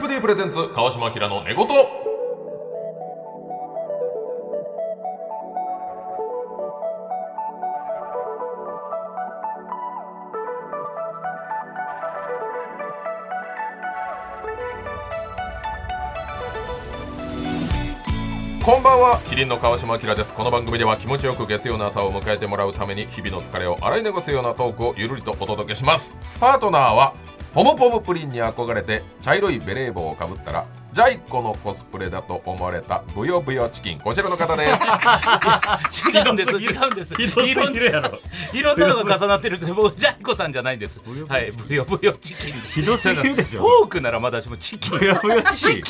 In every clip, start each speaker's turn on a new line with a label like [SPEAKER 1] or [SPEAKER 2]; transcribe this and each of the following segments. [SPEAKER 1] プディプレゼンツ川島明の寝言こんばんはキリンの川島明ですこの番組では気持ちよく月曜の朝を迎えてもらうために日々の疲れを洗い流すようなトークをゆるりとお届けしますパートナーはポムポムプリンに憧れて茶色いベレー帽をかぶったらジャイコのコスプレだと思われたブヨブヨチキンこちらの方です
[SPEAKER 2] 違うんです違うんです
[SPEAKER 3] ひどすぎるやろ
[SPEAKER 2] いろんなのが重なってるんですもうジャイコさんじゃないんですはいブヨブヨチキン
[SPEAKER 3] ひどすぎるでし
[SPEAKER 2] フ
[SPEAKER 3] ょ
[SPEAKER 2] ォークならまだしもチキン
[SPEAKER 3] やぶよしい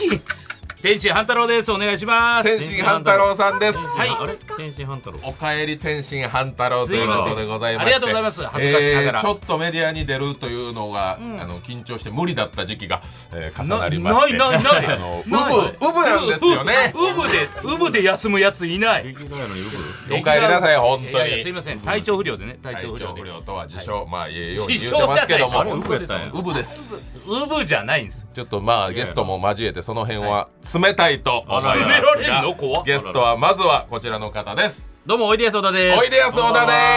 [SPEAKER 2] 天心半太郎ですお願いします
[SPEAKER 1] 天心半太郎さんです
[SPEAKER 2] はい
[SPEAKER 3] あれ天津飯太郎
[SPEAKER 1] おかえり天心半太郎ということでございまして
[SPEAKER 2] すいませんありがとうございます恥ずかしながら
[SPEAKER 1] えーちょっとメディアに出るというのが、あの緊張して無理だった時期が、えー重なりまして
[SPEAKER 2] なないないない
[SPEAKER 1] あのうぶ
[SPEAKER 2] ないう
[SPEAKER 1] ぶなんですよ ね
[SPEAKER 2] うぶでうぶで休むやついない
[SPEAKER 3] 平気なのによく
[SPEAKER 1] お帰りなさい本当に
[SPEAKER 2] いやいやすいません体調不良でね体
[SPEAKER 1] 体
[SPEAKER 2] 調
[SPEAKER 1] 調
[SPEAKER 2] 不良で
[SPEAKER 1] 不良とは自称、まあ言えように言
[SPEAKER 2] 自称
[SPEAKER 1] ってま
[SPEAKER 2] じ
[SPEAKER 1] す
[SPEAKER 2] ゃ
[SPEAKER 1] け
[SPEAKER 2] な
[SPEAKER 1] ど
[SPEAKER 2] いですあれ
[SPEAKER 1] も
[SPEAKER 2] う
[SPEAKER 3] う
[SPEAKER 2] ぶ
[SPEAKER 3] ぶ
[SPEAKER 2] やっ
[SPEAKER 3] やったた
[SPEAKER 2] ん
[SPEAKER 3] ん
[SPEAKER 2] や
[SPEAKER 3] や
[SPEAKER 1] うぶです
[SPEAKER 2] うぶじゃないんです
[SPEAKER 1] ちょっとまあゲストも交えてその辺は冷たいと思います
[SPEAKER 2] 詰められんの怖っ
[SPEAKER 1] ゲストはまずはこちらの方です
[SPEAKER 3] どうもおいでやす小田です
[SPEAKER 1] おいでやす小田で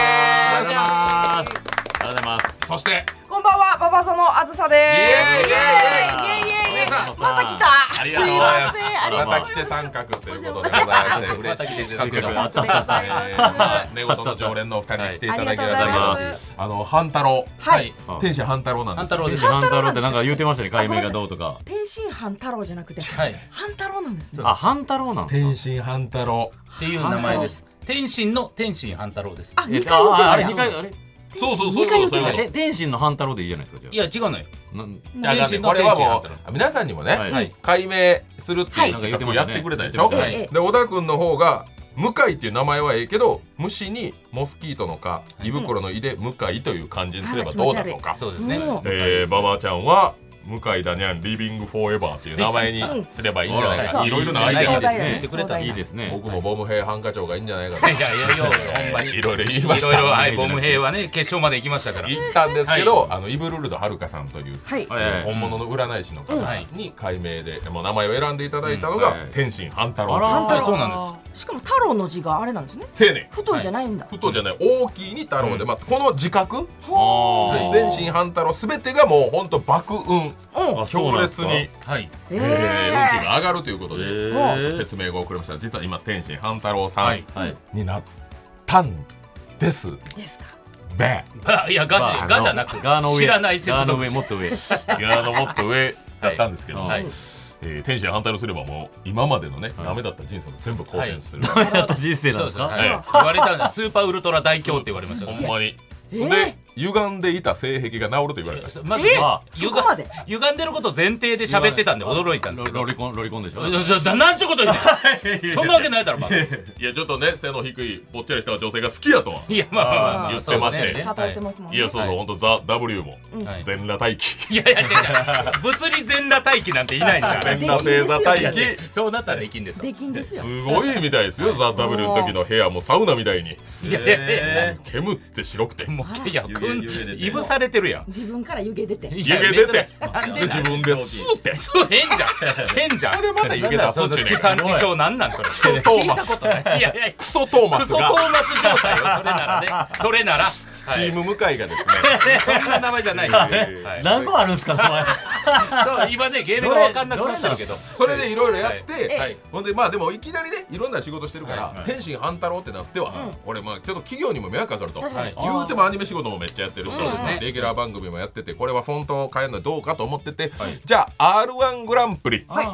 [SPEAKER 1] す
[SPEAKER 3] おはようございますおはようございます
[SPEAKER 1] そして
[SPEAKER 4] こんばんは、パパソのあずさで
[SPEAKER 1] イ
[SPEAKER 4] す。
[SPEAKER 1] エ
[SPEAKER 3] ーイ
[SPEAKER 4] イエイイエイイエイ
[SPEAKER 3] お姉さん
[SPEAKER 4] また来た。
[SPEAKER 1] あり
[SPEAKER 4] すい
[SPEAKER 1] がとうござい
[SPEAKER 4] ま
[SPEAKER 1] ます
[SPEAKER 4] せん、ありがとうござ
[SPEAKER 1] また
[SPEAKER 4] いま
[SPEAKER 1] 来
[SPEAKER 4] す。
[SPEAKER 1] て三角ということでございまして嬉しいですけども
[SPEAKER 3] ま
[SPEAKER 4] た来て三角
[SPEAKER 1] えーまあ寝言の常連のお二人に来ていただきたいと思いま
[SPEAKER 4] ありがとうございます
[SPEAKER 1] あの半太郎
[SPEAKER 4] はい。
[SPEAKER 1] 天使半太郎なんです
[SPEAKER 2] 半太郎
[SPEAKER 3] 天
[SPEAKER 2] で
[SPEAKER 3] 津
[SPEAKER 2] す
[SPEAKER 3] 飯太郎ってなんか言うてましたね解明がどうとか
[SPEAKER 4] 天津飯太郎じゃなくて、
[SPEAKER 2] はい
[SPEAKER 4] 飯太郎なんですね。
[SPEAKER 3] あ飯太郎なんです
[SPEAKER 1] 天心半太郎
[SPEAKER 2] っていう名前です天心の天心半太郎です
[SPEAKER 4] あ、
[SPEAKER 3] え
[SPEAKER 4] 二
[SPEAKER 3] あ
[SPEAKER 4] 回言って
[SPEAKER 3] ああれ
[SPEAKER 4] る
[SPEAKER 3] 二回あれ
[SPEAKER 1] そうそうそう
[SPEAKER 4] 二回
[SPEAKER 1] そ
[SPEAKER 4] 言
[SPEAKER 1] う
[SPEAKER 4] っ
[SPEAKER 1] そうい
[SPEAKER 4] てる
[SPEAKER 1] うこと
[SPEAKER 3] え天津の飯太郎でいいじゃないですか
[SPEAKER 2] い
[SPEAKER 3] じゃ
[SPEAKER 2] や違うのよ
[SPEAKER 3] あなん
[SPEAKER 1] じゃあ
[SPEAKER 2] 天
[SPEAKER 1] なんでこ
[SPEAKER 2] 心の
[SPEAKER 1] れは
[SPEAKER 2] 天心半
[SPEAKER 1] も
[SPEAKER 2] 太郎
[SPEAKER 1] う皆さんにもね、
[SPEAKER 3] はい
[SPEAKER 2] はい
[SPEAKER 1] 解明するっていう企画をやってくれたでしょ、
[SPEAKER 3] はい
[SPEAKER 4] なんか言ってましたね
[SPEAKER 1] で小田君の方が向井っていう名前はええけど虫にモスキートの蚊胃袋の胃で向井という漢字にすればどうだとか、
[SPEAKER 2] そうですね
[SPEAKER 4] も
[SPEAKER 1] えー、ババアちゃんは向井ダニャンリビングフォーエバーという名前にすればいいんじゃないか
[SPEAKER 4] う
[SPEAKER 1] なんいろいろなア
[SPEAKER 2] は
[SPEAKER 1] イ
[SPEAKER 2] い
[SPEAKER 1] デア
[SPEAKER 4] 壮
[SPEAKER 1] が
[SPEAKER 4] 大だ
[SPEAKER 3] ね
[SPEAKER 4] ね
[SPEAKER 2] 見てくれたら
[SPEAKER 3] いいですね
[SPEAKER 1] 僕もボム兵ハンカチョウがいいんじゃないか
[SPEAKER 2] い
[SPEAKER 1] な
[SPEAKER 2] やいやいやいやほんまに
[SPEAKER 1] いろいろ言いま
[SPEAKER 2] い
[SPEAKER 1] し
[SPEAKER 2] ろいろ
[SPEAKER 1] た
[SPEAKER 2] はいボム兵はね決勝まで行きましたから
[SPEAKER 1] 言ったんですけど、あのイブルルドはるかさんという
[SPEAKER 4] はい。
[SPEAKER 3] はいはい
[SPEAKER 1] 本物の占い師の方
[SPEAKER 2] はい
[SPEAKER 1] に解明で、もう名前を選んでいただいたのが、
[SPEAKER 3] うんはい
[SPEAKER 1] 天心半太
[SPEAKER 3] あら
[SPEAKER 1] 郎
[SPEAKER 4] 飯太
[SPEAKER 2] あ
[SPEAKER 4] 郎。
[SPEAKER 2] そうなん
[SPEAKER 4] です。しかも太郎の字があれなんですね。
[SPEAKER 1] 青年
[SPEAKER 4] 太いじゃないんだ。
[SPEAKER 1] 太じゃない大きいに太郎で、まあ、この自覚
[SPEAKER 4] ほ
[SPEAKER 3] あ
[SPEAKER 4] ー
[SPEAKER 3] ー
[SPEAKER 1] 天心半太郎すべてがもう本当爆運
[SPEAKER 4] うん。
[SPEAKER 3] あそう
[SPEAKER 1] 強
[SPEAKER 3] なんで
[SPEAKER 1] 烈
[SPEAKER 3] すか
[SPEAKER 1] に、
[SPEAKER 2] はい
[SPEAKER 4] え
[SPEAKER 1] えー、運気
[SPEAKER 4] え。
[SPEAKER 1] が上がるということで、
[SPEAKER 4] ー
[SPEAKER 1] 説明が遅れました実は今天心半太郎さ
[SPEAKER 2] は
[SPEAKER 1] ん
[SPEAKER 2] い
[SPEAKER 3] はい
[SPEAKER 1] になったんです
[SPEAKER 4] ですか。
[SPEAKER 1] べ、
[SPEAKER 2] あいやガ
[SPEAKER 3] まあ
[SPEAKER 2] チガじゃなく
[SPEAKER 3] ガの上
[SPEAKER 2] 知らない接
[SPEAKER 3] ガの
[SPEAKER 2] 続
[SPEAKER 3] 上
[SPEAKER 2] 詞
[SPEAKER 3] もっと上
[SPEAKER 1] いやあのもっと上だったんですけど、
[SPEAKER 3] はい
[SPEAKER 2] はい
[SPEAKER 1] えー天心反対をすればもう今までのね、
[SPEAKER 3] い
[SPEAKER 1] ダメだった人生も全部好転する、
[SPEAKER 3] だった人生なん
[SPEAKER 2] そうです
[SPEAKER 3] で
[SPEAKER 2] すね、
[SPEAKER 3] か
[SPEAKER 2] はい
[SPEAKER 1] ええ
[SPEAKER 2] 言われたんだスーパーウルトラ大凶って言われました
[SPEAKER 1] ほ
[SPEAKER 2] ね
[SPEAKER 1] んまに、
[SPEAKER 4] え
[SPEAKER 1] で
[SPEAKER 4] え。
[SPEAKER 1] 歪んでいた性癖が治ると言われた
[SPEAKER 2] そまず
[SPEAKER 4] え
[SPEAKER 3] あ
[SPEAKER 2] ゆ
[SPEAKER 4] そ
[SPEAKER 2] が
[SPEAKER 4] こまで。
[SPEAKER 2] 歪んでることを前提で喋ってたんで驚いたんですけ
[SPEAKER 3] ロ
[SPEAKER 2] ど
[SPEAKER 3] ロリコンロリコンでしょ
[SPEAKER 2] ななんちゅうこと言ってんのそんなわけないだろま あい
[SPEAKER 1] いやちょっとね背の低いぽっちゃりした女性が好きやとは
[SPEAKER 2] やまあまあまあ
[SPEAKER 1] 言ってましたよね
[SPEAKER 2] そう
[SPEAKER 4] 叩いてますもん
[SPEAKER 1] い
[SPEAKER 4] ね。
[SPEAKER 1] やそうそう、
[SPEAKER 2] は
[SPEAKER 1] ほんとザ・ W も
[SPEAKER 4] うん
[SPEAKER 2] はい
[SPEAKER 1] 全裸待機
[SPEAKER 2] いやいや違う違う物理全裸待機なんていないんです よあれ
[SPEAKER 1] 全裸正座
[SPEAKER 2] いや
[SPEAKER 1] 待
[SPEAKER 2] で
[SPEAKER 1] 機
[SPEAKER 2] そうなったらできんですよ
[SPEAKER 4] できんですよ。
[SPEAKER 1] すごいみたいですよ、ザ・ W の時の部屋もサウナみたいに
[SPEAKER 2] いやいやいや
[SPEAKER 3] え
[SPEAKER 1] 煙って白くて
[SPEAKER 2] もういや
[SPEAKER 3] 湯気
[SPEAKER 2] くん
[SPEAKER 3] 湯気出て
[SPEAKER 2] いぶされてるやん
[SPEAKER 4] 自分から湯気出て。
[SPEAKER 2] い
[SPEAKER 1] 湯
[SPEAKER 2] や
[SPEAKER 1] 気出て
[SPEAKER 2] 珍しい
[SPEAKER 4] なんで
[SPEAKER 1] 自分で吸って
[SPEAKER 2] そう変じゃん変じゃん
[SPEAKER 1] あれまた湯気出す
[SPEAKER 2] なんだその
[SPEAKER 1] っちゅうねん
[SPEAKER 2] 地産地消なんなんそれ
[SPEAKER 1] クソトーマ
[SPEAKER 2] 聞い
[SPEAKER 1] ス
[SPEAKER 2] たことないいやいや
[SPEAKER 1] クソトーマ
[SPEAKER 2] ク
[SPEAKER 1] ス
[SPEAKER 2] ソトー
[SPEAKER 1] が
[SPEAKER 2] マス状態よそれならねそれなら
[SPEAKER 1] スチーム向かいがですね、
[SPEAKER 2] そんな名前じゃないですよはい
[SPEAKER 3] 何個あるんですか名前
[SPEAKER 2] そう今ね芸名が分かんなくなってるけど
[SPEAKER 1] それでいろいろやって、
[SPEAKER 2] はいはい
[SPEAKER 1] ほんでまあでもいきなりねいろんな仕事してるから、
[SPEAKER 3] はいはい
[SPEAKER 1] 天心半太郎ってなっては、
[SPEAKER 4] うん
[SPEAKER 1] 俺まあちょっと企業にも迷惑かかると。
[SPEAKER 4] 確かに。
[SPEAKER 2] は
[SPEAKER 1] 言うてもアニメ仕事もめっちゃやってるし、
[SPEAKER 2] そうですね
[SPEAKER 1] レギュラー番組もやっててこれはフォントを変えるのどうかと思ってて、じゃあ r 1グランプリ
[SPEAKER 4] はい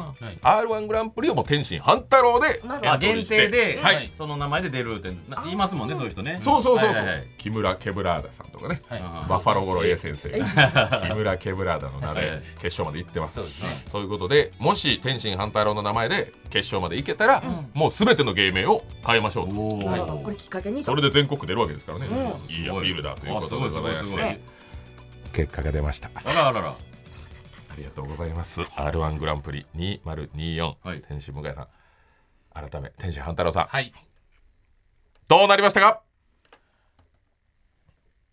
[SPEAKER 3] あ
[SPEAKER 1] r 1グランプリをもう天心半太郎で
[SPEAKER 4] なるほ
[SPEAKER 3] ー
[SPEAKER 4] ど
[SPEAKER 3] あ
[SPEAKER 1] エントリ
[SPEAKER 3] 限
[SPEAKER 1] ーして
[SPEAKER 3] 定で
[SPEAKER 2] はい
[SPEAKER 3] はいその名前で出るってな言いますもんねそういう人ね
[SPEAKER 1] そうそうそうそう、
[SPEAKER 3] はいはいはい
[SPEAKER 1] 木村ケブラーダさんとかね、
[SPEAKER 2] はい
[SPEAKER 1] バッファローゴロ A 先生が木村ケブラーダの名
[SPEAKER 3] は
[SPEAKER 1] で
[SPEAKER 3] い
[SPEAKER 1] 決勝まで行ってます
[SPEAKER 2] そうですね
[SPEAKER 1] そういうことでもし天心半太郎の名前で決勝まで行けたら、もうすべての芸名を変えましょうと
[SPEAKER 3] お
[SPEAKER 4] なるほど
[SPEAKER 3] ー
[SPEAKER 4] これきっかけに
[SPEAKER 1] それで全国出るわけですからね、
[SPEAKER 4] う
[SPEAKER 1] いいアピールだということでございま
[SPEAKER 3] あす
[SPEAKER 1] し
[SPEAKER 3] ごいすごいすご
[SPEAKER 1] て
[SPEAKER 3] い
[SPEAKER 1] 結果が出ましたあ
[SPEAKER 3] あらあらあら
[SPEAKER 1] りがとうございます r 1グランプリ2024、
[SPEAKER 3] はい
[SPEAKER 1] 天心向井さん改め天心半太郎さん、
[SPEAKER 2] はい
[SPEAKER 1] どうなりましたか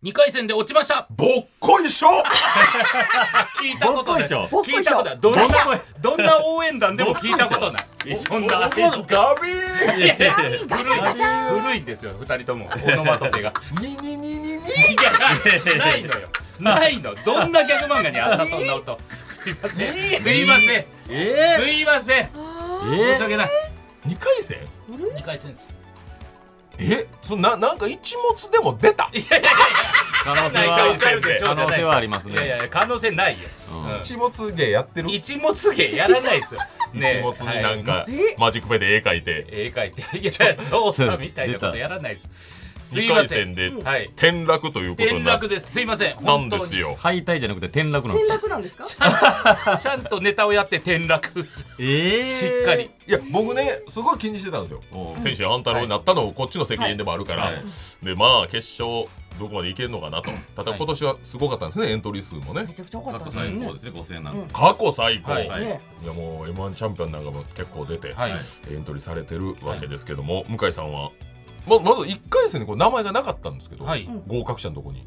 [SPEAKER 2] 2回戦で落ちました
[SPEAKER 1] ぼっこいしょ
[SPEAKER 2] 聞いたことない
[SPEAKER 4] ぼっこ
[SPEAKER 2] 聞
[SPEAKER 4] い
[SPEAKER 2] い
[SPEAKER 4] し
[SPEAKER 2] たこ
[SPEAKER 4] ょ
[SPEAKER 2] とないどんな
[SPEAKER 3] ぼっこい
[SPEAKER 2] どんな応援団でも聞いたことないそん
[SPEAKER 1] ガ
[SPEAKER 2] な
[SPEAKER 1] ビー
[SPEAKER 3] いやいや
[SPEAKER 4] ガビンガシャンガシャン
[SPEAKER 2] 古いんですよ二人ともオノマトペが
[SPEAKER 1] ににににに
[SPEAKER 2] いやないのよないのどんなギャグ漫画にあったそんな音すいませんすいません
[SPEAKER 3] え
[SPEAKER 2] すいません申し訳ない
[SPEAKER 1] 二回戦
[SPEAKER 2] 二回戦です
[SPEAKER 1] えそななんか一物でも出た
[SPEAKER 2] いやいやい
[SPEAKER 3] 可能性
[SPEAKER 2] や
[SPEAKER 1] ない
[SPEAKER 2] わ
[SPEAKER 1] 一
[SPEAKER 2] か
[SPEAKER 1] 回
[SPEAKER 2] る
[SPEAKER 3] は
[SPEAKER 2] でしょ
[SPEAKER 3] 可
[SPEAKER 2] じゃないで
[SPEAKER 3] 能性
[SPEAKER 2] す
[SPEAKER 3] はあります
[SPEAKER 2] いやい
[SPEAKER 3] ね
[SPEAKER 2] や可能性ないよ
[SPEAKER 3] うん
[SPEAKER 1] 一物芸やってる一
[SPEAKER 2] 一物芸やらな いですよねえ
[SPEAKER 1] 物になん
[SPEAKER 2] はい
[SPEAKER 1] か
[SPEAKER 4] え
[SPEAKER 1] マジックペンで絵描いて
[SPEAKER 2] 絵描いていやいや操作みたいなことやらないですす
[SPEAKER 1] 二
[SPEAKER 2] いま
[SPEAKER 1] 回
[SPEAKER 2] せ
[SPEAKER 1] 戦
[SPEAKER 2] ん
[SPEAKER 1] で
[SPEAKER 2] はい
[SPEAKER 1] 転落ということ
[SPEAKER 2] 転
[SPEAKER 1] になっ
[SPEAKER 2] 落ですすいません
[SPEAKER 1] た
[SPEAKER 2] 本
[SPEAKER 1] ん
[SPEAKER 2] 当
[SPEAKER 1] で
[SPEAKER 2] に
[SPEAKER 1] すよ
[SPEAKER 3] 敗退じゃなくて転落なんで
[SPEAKER 4] 転
[SPEAKER 3] す
[SPEAKER 4] 落なんですか
[SPEAKER 2] ちゃんとネタをやって転落
[SPEAKER 3] ええ
[SPEAKER 2] しっかり
[SPEAKER 1] いや僕ねすごい気にしてたんですよ
[SPEAKER 3] おう
[SPEAKER 1] 天心あんたろうになったのをこっちの責任でもあるから、
[SPEAKER 3] はいはい
[SPEAKER 1] でまあ決勝どこまでいけるのかなとただ
[SPEAKER 2] はい
[SPEAKER 1] 今年はすごかったんですねエントリー数もね
[SPEAKER 4] めちゃくちゃ多か
[SPEAKER 3] 過
[SPEAKER 4] った
[SPEAKER 3] 去
[SPEAKER 4] です
[SPEAKER 3] 最
[SPEAKER 4] ね
[SPEAKER 3] 高ですね5000な
[SPEAKER 4] うん
[SPEAKER 3] の
[SPEAKER 1] 過去最高、
[SPEAKER 2] はい
[SPEAKER 1] い、
[SPEAKER 3] はい
[SPEAKER 4] ね
[SPEAKER 1] やもう m 1チャンピオンなんかも結構出て、
[SPEAKER 2] はい
[SPEAKER 1] エントリーされてるわけですけども、向井さんはままず1回戦にこう名前がなかったんですけど、
[SPEAKER 2] はい
[SPEAKER 4] うん
[SPEAKER 1] 合格者のとこに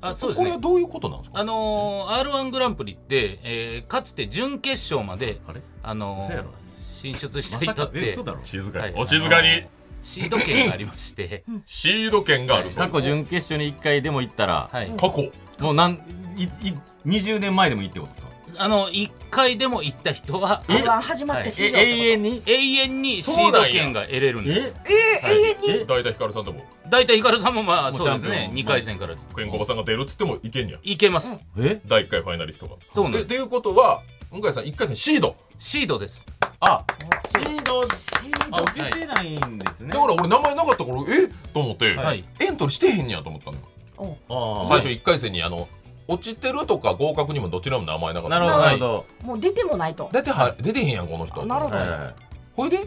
[SPEAKER 2] あそうです
[SPEAKER 1] これは
[SPEAKER 2] ね
[SPEAKER 1] どういうことなんですか
[SPEAKER 2] あのー、r 1グランプリって、えー、かつて準決勝まで
[SPEAKER 3] あれ
[SPEAKER 2] あの
[SPEAKER 3] 嘘やろ
[SPEAKER 2] ー、進出し
[SPEAKER 3] ま
[SPEAKER 2] てい
[SPEAKER 3] さ
[SPEAKER 2] た
[SPEAKER 3] か
[SPEAKER 2] っ
[SPEAKER 3] え
[SPEAKER 2] て
[SPEAKER 3] 嘘だろ
[SPEAKER 1] 静か
[SPEAKER 2] はい
[SPEAKER 1] に、お静かに、
[SPEAKER 2] あのーシード権がありまして
[SPEAKER 1] シード権があるそう
[SPEAKER 3] 過去準決勝に一回でも行ったら
[SPEAKER 2] はい
[SPEAKER 1] 過去
[SPEAKER 3] もうなんいい20年前でもいいってことですか
[SPEAKER 2] あの1回でも行った人は
[SPEAKER 4] R1 始まって
[SPEAKER 3] え
[SPEAKER 4] シード
[SPEAKER 3] 永遠に
[SPEAKER 2] 永遠にシード権が得れるんですよ
[SPEAKER 4] えー
[SPEAKER 2] はい
[SPEAKER 4] 永遠に
[SPEAKER 1] 大体ひかるさんでも
[SPEAKER 2] 大体ヒカルさんもまあ
[SPEAKER 3] もう
[SPEAKER 2] そうです
[SPEAKER 3] チャンピ
[SPEAKER 2] ね
[SPEAKER 3] オン
[SPEAKER 2] 2回戦からです
[SPEAKER 1] ケンコバさんが出るっつってもいけんや
[SPEAKER 2] いけます、
[SPEAKER 3] え
[SPEAKER 1] 第1回ファイナリストが
[SPEAKER 2] そうなん
[SPEAKER 1] で
[SPEAKER 2] で
[SPEAKER 1] っ
[SPEAKER 2] す
[SPEAKER 1] ていうことは向井さん1回戦シード
[SPEAKER 2] シードです
[SPEAKER 3] あシード
[SPEAKER 4] シード
[SPEAKER 3] あ受けてないんですね
[SPEAKER 1] だから俺名前なかったからえと思って、
[SPEAKER 2] はい
[SPEAKER 1] エントリーしてへんねやと思ったのよ、
[SPEAKER 4] お
[SPEAKER 3] あ
[SPEAKER 1] 最
[SPEAKER 3] ー
[SPEAKER 1] 初1回戦にあの落ちてるとか合格にもどちらも名前なかった
[SPEAKER 3] なるほどなるほど
[SPEAKER 4] もう出てもないと
[SPEAKER 1] だっては出てへんやんこの人
[SPEAKER 4] なるほど
[SPEAKER 3] はいはいはい
[SPEAKER 1] ほいで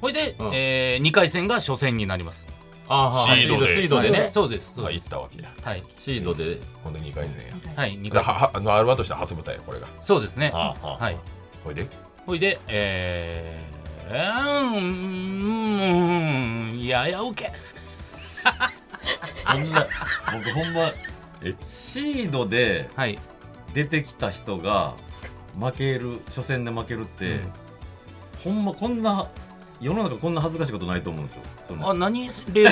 [SPEAKER 2] ほいで、
[SPEAKER 3] うん
[SPEAKER 2] えー、2回戦が初戦になります
[SPEAKER 3] あーはい
[SPEAKER 1] シードで
[SPEAKER 3] シードでね
[SPEAKER 2] そうですそう
[SPEAKER 1] まあ
[SPEAKER 2] で
[SPEAKER 1] 行っ
[SPEAKER 2] す
[SPEAKER 1] たわけや
[SPEAKER 2] はい
[SPEAKER 3] シードで
[SPEAKER 1] ほんで2回戦や
[SPEAKER 2] はい2
[SPEAKER 1] は
[SPEAKER 2] 回戦
[SPEAKER 1] はあの R1 としては初舞台やこれが
[SPEAKER 2] そうですね
[SPEAKER 1] ああああ
[SPEAKER 2] はい
[SPEAKER 1] ほいで
[SPEAKER 2] ほいで、えー、うーん、うーん、ややうけ。
[SPEAKER 3] あんな僕ほんまシードで
[SPEAKER 2] はい。
[SPEAKER 3] 出てきた人が負ける初戦で負けるって、ほんまこんな世の中こんな恥ずかしいことないと思うんですよその
[SPEAKER 2] あ、何冷静に。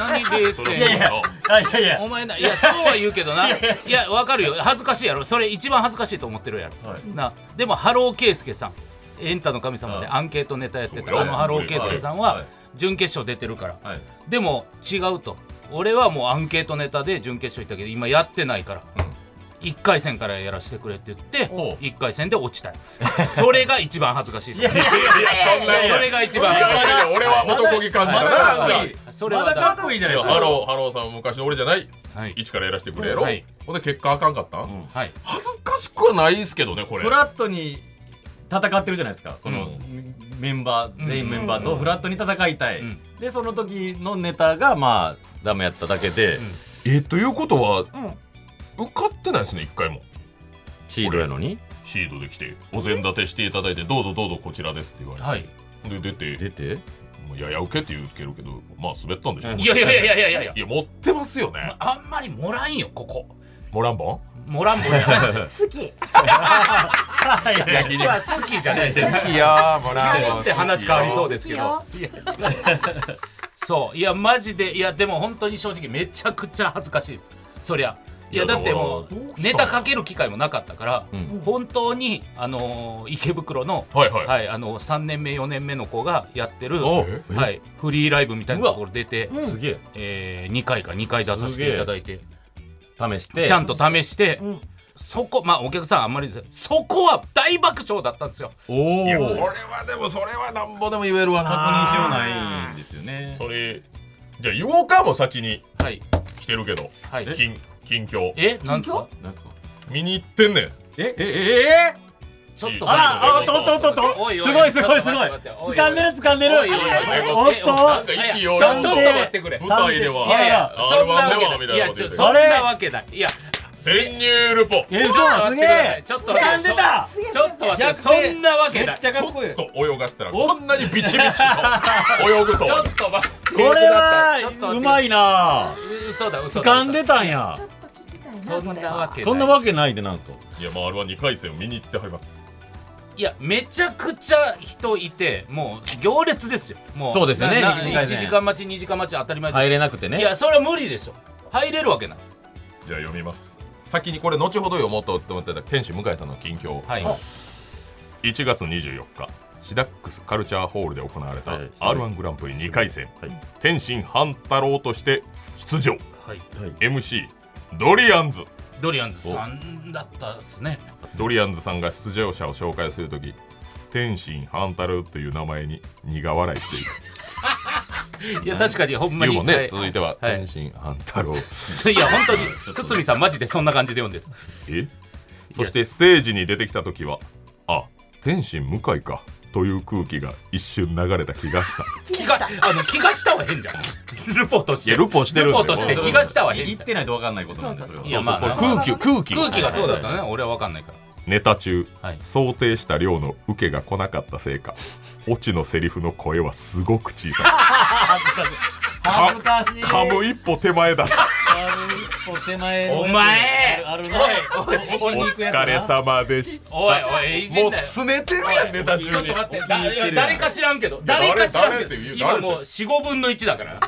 [SPEAKER 2] 何冷
[SPEAKER 1] それはい
[SPEAKER 2] 静に
[SPEAKER 3] やいやあいやいや
[SPEAKER 2] お前な、いや、そうは言うけどな。いや、わかるよ。恥ずかしいやろ。それ一番恥ずかしいと思ってるやろ。
[SPEAKER 3] はい
[SPEAKER 2] な、でも、ハローケイスケさん。エンタの神様でアンケートネタやって
[SPEAKER 1] そう
[SPEAKER 2] た
[SPEAKER 1] よ
[SPEAKER 2] あのハローケイスケさん
[SPEAKER 3] はい
[SPEAKER 2] は準決勝出てるから
[SPEAKER 3] はい
[SPEAKER 2] でも違うと俺はもうアンケートネタで準決勝行ったけど今やってないから、1回戦からやらせてくれって言って
[SPEAKER 1] おう
[SPEAKER 2] 1回戦で落ちたいそれが一番恥ずかしいと思う
[SPEAKER 1] そんな
[SPEAKER 2] それが一番
[SPEAKER 1] いやい
[SPEAKER 2] 恥ずかしい
[SPEAKER 1] やいや俺は男気感じたななんか
[SPEAKER 3] まだかっこいい
[SPEAKER 2] それ
[SPEAKER 3] ま
[SPEAKER 2] は
[SPEAKER 3] だ
[SPEAKER 2] だ
[SPEAKER 3] かっこいいじゃ
[SPEAKER 1] い
[SPEAKER 3] ない
[SPEAKER 1] や
[SPEAKER 3] ですか
[SPEAKER 1] ハローハローさんは昔の俺じゃない
[SPEAKER 2] はい、
[SPEAKER 1] 一からやらせてくれやろ、
[SPEAKER 2] はい
[SPEAKER 1] ほんで結果あかんかったん、
[SPEAKER 3] うん
[SPEAKER 2] はい、
[SPEAKER 1] 恥ずかしくはないですけどねこれ
[SPEAKER 3] フラットに戦ってるじゃないですかその、
[SPEAKER 1] う
[SPEAKER 3] メンバー全員メンバーとフラットに戦いたい、
[SPEAKER 2] うん
[SPEAKER 3] でその時のネタがまあダメやっただけで、
[SPEAKER 1] えということは
[SPEAKER 4] うん
[SPEAKER 1] 受かってないですね一回も
[SPEAKER 3] シードやのに
[SPEAKER 1] シードで来てお膳立てしていただいてどうぞどうぞこちらですって言われて、
[SPEAKER 2] はい、
[SPEAKER 1] で出て
[SPEAKER 3] 出て
[SPEAKER 1] もうやや受けって言うけるけどまあ滑ったんでしょう
[SPEAKER 3] うん
[SPEAKER 2] いやいやいやいやいやいや
[SPEAKER 1] いや持ってますよね
[SPEAKER 2] あんまりもらんよここ
[SPEAKER 1] モランボン
[SPEAKER 2] もらんぼじ ゃないですよ
[SPEAKER 4] 好き
[SPEAKER 1] 焼
[SPEAKER 2] 僕は好きじゃないですよ
[SPEAKER 1] 好きやモ
[SPEAKER 2] 嫌いって話変わりそうですけどい
[SPEAKER 4] 好
[SPEAKER 2] や違うそういやマジでいやでも本当に正直めちゃくちゃ恥ずかしいですそりゃいや
[SPEAKER 1] いや
[SPEAKER 2] だっても
[SPEAKER 1] だからどうし
[SPEAKER 2] う
[SPEAKER 1] た
[SPEAKER 2] ネ
[SPEAKER 1] の
[SPEAKER 2] タかける機会もなかったから、
[SPEAKER 3] うん
[SPEAKER 2] 本当にあのー池袋の、
[SPEAKER 1] はいはい、
[SPEAKER 2] はい、あの3年目4年目の子がやってる、
[SPEAKER 1] お
[SPEAKER 2] は
[SPEAKER 1] うえ
[SPEAKER 2] い、フリーライブみたいなところ出て、
[SPEAKER 4] うん
[SPEAKER 3] すげえ
[SPEAKER 2] え2回か2回出させていただいて
[SPEAKER 3] 試して
[SPEAKER 2] ちゃんと試して、
[SPEAKER 4] うん
[SPEAKER 2] そこまあお客さんあんまりですそこは大爆笑だったんですよ
[SPEAKER 3] お
[SPEAKER 1] いやこ
[SPEAKER 3] お
[SPEAKER 1] れはでもそれはなんぼでも言えるわな
[SPEAKER 3] 確認しようないんですよね
[SPEAKER 1] それじゃあ言おうかも先に
[SPEAKER 2] はい
[SPEAKER 1] 来てるけど
[SPEAKER 2] はい
[SPEAKER 1] 近近況
[SPEAKER 2] えなんですか
[SPEAKER 3] なんですか
[SPEAKER 1] 見に行ってんねん
[SPEAKER 3] ええええ
[SPEAKER 2] ちょっと
[SPEAKER 1] あら
[SPEAKER 3] あおっとおっとおっと
[SPEAKER 2] おいおい
[SPEAKER 3] すごいすごいすご
[SPEAKER 2] ちょっと待って
[SPEAKER 3] い
[SPEAKER 2] 待って
[SPEAKER 3] 掴んでる掴んでる
[SPEAKER 2] おいおいおい
[SPEAKER 3] おっ
[SPEAKER 2] ちょっと
[SPEAKER 3] と
[SPEAKER 1] なんか意気揚
[SPEAKER 2] ちょ
[SPEAKER 1] 々
[SPEAKER 2] ちょっと待ってくれ
[SPEAKER 1] 舞台で
[SPEAKER 2] いやい
[SPEAKER 1] は
[SPEAKER 2] や
[SPEAKER 1] あ
[SPEAKER 2] そんなわけ
[SPEAKER 1] R1 ではみた
[SPEAKER 2] ない
[SPEAKER 1] な
[SPEAKER 2] いや
[SPEAKER 1] こと
[SPEAKER 2] ち
[SPEAKER 1] 言
[SPEAKER 2] ょ
[SPEAKER 1] って
[SPEAKER 2] そんなわけないいや
[SPEAKER 1] 潜入ルポ
[SPEAKER 5] え、嘘
[SPEAKER 2] ちょっと待
[SPEAKER 5] す
[SPEAKER 2] っ
[SPEAKER 5] げえ
[SPEAKER 2] てくださいちょっと待っ
[SPEAKER 5] 掴
[SPEAKER 2] て
[SPEAKER 5] んでた
[SPEAKER 4] すげえ
[SPEAKER 2] ちょっと待って
[SPEAKER 5] 逆
[SPEAKER 2] そ
[SPEAKER 5] 転
[SPEAKER 2] んなわけ
[SPEAKER 5] めっ
[SPEAKER 2] ない
[SPEAKER 5] ちゃ
[SPEAKER 1] ち
[SPEAKER 5] か
[SPEAKER 1] ょ
[SPEAKER 5] っこいい
[SPEAKER 1] っと泳がしたらこんなにビ チビチと泳ぐと
[SPEAKER 2] ちょ
[SPEAKER 1] は
[SPEAKER 2] っと待って
[SPEAKER 5] これ
[SPEAKER 2] ちょっと待っ
[SPEAKER 5] は
[SPEAKER 2] て
[SPEAKER 5] うまいな
[SPEAKER 2] 嘘だ嘘だ
[SPEAKER 5] 掴んでたんや
[SPEAKER 4] ちょっと聞きたいな
[SPEAKER 2] そんなわけい
[SPEAKER 5] そんなわけないでなんですか
[SPEAKER 1] いやまああれは2回戦を見に行ってはります
[SPEAKER 2] いやめちゃくちゃ人いてもう行列ですよもう
[SPEAKER 3] そうですよね
[SPEAKER 2] なな
[SPEAKER 3] 二回戦
[SPEAKER 2] 1時間待ち2時間待ち当たり前です
[SPEAKER 3] 入れなくてね
[SPEAKER 2] いやそれは無理でしょ入れるわけない
[SPEAKER 1] じゃあ読みます先にこれ後ほど読もうと思ってた天使向井さんの近況を
[SPEAKER 2] はい
[SPEAKER 1] 1月24日シダックスカルチャーホールで行われた
[SPEAKER 3] はい
[SPEAKER 1] r 1グランプリ2回戦、天心半太郎として出場
[SPEAKER 2] はい
[SPEAKER 1] MC ドリアンズ
[SPEAKER 2] ドリアンズさんだったですね
[SPEAKER 1] ドリアンズさんが出場者を紹介するとき天心半太郎という名前に苦笑い している
[SPEAKER 2] いや確かにほんま
[SPEAKER 1] 言うも
[SPEAKER 2] に
[SPEAKER 1] んね、
[SPEAKER 2] はい
[SPEAKER 1] 続いては、
[SPEAKER 2] はい
[SPEAKER 1] 天心半太 郎
[SPEAKER 2] いや本当に堤さんマジでそんな感じで読んでる
[SPEAKER 1] えそしてステージに出てきた時はあ天心向井かという空気が一瞬流れた気がした
[SPEAKER 2] 気があの気がしたは変じゃん ルポとして
[SPEAKER 1] いやルポしてるん
[SPEAKER 2] ル
[SPEAKER 1] で
[SPEAKER 2] ポとして気がしたは変じ
[SPEAKER 3] 行
[SPEAKER 2] ゃ
[SPEAKER 3] っ
[SPEAKER 2] ん
[SPEAKER 3] てないと分かんないことなんです
[SPEAKER 4] そう
[SPEAKER 3] よ
[SPEAKER 4] そうそう
[SPEAKER 2] いやまあ
[SPEAKER 1] これ
[SPEAKER 2] な
[SPEAKER 1] 空気空気
[SPEAKER 2] 空気がそうだったね俺は分かんないから
[SPEAKER 1] ネタ中、
[SPEAKER 2] はい
[SPEAKER 1] 想定した量の受けが来なかったせいかオチのセリフの声はすごく小さ
[SPEAKER 3] 恥ずか し
[SPEAKER 1] い
[SPEAKER 3] い
[SPEAKER 1] 噛む一歩手前だった
[SPEAKER 5] ある手前
[SPEAKER 2] お前
[SPEAKER 5] ある
[SPEAKER 2] おい
[SPEAKER 1] お疲れ様でした
[SPEAKER 2] おいおいいじ
[SPEAKER 1] もう
[SPEAKER 2] んだよ
[SPEAKER 1] すねてるやんネタ
[SPEAKER 2] ちょ
[SPEAKER 1] 中
[SPEAKER 2] っ
[SPEAKER 1] に
[SPEAKER 2] と待って
[SPEAKER 3] 気に入
[SPEAKER 2] だい
[SPEAKER 3] ってるや
[SPEAKER 2] や
[SPEAKER 3] ん
[SPEAKER 2] 誰か知らんけど誰か知らん
[SPEAKER 1] 誰
[SPEAKER 2] けど
[SPEAKER 1] 誰って言う
[SPEAKER 2] 今もう
[SPEAKER 1] 誰
[SPEAKER 2] 45分の1だから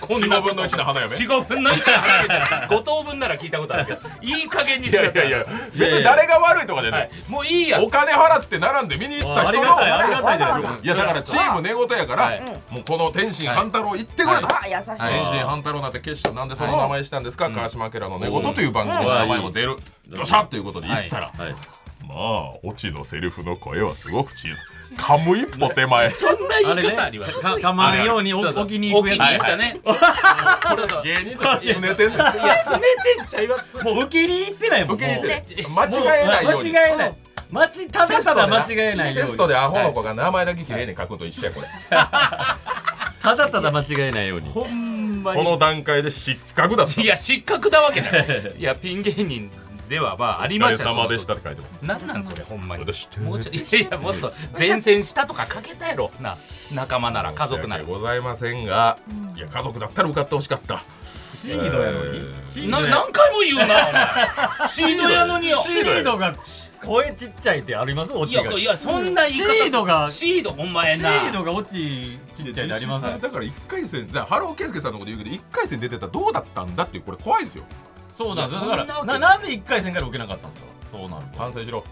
[SPEAKER 2] こ
[SPEAKER 1] 45分の1の花嫁
[SPEAKER 2] 45分の1だから5等分なら聞いたことあるけどいい加減に
[SPEAKER 1] い
[SPEAKER 2] して
[SPEAKER 1] や
[SPEAKER 2] くだ
[SPEAKER 1] い
[SPEAKER 2] さ
[SPEAKER 1] やい
[SPEAKER 2] い
[SPEAKER 1] や別に誰が悪いとかじゃな
[SPEAKER 2] はいい、もういいや
[SPEAKER 1] お金払って並んで見に行った
[SPEAKER 5] あり
[SPEAKER 1] 人
[SPEAKER 5] が
[SPEAKER 1] の
[SPEAKER 5] たいありがたいじゃないです
[SPEAKER 1] いやだからチーム寝言やから、
[SPEAKER 2] はい
[SPEAKER 1] もうこの天心半太郎言ってくれ
[SPEAKER 2] は
[SPEAKER 1] た、
[SPEAKER 2] い
[SPEAKER 4] あ優しい
[SPEAKER 1] 天心半太郎なんて決してなんでその名前したんですか、川島明の寝言という番組の名前も出る、よっしゃということで言ったら、
[SPEAKER 3] はい
[SPEAKER 1] まあオチのセリフの声はすごく小さい噛む一歩手前
[SPEAKER 2] そんな
[SPEAKER 3] あ
[SPEAKER 2] 言
[SPEAKER 3] れ
[SPEAKER 2] い
[SPEAKER 3] ね
[SPEAKER 2] 方あります
[SPEAKER 3] かかまんように
[SPEAKER 2] そう
[SPEAKER 3] お
[SPEAKER 2] そう
[SPEAKER 3] 置きに行く
[SPEAKER 2] 置き
[SPEAKER 3] や
[SPEAKER 2] に行ったねそうそう
[SPEAKER 1] 芸人としてすねてんねん
[SPEAKER 2] いやすねてんちゃいます
[SPEAKER 5] もう受けに行ってないもん
[SPEAKER 1] 受け入れて
[SPEAKER 2] もう
[SPEAKER 1] 間違えないように
[SPEAKER 5] 間違えない間違ただただ間違えないよ
[SPEAKER 1] テ
[SPEAKER 5] う
[SPEAKER 1] ス
[SPEAKER 5] に
[SPEAKER 1] トでアホの子が名前だけ綺麗に書くと一緒やこれ、
[SPEAKER 3] ただただ間違えないように
[SPEAKER 2] ほんま
[SPEAKER 1] こ
[SPEAKER 2] に
[SPEAKER 1] の段階で失格だった
[SPEAKER 2] いや失格だわ けないいやピン芸人ではまあありました
[SPEAKER 1] お疲れ様
[SPEAKER 2] よ
[SPEAKER 1] でしたって書いてます
[SPEAKER 2] なんなんそれほんまに
[SPEAKER 1] 私って
[SPEAKER 2] もうちょいやいやもっと前線したとかかけたやろな仲間なら家族なら
[SPEAKER 1] 申し訳ございませんが、いや家族だったら受かってほしかった
[SPEAKER 5] シードやのに
[SPEAKER 1] えー
[SPEAKER 5] シード
[SPEAKER 2] な
[SPEAKER 5] や
[SPEAKER 2] 何回も言うなお前シードやのによ
[SPEAKER 5] シードが声ちっちゃいってありますオ
[SPEAKER 2] い
[SPEAKER 5] チが
[SPEAKER 2] やいやそんな言い方
[SPEAKER 5] シードが
[SPEAKER 2] シードお前
[SPEAKER 5] シ
[SPEAKER 2] な
[SPEAKER 5] ードがオチちっちゃいってありませ
[SPEAKER 1] 実
[SPEAKER 5] ん
[SPEAKER 1] 質だから1回戦だからハローケースケさんのこと言うけど1回戦出てたらどうだったんだっていうこれ怖いですよ
[SPEAKER 5] そうなんですよ
[SPEAKER 2] いや
[SPEAKER 5] だ
[SPEAKER 2] そんな
[SPEAKER 5] から
[SPEAKER 2] わけ
[SPEAKER 5] ななんで一回戦から受けなかったんですかそうなると
[SPEAKER 1] 反省しろ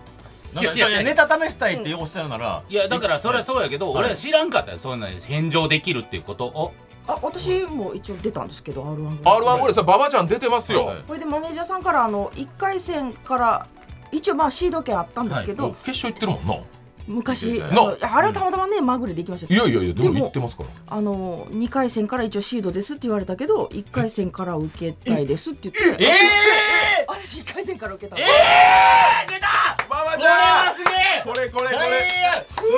[SPEAKER 5] なん
[SPEAKER 2] いや
[SPEAKER 5] か
[SPEAKER 2] い
[SPEAKER 5] い
[SPEAKER 2] や
[SPEAKER 5] やいやネタ試したいっておっしゃるなら
[SPEAKER 2] いやだからそれはそうやけど俺は知らんかったよそんなに返上できるっていうことを
[SPEAKER 4] あ私も一応出たんですけど R1
[SPEAKER 1] r 1これさ馬場ちゃん出てますよ、
[SPEAKER 3] はい
[SPEAKER 4] これでマネージャーさんからあの1回戦から一応まあシード権あったんですけど、
[SPEAKER 1] お決勝行ってるもんな
[SPEAKER 4] 昔
[SPEAKER 1] な
[SPEAKER 4] あのいやあれはたまたまね、まぐれで行きました
[SPEAKER 1] い
[SPEAKER 4] よ
[SPEAKER 1] やいやいやでも
[SPEAKER 4] でも
[SPEAKER 1] 行ってますから
[SPEAKER 4] あの2回戦から一応シードですって言われたけど1回戦から受けたいですって言って
[SPEAKER 5] え
[SPEAKER 4] 私1回戦から受けたの
[SPEAKER 5] ー出た
[SPEAKER 1] 馬場
[SPEAKER 5] これはすげえ
[SPEAKER 1] これこれこ
[SPEAKER 5] 大
[SPEAKER 1] れ
[SPEAKER 5] 変すごい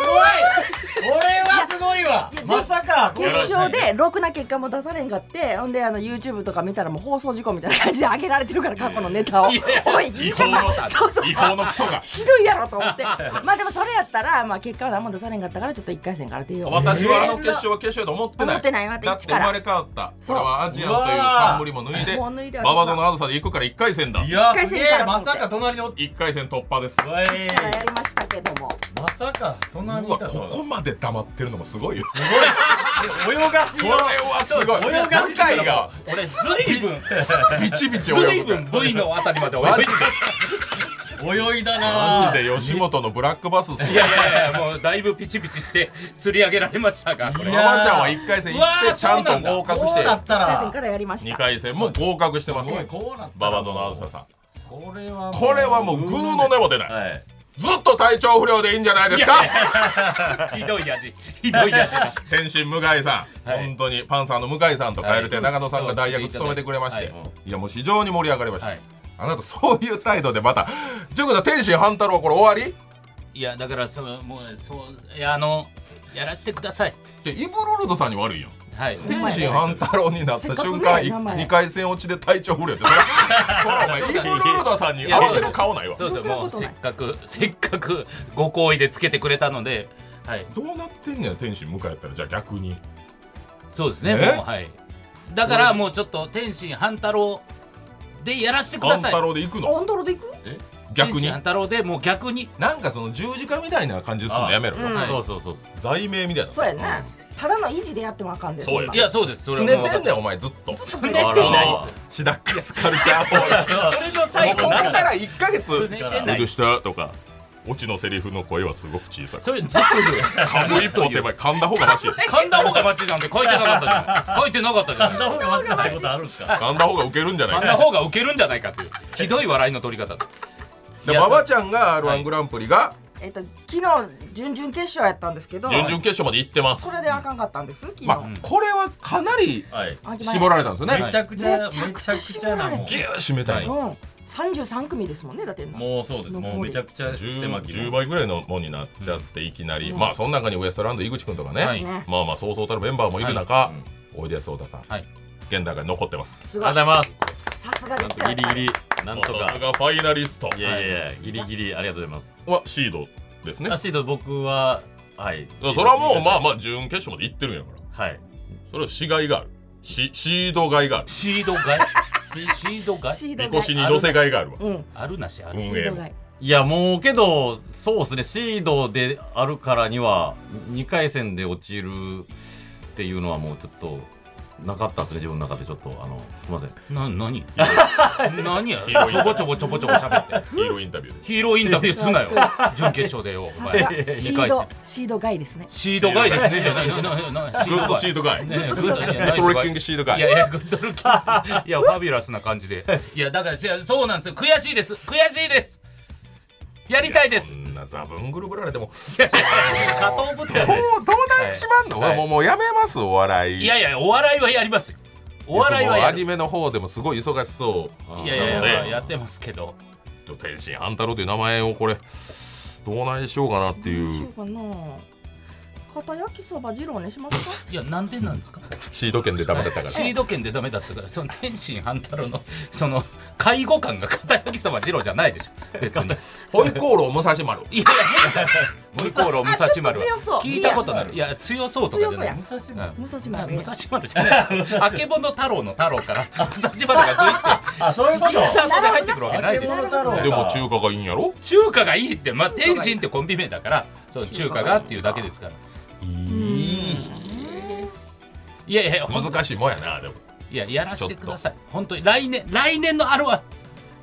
[SPEAKER 5] これはすごいわ
[SPEAKER 4] いや
[SPEAKER 5] まさかこれ
[SPEAKER 4] 決勝でろくな結果も出されんかってほんであの YouTube とか見たらもう放送事故みたいな感じで上げられてるから過去のネタを
[SPEAKER 2] いやいや
[SPEAKER 4] おい
[SPEAKER 1] 違
[SPEAKER 4] いい
[SPEAKER 1] 法
[SPEAKER 4] か
[SPEAKER 1] の
[SPEAKER 4] そうそう
[SPEAKER 1] 違法のクソが
[SPEAKER 4] ひどいやろと思ってまあでもそれやったら、まあ、結果は何も出されんかったからちょっと1回戦から出よう
[SPEAKER 1] 私はあの決勝は決勝やと思ってない
[SPEAKER 4] 思ってないわだって
[SPEAKER 1] だって生まれ変わった
[SPEAKER 4] そ
[SPEAKER 1] こ
[SPEAKER 4] う
[SPEAKER 1] れはアジアンという冠も脱いで
[SPEAKER 4] もう脱いで
[SPEAKER 1] 馬場園あずさで行くから1回戦だ
[SPEAKER 5] いや
[SPEAKER 4] 一回
[SPEAKER 5] すげ
[SPEAKER 4] 戦か
[SPEAKER 5] え
[SPEAKER 4] ら持っ
[SPEAKER 5] ま
[SPEAKER 4] て
[SPEAKER 5] さか隣におっ
[SPEAKER 1] 1回戦突破です
[SPEAKER 5] わい
[SPEAKER 4] 力やりましたけども
[SPEAKER 5] まさか隣
[SPEAKER 1] う
[SPEAKER 5] にい
[SPEAKER 1] わ
[SPEAKER 5] たと
[SPEAKER 1] こ
[SPEAKER 5] は
[SPEAKER 1] こまで黙ってるのもすごいよ
[SPEAKER 5] 泳がし
[SPEAKER 1] これ
[SPEAKER 5] よ
[SPEAKER 1] はすごい。
[SPEAKER 5] 泳がし
[SPEAKER 1] 酒井が
[SPEAKER 2] 俺随 分
[SPEAKER 1] ビチビチ泳
[SPEAKER 2] 随
[SPEAKER 1] ぐから。
[SPEAKER 2] 分 V のあたりまで泳い
[SPEAKER 1] マ
[SPEAKER 2] で
[SPEAKER 1] ジで
[SPEAKER 5] 泳いだな
[SPEAKER 1] マジで吉本のブラックバスっす
[SPEAKER 2] い
[SPEAKER 1] よ。
[SPEAKER 2] やいやいやもうだいぶピチピチして釣り上げられましたがこ
[SPEAKER 5] い
[SPEAKER 2] れ
[SPEAKER 1] マ
[SPEAKER 5] や
[SPEAKER 1] マちゃんは一回戦行っ
[SPEAKER 2] う
[SPEAKER 1] て
[SPEAKER 2] わ
[SPEAKER 1] ちゃん
[SPEAKER 2] そ
[SPEAKER 1] と
[SPEAKER 2] うなんだ
[SPEAKER 1] 合格
[SPEAKER 5] こ
[SPEAKER 1] し
[SPEAKER 5] う
[SPEAKER 1] て
[SPEAKER 5] なった
[SPEAKER 4] 1回戦
[SPEAKER 5] ら
[SPEAKER 4] からやりまし
[SPEAKER 1] 二
[SPEAKER 4] た
[SPEAKER 1] 回戦も合格してます
[SPEAKER 5] す。ごいこうなった
[SPEAKER 1] ババドのあずささん。
[SPEAKER 5] これはもう
[SPEAKER 1] これはもうグーの根も出ない。
[SPEAKER 3] はい
[SPEAKER 1] ずっと体調不良でいいんじゃないですか。
[SPEAKER 2] ひどい味ひどい味だ
[SPEAKER 1] 天心向井さん、
[SPEAKER 2] はい
[SPEAKER 1] 本当にパンサーの向井さんと蛙亭長野さんが代役務めてくれまして、
[SPEAKER 2] はい
[SPEAKER 1] い、やもう非常に盛り上がりました。
[SPEAKER 2] はい
[SPEAKER 1] あなたそういう態度でまた、ということは天心半太郎これ終わり？
[SPEAKER 2] いやだからそのもうそういやあのやらしてください
[SPEAKER 1] でイブロルドさんに悪いよ。
[SPEAKER 2] はい
[SPEAKER 1] 天心半太郎になった瞬間、
[SPEAKER 4] せっかくね名前
[SPEAKER 1] 2回戦落ちで体調不良ってそれはそれはお前イブルルド川さんに合わせる顔ないわ
[SPEAKER 2] そうそう
[SPEAKER 4] どういう
[SPEAKER 2] も
[SPEAKER 4] こ
[SPEAKER 2] う
[SPEAKER 4] と
[SPEAKER 2] せ
[SPEAKER 4] な
[SPEAKER 2] っ
[SPEAKER 4] い
[SPEAKER 2] かく せっかくご好意でつけてくれたのではい
[SPEAKER 1] どうなってんねや天心向かやったらじゃあ逆に
[SPEAKER 2] そうですね
[SPEAKER 1] ね
[SPEAKER 2] もうはいだからもうちょっと天心半太郎でやらしてく
[SPEAKER 1] 万
[SPEAKER 2] ださい
[SPEAKER 1] 太郎で行くの
[SPEAKER 4] オンドロで行く
[SPEAKER 1] 逆
[SPEAKER 2] 天
[SPEAKER 1] に
[SPEAKER 2] 心半太郎でもう逆 に
[SPEAKER 1] なんかその十字架みたいな感じすんのやめろよ
[SPEAKER 4] うん
[SPEAKER 2] はい
[SPEAKER 3] そうそうそう
[SPEAKER 1] 罪名みたいな
[SPEAKER 4] そうやなただの維持でやってもあかんで
[SPEAKER 1] そうや
[SPEAKER 4] ん
[SPEAKER 2] いやそうですそ
[SPEAKER 1] すね
[SPEAKER 2] れはもう
[SPEAKER 1] てんねんお前ずっと
[SPEAKER 4] そ
[SPEAKER 2] すね
[SPEAKER 4] れ
[SPEAKER 2] てない
[SPEAKER 3] あ
[SPEAKER 1] シダックスカルチャーそうやも
[SPEAKER 2] それの最
[SPEAKER 1] う
[SPEAKER 2] 後
[SPEAKER 1] ここ
[SPEAKER 2] な
[SPEAKER 1] からら1ヶ月
[SPEAKER 2] すねてない
[SPEAKER 1] 腕下とかオチのセリフの声はすごく小さく
[SPEAKER 2] それずっと言うよ
[SPEAKER 1] 噛む一歩手前噛んだ方がマシ
[SPEAKER 2] 噛んだ方がマッチなんて書いてなかったじゃ ない書いてなかったじゃない
[SPEAKER 3] そんな方がマジなことあるんですか
[SPEAKER 1] 噛んだ方がウケるんじゃない
[SPEAKER 2] 噛ん
[SPEAKER 1] か
[SPEAKER 2] だ方がウケるんじゃないかっていうひどい笑いの取り方
[SPEAKER 1] で
[SPEAKER 2] いや
[SPEAKER 1] 馬場ちゃんが r
[SPEAKER 2] は
[SPEAKER 1] 1
[SPEAKER 2] い
[SPEAKER 1] グランプリが
[SPEAKER 4] えっと昨日準々決勝やったんですけど
[SPEAKER 1] 準々決勝まで行ってます
[SPEAKER 4] それであかんかったんです昨日、
[SPEAKER 1] まあこれはかなり
[SPEAKER 3] はい
[SPEAKER 4] あ決まり
[SPEAKER 1] 絞られたんですよ
[SPEAKER 3] め
[SPEAKER 1] ね
[SPEAKER 3] ちゃくちゃ
[SPEAKER 4] めちゃ
[SPEAKER 3] め
[SPEAKER 4] く
[SPEAKER 3] ち
[SPEAKER 4] ちゃ
[SPEAKER 3] ゃくちゃなも
[SPEAKER 1] ギュー締めたい
[SPEAKER 4] うん33組ですもんねだって
[SPEAKER 3] うもうそうですもうめちゃくちゃ狭
[SPEAKER 1] 10,
[SPEAKER 3] き
[SPEAKER 1] 10
[SPEAKER 3] 門
[SPEAKER 1] 倍ぐらいのもんになっちゃっていきなり、まあその中にウエストランド井口君とかね、
[SPEAKER 2] はい
[SPEAKER 4] ね
[SPEAKER 1] まあまあそうそうたるメンバーもいる中、
[SPEAKER 3] いうん
[SPEAKER 1] おいでやす小田さん、
[SPEAKER 2] はい
[SPEAKER 1] 現段階残ってます
[SPEAKER 4] す
[SPEAKER 3] ありがとうご
[SPEAKER 4] ごい
[SPEAKER 3] ざいます
[SPEAKER 4] さすがですよ
[SPEAKER 3] ギリギリなんと
[SPEAKER 1] さ
[SPEAKER 3] か
[SPEAKER 1] すがファイナリスト
[SPEAKER 3] いやいやいやギリギリありがとうございます
[SPEAKER 1] はシードですね
[SPEAKER 3] あシード僕ははい
[SPEAKER 1] それはもうまあ
[SPEAKER 3] あ
[SPEAKER 1] まあ準決勝まで行ってるんやから
[SPEAKER 3] はい
[SPEAKER 1] それはしがいがあるしシードがいがある
[SPEAKER 2] シード買いシシード買い
[SPEAKER 4] シー
[SPEAKER 1] み
[SPEAKER 4] ド
[SPEAKER 1] こ
[SPEAKER 4] が
[SPEAKER 1] しに乗せがいがあるわ
[SPEAKER 4] うん
[SPEAKER 2] あるなしあ
[SPEAKER 1] う
[SPEAKER 2] る
[SPEAKER 1] ん
[SPEAKER 4] シードが
[SPEAKER 3] いやもうけどそうですねシードであるからには2回戦で落ちるっていうのはもうちょっとなかったですね自分の中でちょっとあのすいません
[SPEAKER 2] な何何や
[SPEAKER 1] ヒーローインタビュー
[SPEAKER 2] ちょぼちょぼちょぼちょぼ喋って
[SPEAKER 1] ヒーローインタビューです
[SPEAKER 2] ヒーローインタビューすなよ準決勝でよお
[SPEAKER 4] さす
[SPEAKER 2] 前
[SPEAKER 4] がシ
[SPEAKER 2] 二
[SPEAKER 4] ー
[SPEAKER 2] 回
[SPEAKER 4] ド
[SPEAKER 2] 戦
[SPEAKER 4] シードがいですね
[SPEAKER 2] シード買いですねじゃないななななシ
[SPEAKER 1] グッド
[SPEAKER 2] 買
[SPEAKER 1] シ
[SPEAKER 2] い
[SPEAKER 1] ードがい
[SPEAKER 2] ねえグ
[SPEAKER 1] グ
[SPEAKER 2] ッドいや
[SPEAKER 1] ッドレッキングシードが
[SPEAKER 2] い
[SPEAKER 1] い
[SPEAKER 2] やいや、グッドルキー。いや、ファビュラスな感じで。いや、だから、違う、そうなんですよ。悔しいです。悔しいです。やりたいです
[SPEAKER 1] そ。んなザブングルブられても
[SPEAKER 2] 加藤
[SPEAKER 1] も
[SPEAKER 2] 部隊です。
[SPEAKER 1] うどないしまんの、
[SPEAKER 2] はい
[SPEAKER 1] もうもうやめますお笑い
[SPEAKER 2] いやいや、お笑いはやりますよ。お笑いは
[SPEAKER 1] その
[SPEAKER 2] や
[SPEAKER 1] ア
[SPEAKER 2] る。
[SPEAKER 1] ニメの方でもすごい忙しそう
[SPEAKER 2] いやいやい
[SPEAKER 1] なの
[SPEAKER 2] や、
[SPEAKER 1] で
[SPEAKER 2] やってますけど。
[SPEAKER 1] ちょっと天心半太郎という名前をこれどうないしようかなって
[SPEAKER 4] ど
[SPEAKER 1] いう
[SPEAKER 4] うしようかな片焼きそば二郎にしますか
[SPEAKER 2] いや、なんでなんですか。
[SPEAKER 1] シード権でダメだったから
[SPEAKER 2] シード権でダメだったから、その天心半太郎の、その介護官が片焼きそば二郎じゃないでしょ。別に。
[SPEAKER 1] ホイコーロー武蔵丸
[SPEAKER 2] いやいや、変じゃない。ムイコーロー武蔵丸
[SPEAKER 4] あちょっと強そう
[SPEAKER 2] は。聞いたことなる。いや、強そうとかじゃない
[SPEAKER 4] 強。
[SPEAKER 3] 蔵
[SPEAKER 2] うん
[SPEAKER 4] 武蔵
[SPEAKER 2] まあ
[SPEAKER 4] 丸
[SPEAKER 2] 武蔵丸じゃないです。あけぼの太郎の太郎から、武蔵丸が
[SPEAKER 3] あそういうこ
[SPEAKER 2] グイって、
[SPEAKER 3] と
[SPEAKER 2] インサートで入ってくるわけないでしょ。
[SPEAKER 3] 太郎
[SPEAKER 1] でも中華がいいんやろ
[SPEAKER 2] 中華がいいって、まあ、天津ってコンビ名だから、その中華がっていうだけですから。いやいやいや、ほんと
[SPEAKER 1] 難しいもんやなでも
[SPEAKER 2] いや、やらせてください。本当に来年、来年のあるわ。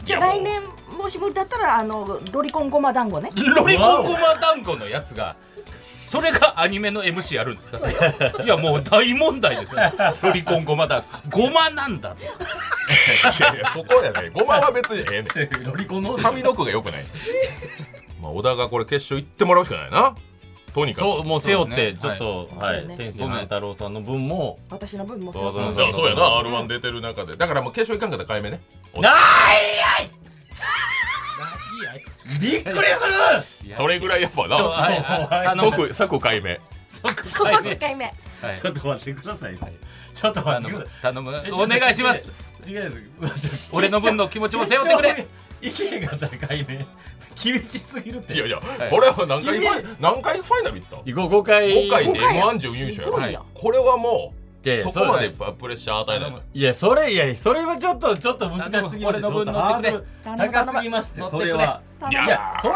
[SPEAKER 1] いやもう
[SPEAKER 4] 来年もし無理だったらあのロリコンごま団子ね
[SPEAKER 2] ロリコンコマ団子のやつが。それがアニメの MC やるんですかいやもう大問題ですよロリコンゴマだゴマなんだって
[SPEAKER 1] いやいやそこやねごまは別にええね
[SPEAKER 3] ロリコン
[SPEAKER 1] ん
[SPEAKER 3] の
[SPEAKER 1] 髪の毛がよくないまあ小田がこれ決勝行ってもらうしかないなとにかく
[SPEAKER 3] そうもう背負っ
[SPEAKER 2] そう
[SPEAKER 3] て
[SPEAKER 2] ね
[SPEAKER 3] ちょっと
[SPEAKER 4] はい
[SPEAKER 3] はい
[SPEAKER 4] ごめんね
[SPEAKER 3] 天心半太郎さんの分も
[SPEAKER 4] 私の分も
[SPEAKER 3] どうぞ
[SPEAKER 1] だ
[SPEAKER 3] ど
[SPEAKER 1] からそうやな r
[SPEAKER 4] うん
[SPEAKER 1] 1出てる中でだからもう決勝行かんかったら買い目ね
[SPEAKER 3] びっくりする
[SPEAKER 1] それぐらいやっぱな
[SPEAKER 2] そうはいあの
[SPEAKER 1] 即即解明
[SPEAKER 2] 即解明
[SPEAKER 4] 1回目
[SPEAKER 2] はい
[SPEAKER 3] ちょっと待ってくださいちょっと
[SPEAKER 2] 頼
[SPEAKER 3] 待ってく
[SPEAKER 2] む
[SPEAKER 3] ださ
[SPEAKER 2] 頼む
[SPEAKER 3] いえ
[SPEAKER 2] お願いします
[SPEAKER 3] 違うです
[SPEAKER 2] 俺の分の気持ちも背負ってくれ
[SPEAKER 3] 意見が高いね厳しすぎるって
[SPEAKER 1] いやいや
[SPEAKER 2] い
[SPEAKER 1] これは何回ファイ何回ファイナル行った
[SPEAKER 3] 行こう5回
[SPEAKER 1] 5回で
[SPEAKER 4] 五回や
[SPEAKER 1] M−1 準優勝やろ、
[SPEAKER 4] すごいや
[SPEAKER 1] これはも
[SPEAKER 3] で
[SPEAKER 1] うそこまでプレッシャー与えない
[SPEAKER 3] いやそれいやそれはちょっとちょっと難しすぎます
[SPEAKER 2] 頼む俺の分
[SPEAKER 3] ちょっと
[SPEAKER 2] 乗ってくれ
[SPEAKER 3] ハードル高すぎますって
[SPEAKER 2] 乗って
[SPEAKER 3] そ
[SPEAKER 2] くれ
[SPEAKER 3] れは
[SPEAKER 4] 頼
[SPEAKER 3] い
[SPEAKER 4] む
[SPEAKER 3] やそれ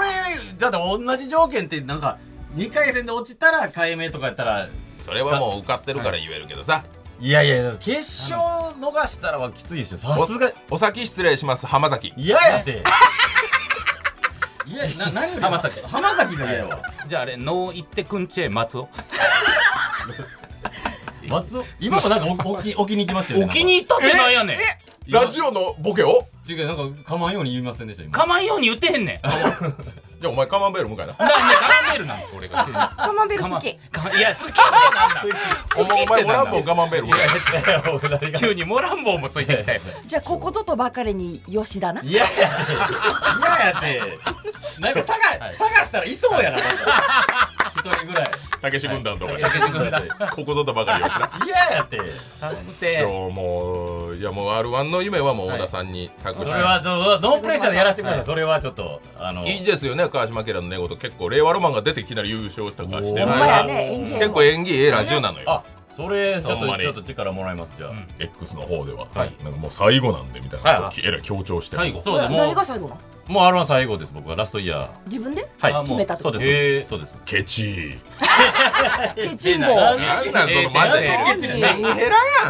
[SPEAKER 3] だって同じ条件ってなんか2回戦で落ちたら解明とかやったら
[SPEAKER 1] それはもう受かってるから言えるけどさ、
[SPEAKER 3] いやいや決勝逃したらはきついでしょさすが
[SPEAKER 1] お先失礼します浜崎
[SPEAKER 3] 嫌やっていやな何より
[SPEAKER 2] 浜崎
[SPEAKER 3] 浜崎が嫌やわ
[SPEAKER 2] じゃああれノー言ってくんちえ松尾
[SPEAKER 3] 松尾今もなんかお置き置きに行きますよね
[SPEAKER 2] お気に入ったってなんやねん
[SPEAKER 1] ラジオのボケを
[SPEAKER 3] オ違うなんか構わんように言いませんでした今
[SPEAKER 2] かまんように言ってへんねんなんで
[SPEAKER 1] じゃあお前カマンベール向かいな
[SPEAKER 2] カマンベールなんですか俺がか
[SPEAKER 4] カマンベール
[SPEAKER 2] ま
[SPEAKER 4] 好
[SPEAKER 2] んい
[SPEAKER 4] き
[SPEAKER 2] や 好きってなんだ
[SPEAKER 1] お
[SPEAKER 2] 好き
[SPEAKER 1] 前
[SPEAKER 2] っ
[SPEAKER 1] お前
[SPEAKER 2] て
[SPEAKER 1] モランボ
[SPEAKER 2] な
[SPEAKER 1] ン
[SPEAKER 2] んだ
[SPEAKER 1] カマンベール向かいな
[SPEAKER 2] 急にモランボウもついてきた よ
[SPEAKER 4] じゃあここぞとばかりに吉田ない
[SPEAKER 3] やいやって、いややって、なんか探、
[SPEAKER 2] はい
[SPEAKER 3] 探したらいそうやな、なんか
[SPEAKER 5] 人ぐらい
[SPEAKER 1] たけし軍団とかね
[SPEAKER 2] 竹内君だ
[SPEAKER 1] ここぞとばかりをしな
[SPEAKER 5] 嫌やって
[SPEAKER 2] タフ
[SPEAKER 1] 今
[SPEAKER 2] テ
[SPEAKER 1] 日もういやもう R1 の夢はもう小田さんに託し
[SPEAKER 3] そ
[SPEAKER 1] て、
[SPEAKER 3] れはどノンプレッシャーでやらせてください、それはちょっとあの
[SPEAKER 1] い、いですよね川島明の寝言結構令和ロマンが出てきなり優勝とかして
[SPEAKER 3] お
[SPEAKER 4] ほんまやね演芸
[SPEAKER 1] 結構演技ええラジオなのよ
[SPEAKER 3] あそれちょっ
[SPEAKER 1] ほんまに
[SPEAKER 3] とちょっと力もらいますじゃあ、
[SPEAKER 2] ん
[SPEAKER 1] X の方では、
[SPEAKER 3] はい
[SPEAKER 1] なんかもう最後なんでみたいな、
[SPEAKER 3] はい
[SPEAKER 1] えらい強調して
[SPEAKER 2] 最後
[SPEAKER 3] そうですも
[SPEAKER 4] 何
[SPEAKER 3] う
[SPEAKER 4] が最後なの
[SPEAKER 3] もう R1 最後です僕はラストイヤー
[SPEAKER 4] 自分で
[SPEAKER 3] はい
[SPEAKER 2] あもう決め
[SPEAKER 4] たって
[SPEAKER 3] そ
[SPEAKER 4] こ
[SPEAKER 3] う
[SPEAKER 4] と
[SPEAKER 3] ですそうです
[SPEAKER 1] ケチ
[SPEAKER 4] ケ
[SPEAKER 2] 出
[SPEAKER 4] チンボ
[SPEAKER 2] ない
[SPEAKER 1] なんなんそのマジで
[SPEAKER 2] 出てない
[SPEAKER 1] ヘ
[SPEAKER 5] 違
[SPEAKER 1] ラ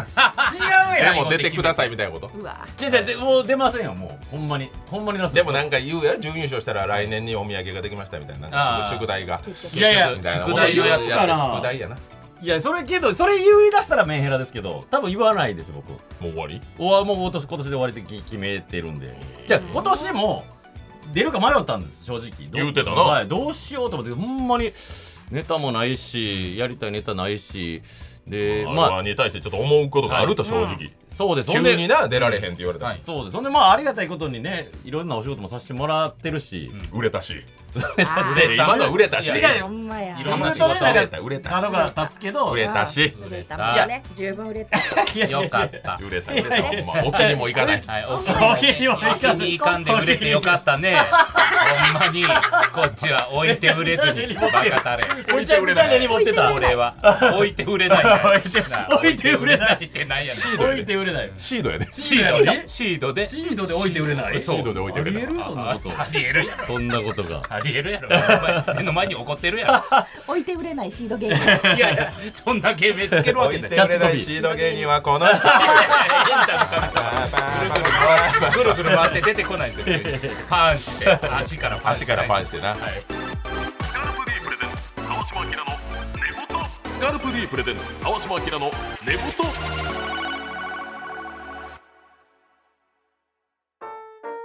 [SPEAKER 5] う
[SPEAKER 1] や
[SPEAKER 5] や
[SPEAKER 1] ん
[SPEAKER 5] ん
[SPEAKER 1] でも出てくださいみたいなこと
[SPEAKER 4] うわ
[SPEAKER 3] 違う違うでもう出ませんよもうほんまにほんまにラスト
[SPEAKER 1] でもなんか言うやろ準優勝したら来年にお土産ができましたみたいななんか
[SPEAKER 2] あー
[SPEAKER 1] 宿題が
[SPEAKER 4] 結局
[SPEAKER 5] いやいや
[SPEAKER 1] みたいな
[SPEAKER 2] 宿題をやって
[SPEAKER 5] たら
[SPEAKER 1] 宿題やない
[SPEAKER 3] やそれけどそれ言い出したらメンヘラですけど多分言わないです僕
[SPEAKER 1] もう終わり
[SPEAKER 3] おわもう今年今年で終わりってき決めてるんでじゃあ今年も出るか迷ったんです正直ど
[SPEAKER 1] 言うてたな
[SPEAKER 3] はい、どうしようと思ってほんまにネタもないしやりたいネタないしでまあ
[SPEAKER 1] R1 に対してちょっと思うことがあると正直
[SPEAKER 3] そうですほん
[SPEAKER 1] 急
[SPEAKER 3] で
[SPEAKER 1] にな出られへんって言われた
[SPEAKER 2] は
[SPEAKER 1] ら
[SPEAKER 2] い
[SPEAKER 3] そうですそんでまあありがたいことにねいろんなお仕事もさせてもらってるし、
[SPEAKER 2] ん
[SPEAKER 1] 売れたし
[SPEAKER 4] あ
[SPEAKER 1] で今の売れたし
[SPEAKER 2] いやい
[SPEAKER 1] 売
[SPEAKER 4] ーほんまや
[SPEAKER 2] い
[SPEAKER 3] た
[SPEAKER 2] ろん
[SPEAKER 3] ま
[SPEAKER 2] な
[SPEAKER 3] に
[SPEAKER 2] 仕事
[SPEAKER 3] ねなんか
[SPEAKER 1] れた売れた
[SPEAKER 3] 角が立つけど
[SPEAKER 1] 売れたし
[SPEAKER 4] 売れたもんね十分売れた
[SPEAKER 3] いやいやいや
[SPEAKER 2] よかった
[SPEAKER 1] 売れた売れたほんま沖にも行かない
[SPEAKER 2] はい、
[SPEAKER 3] お気に入り
[SPEAKER 2] お気に入りかんで売れてよかったね。ほんまに、こっちは置いて売れずに、バカたれ。
[SPEAKER 3] おいちゃんみたいに持ってた
[SPEAKER 2] 俺は、 置いて売れないから。
[SPEAKER 3] 置いて売れない
[SPEAKER 2] 置いて売れないやん。
[SPEAKER 3] 置いて売れない
[SPEAKER 1] シードやで
[SPEAKER 2] シードで。シードで。
[SPEAKER 3] シードで置いて売れない
[SPEAKER 1] シードで置いて売れた
[SPEAKER 3] ありえるそんなこと
[SPEAKER 2] ありえるやろ。
[SPEAKER 3] そんなことが
[SPEAKER 2] ありえるやろ。お前目の前に怒ってるや
[SPEAKER 4] 置いて売れないシードゲー ム
[SPEAKER 2] ろ。 いやいや、そんな芸名つけるわ
[SPEAKER 1] 置
[SPEAKER 2] け
[SPEAKER 1] いて
[SPEAKER 2] ない。
[SPEAKER 1] 売
[SPEAKER 2] いやい
[SPEAKER 1] れないシード芸人はこの人
[SPEAKER 2] やぐるぐる回って出てこないんですよ急に。パンして、足からパ ン。
[SPEAKER 1] 足からパンしててなスカルプ D プレゼンツ川島明の寝言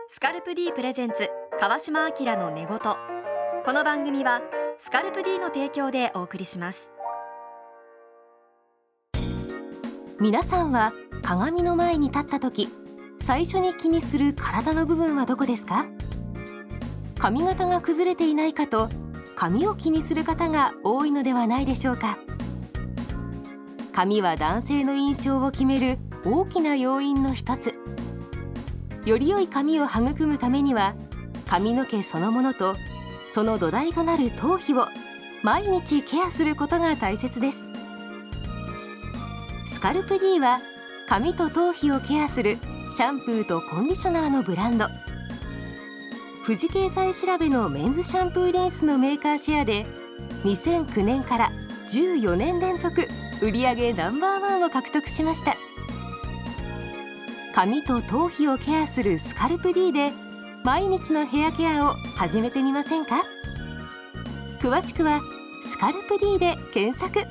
[SPEAKER 6] スカルプ D プレゼンツ川島明の寝言この番組はスカルプ D の提供でお送りします皆さんは鏡の前に立った時最初に気にする体の部分はどこですか髪型が崩れていないかと髪を気にする方が多いのではないでしょうか髪は男性の印象を決める大きな要因の一つより良い髪を育むためには髪の毛そのものとその土台となる頭皮を毎日ケアすることが大切ですスカルプ D は髪と頭皮をケアするシャンプーとコンディショナーのブランド富士経済調べのメンズシャンプーリンスのメーカーシェアで2009年から14年連続売上ナンバーワンを獲得しました髪と頭皮をケアするスカルプ D で毎日のヘアケアを始めてみませんか詳しくは「スカルプ D」で検索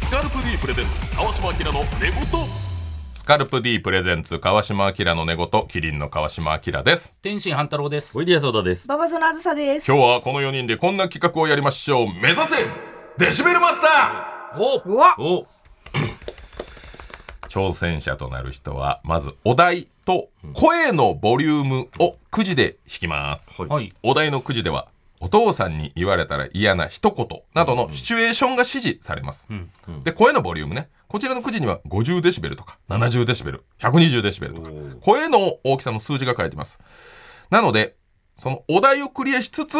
[SPEAKER 1] スカルプ D プレゼンツ川島明の寝言スカルプ D プレゼンツ川島明の寝言キリンの川島明です
[SPEAKER 2] 天心半太郎です。
[SPEAKER 3] おいでやそうだです
[SPEAKER 4] ババゾのあずさです
[SPEAKER 1] 今日はこの4人でこんな企画をやりましょう目指せデシベルマスタ
[SPEAKER 2] お
[SPEAKER 4] うわ
[SPEAKER 3] お
[SPEAKER 1] ー挑戦者となる人はまずお題と声のボリュームをくじで引きます
[SPEAKER 2] はい。
[SPEAKER 1] お題のくじではお父さんに言われたら嫌な一言などのシチュエーションが指示されます、で声のボリュームねこちらのくじには50デシベルとか70デシベル120デシベルとか声の大きさの数字が書いてますなのでそのお題をクリアしつつ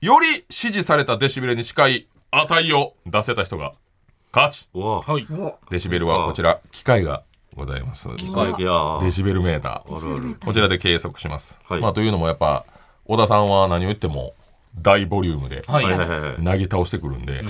[SPEAKER 1] より指示されたデシベルに近い値を出せた人が勝ち
[SPEAKER 3] おわ
[SPEAKER 2] はい。
[SPEAKER 1] デシベルはこちら機械がございます
[SPEAKER 3] いや
[SPEAKER 1] デシベルメーターこちらで計測します、
[SPEAKER 3] はい
[SPEAKER 1] まあというのもやっぱ小田さんは何を言っても大ボリュームで
[SPEAKER 2] はい。
[SPEAKER 3] はい
[SPEAKER 2] は。
[SPEAKER 3] はいいはい
[SPEAKER 1] なぎ倒してくるんで、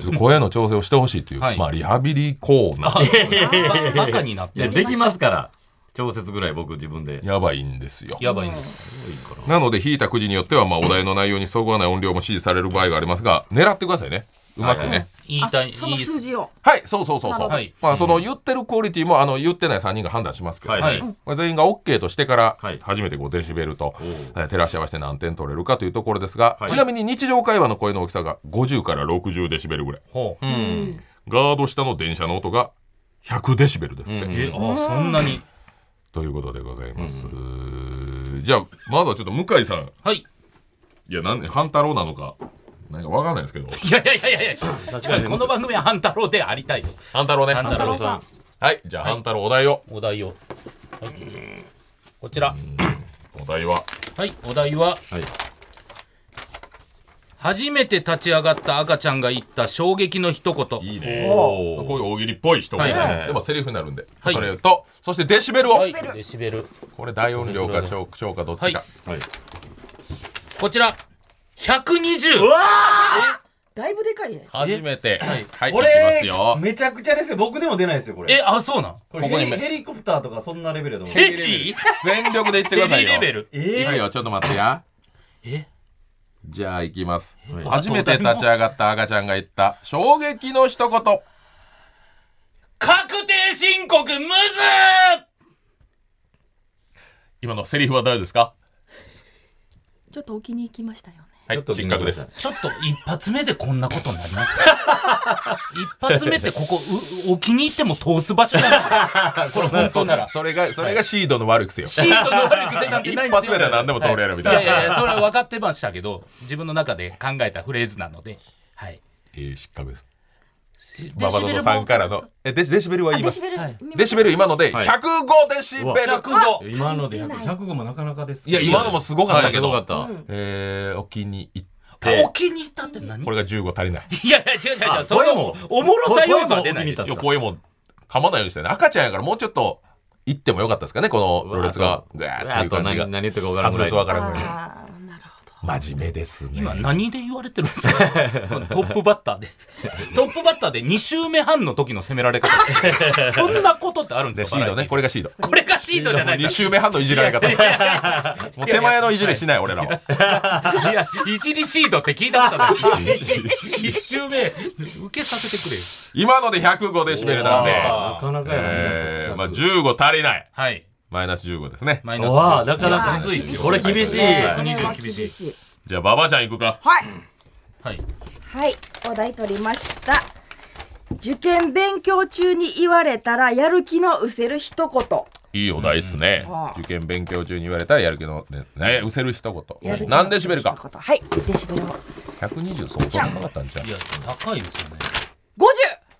[SPEAKER 1] ちょっと声の調整をしてほしいという、
[SPEAKER 2] はい
[SPEAKER 1] まあリハビリコーナー
[SPEAKER 2] ババカになっ
[SPEAKER 3] い
[SPEAKER 2] て
[SPEAKER 3] や
[SPEAKER 2] る。
[SPEAKER 3] できますから調節ぐらい僕自分で
[SPEAKER 1] やばいんですよ
[SPEAKER 2] やばいです。
[SPEAKER 1] なので引いたくじによってはまあお題の内容にそぐわない音量も指示される場合がありますが狙ってくださいねうまくね
[SPEAKER 2] 言い
[SPEAKER 4] あ
[SPEAKER 2] たい。
[SPEAKER 4] その数字を
[SPEAKER 1] はい、そうそうそうそう、
[SPEAKER 2] はい
[SPEAKER 1] まあその言ってるクオリティもあの言ってない3人が判断しますけど、
[SPEAKER 3] はい
[SPEAKER 2] はい。
[SPEAKER 1] まあ全員が OK としてから
[SPEAKER 3] はい
[SPEAKER 1] 初めて5デシベルと、
[SPEAKER 3] お
[SPEAKER 1] えー照らし合わせて何点取れるかというところですが、
[SPEAKER 3] はい
[SPEAKER 1] ちなみに日常会話の声の大きさが50から60デシベルぐらい
[SPEAKER 2] ほう。
[SPEAKER 3] うん
[SPEAKER 1] ガード下の電車の音が100デシベルですって、
[SPEAKER 3] うん
[SPEAKER 2] え、あ、そんなに。
[SPEAKER 1] ということでございます、ーじゃあまずはちょっと向井さん
[SPEAKER 2] はい
[SPEAKER 1] いやなん半太郎なのかなんかわかんないですけど
[SPEAKER 2] いやいやいやいやい や違うこの番組は半太郎でありたいと
[SPEAKER 1] 半太郎ね
[SPEAKER 2] 半太郎さん
[SPEAKER 1] はいじゃあ
[SPEAKER 2] はい
[SPEAKER 1] 半太郎お題を
[SPEAKER 2] お題を、はいこちら
[SPEAKER 1] お題は
[SPEAKER 2] はいお題は、
[SPEAKER 3] はい
[SPEAKER 2] 初めて立ち上がった赤ちゃんが言った衝撃の一言
[SPEAKER 1] いいね
[SPEAKER 3] おー
[SPEAKER 1] こういう大喜利っぽい人
[SPEAKER 2] はい
[SPEAKER 3] はいはい
[SPEAKER 1] でもセリフになるんで
[SPEAKER 2] はい
[SPEAKER 1] それとそしてデシベルを
[SPEAKER 2] はいデシベル
[SPEAKER 1] これ大音量か超超かどっちか
[SPEAKER 2] はい
[SPEAKER 3] はい。
[SPEAKER 2] こちら120
[SPEAKER 4] だいぶでかいね
[SPEAKER 1] 初めてはいはい
[SPEAKER 5] こ
[SPEAKER 1] 行きます
[SPEAKER 5] れ
[SPEAKER 1] よ
[SPEAKER 5] めちゃくちゃですよ僕でも出ないですよこれ
[SPEAKER 2] えあそうなん
[SPEAKER 5] これ
[SPEAKER 1] ここに
[SPEAKER 5] ヘリヘリコプターとかそんなレベルだと思う
[SPEAKER 2] ヘリ
[SPEAKER 1] 全力で言ってく
[SPEAKER 2] ヘ
[SPEAKER 1] ださい
[SPEAKER 2] リ
[SPEAKER 1] よ
[SPEAKER 2] レベル
[SPEAKER 5] え
[SPEAKER 1] いい
[SPEAKER 5] ー
[SPEAKER 1] よちょっと待ってや
[SPEAKER 2] え
[SPEAKER 1] じゃあ行きます
[SPEAKER 3] はい
[SPEAKER 1] 初めて立ち上がった赤ちゃんが言った衝撃の一言
[SPEAKER 2] 確定申告むずー
[SPEAKER 1] 今のセリフは誰ですか
[SPEAKER 4] ちょっと置きに行きましたよね
[SPEAKER 1] はい失格です
[SPEAKER 2] ちょっと一発目でこんなことになります 一発目ってここうお気に入っても通す場所なのこれ本当な ら
[SPEAKER 1] それがそれがシードの悪くせよ
[SPEAKER 2] シートの悪い癖なんてないんで
[SPEAKER 1] 一
[SPEAKER 2] すよ
[SPEAKER 1] 発目で何でも通れやろみたいな
[SPEAKER 2] ややいやそれは分かってましたけど自分の中で考えたフレーズなのではい
[SPEAKER 1] えー失格です
[SPEAKER 2] デ
[SPEAKER 1] ババ
[SPEAKER 2] シ
[SPEAKER 1] ド
[SPEAKER 2] ベ
[SPEAKER 1] ド
[SPEAKER 2] ル
[SPEAKER 1] さん
[SPEAKER 2] も
[SPEAKER 1] からのえデシデシベルは
[SPEAKER 4] あ
[SPEAKER 1] 言いま
[SPEAKER 4] デ
[SPEAKER 1] す
[SPEAKER 4] シベル、
[SPEAKER 2] はい
[SPEAKER 1] デシベル今ので
[SPEAKER 3] はい
[SPEAKER 1] 105デシベル
[SPEAKER 2] 105
[SPEAKER 3] 今ので
[SPEAKER 4] 関係ない
[SPEAKER 5] 105もなかなかです
[SPEAKER 1] いや今のもすごかったけど
[SPEAKER 3] はいすごかっ
[SPEAKER 1] えーお気に入って
[SPEAKER 2] お気に入ったって何い
[SPEAKER 1] これが15足りない
[SPEAKER 2] やいや違う違う違う
[SPEAKER 3] あ
[SPEAKER 2] それは
[SPEAKER 3] これも
[SPEAKER 2] おもろさ要素は出ないでしょ
[SPEAKER 3] こ
[SPEAKER 1] いやこういうもん噛まないようにしてね赤ちゃんやからもうちょっと行ってもよかったですかねこのろれつがグワー
[SPEAKER 3] あ
[SPEAKER 1] っていう
[SPEAKER 3] と
[SPEAKER 1] 感じ
[SPEAKER 3] 何
[SPEAKER 1] が
[SPEAKER 3] 何言ってるか分から
[SPEAKER 1] 滑
[SPEAKER 3] んぐらい
[SPEAKER 1] 舌わからんぐらい
[SPEAKER 4] あーなるほど
[SPEAKER 1] 真面目ですね
[SPEAKER 2] 今何で言われてるんですか トップバッターでトップバッターで2周目半の時の攻め られ方そんなことってあるんです
[SPEAKER 1] シ
[SPEAKER 2] か
[SPEAKER 1] ードねこれがシード
[SPEAKER 2] これがシートじゃない
[SPEAKER 1] 2
[SPEAKER 2] です
[SPEAKER 1] 周目半のいじられ方もう手前のいじりしない俺らは
[SPEAKER 2] かいやいじりシードって聞いたことない1周目受けさせてくれよ
[SPEAKER 1] 今ので105デシベルなんで
[SPEAKER 2] あ
[SPEAKER 3] なかなかやな
[SPEAKER 1] えーまあ
[SPEAKER 3] 100
[SPEAKER 1] 15足りない
[SPEAKER 2] はい
[SPEAKER 1] マイナス15ですね
[SPEAKER 2] マイナス
[SPEAKER 3] わあなかなか
[SPEAKER 4] むずいっすよ
[SPEAKER 3] これ厳し
[SPEAKER 2] こ
[SPEAKER 3] い
[SPEAKER 4] こ
[SPEAKER 2] れ
[SPEAKER 4] れ
[SPEAKER 2] は
[SPEAKER 4] は
[SPEAKER 2] 厳
[SPEAKER 4] 厳
[SPEAKER 2] しい
[SPEAKER 4] しい
[SPEAKER 1] じゃあ馬場ちゃん行くか
[SPEAKER 4] はい
[SPEAKER 2] はい
[SPEAKER 4] はいお題取りました受験勉強中に言われたらやる気の失せる一言
[SPEAKER 1] いいお題っすね
[SPEAKER 4] うん
[SPEAKER 1] 受験勉強中に言われたらやる気のねねうせる一
[SPEAKER 4] や
[SPEAKER 1] 言
[SPEAKER 4] る気の失せる一言
[SPEAKER 1] 何デシベルか
[SPEAKER 4] はいデシベルを
[SPEAKER 1] 120相当なかったんじゃん
[SPEAKER 2] いや高いですよね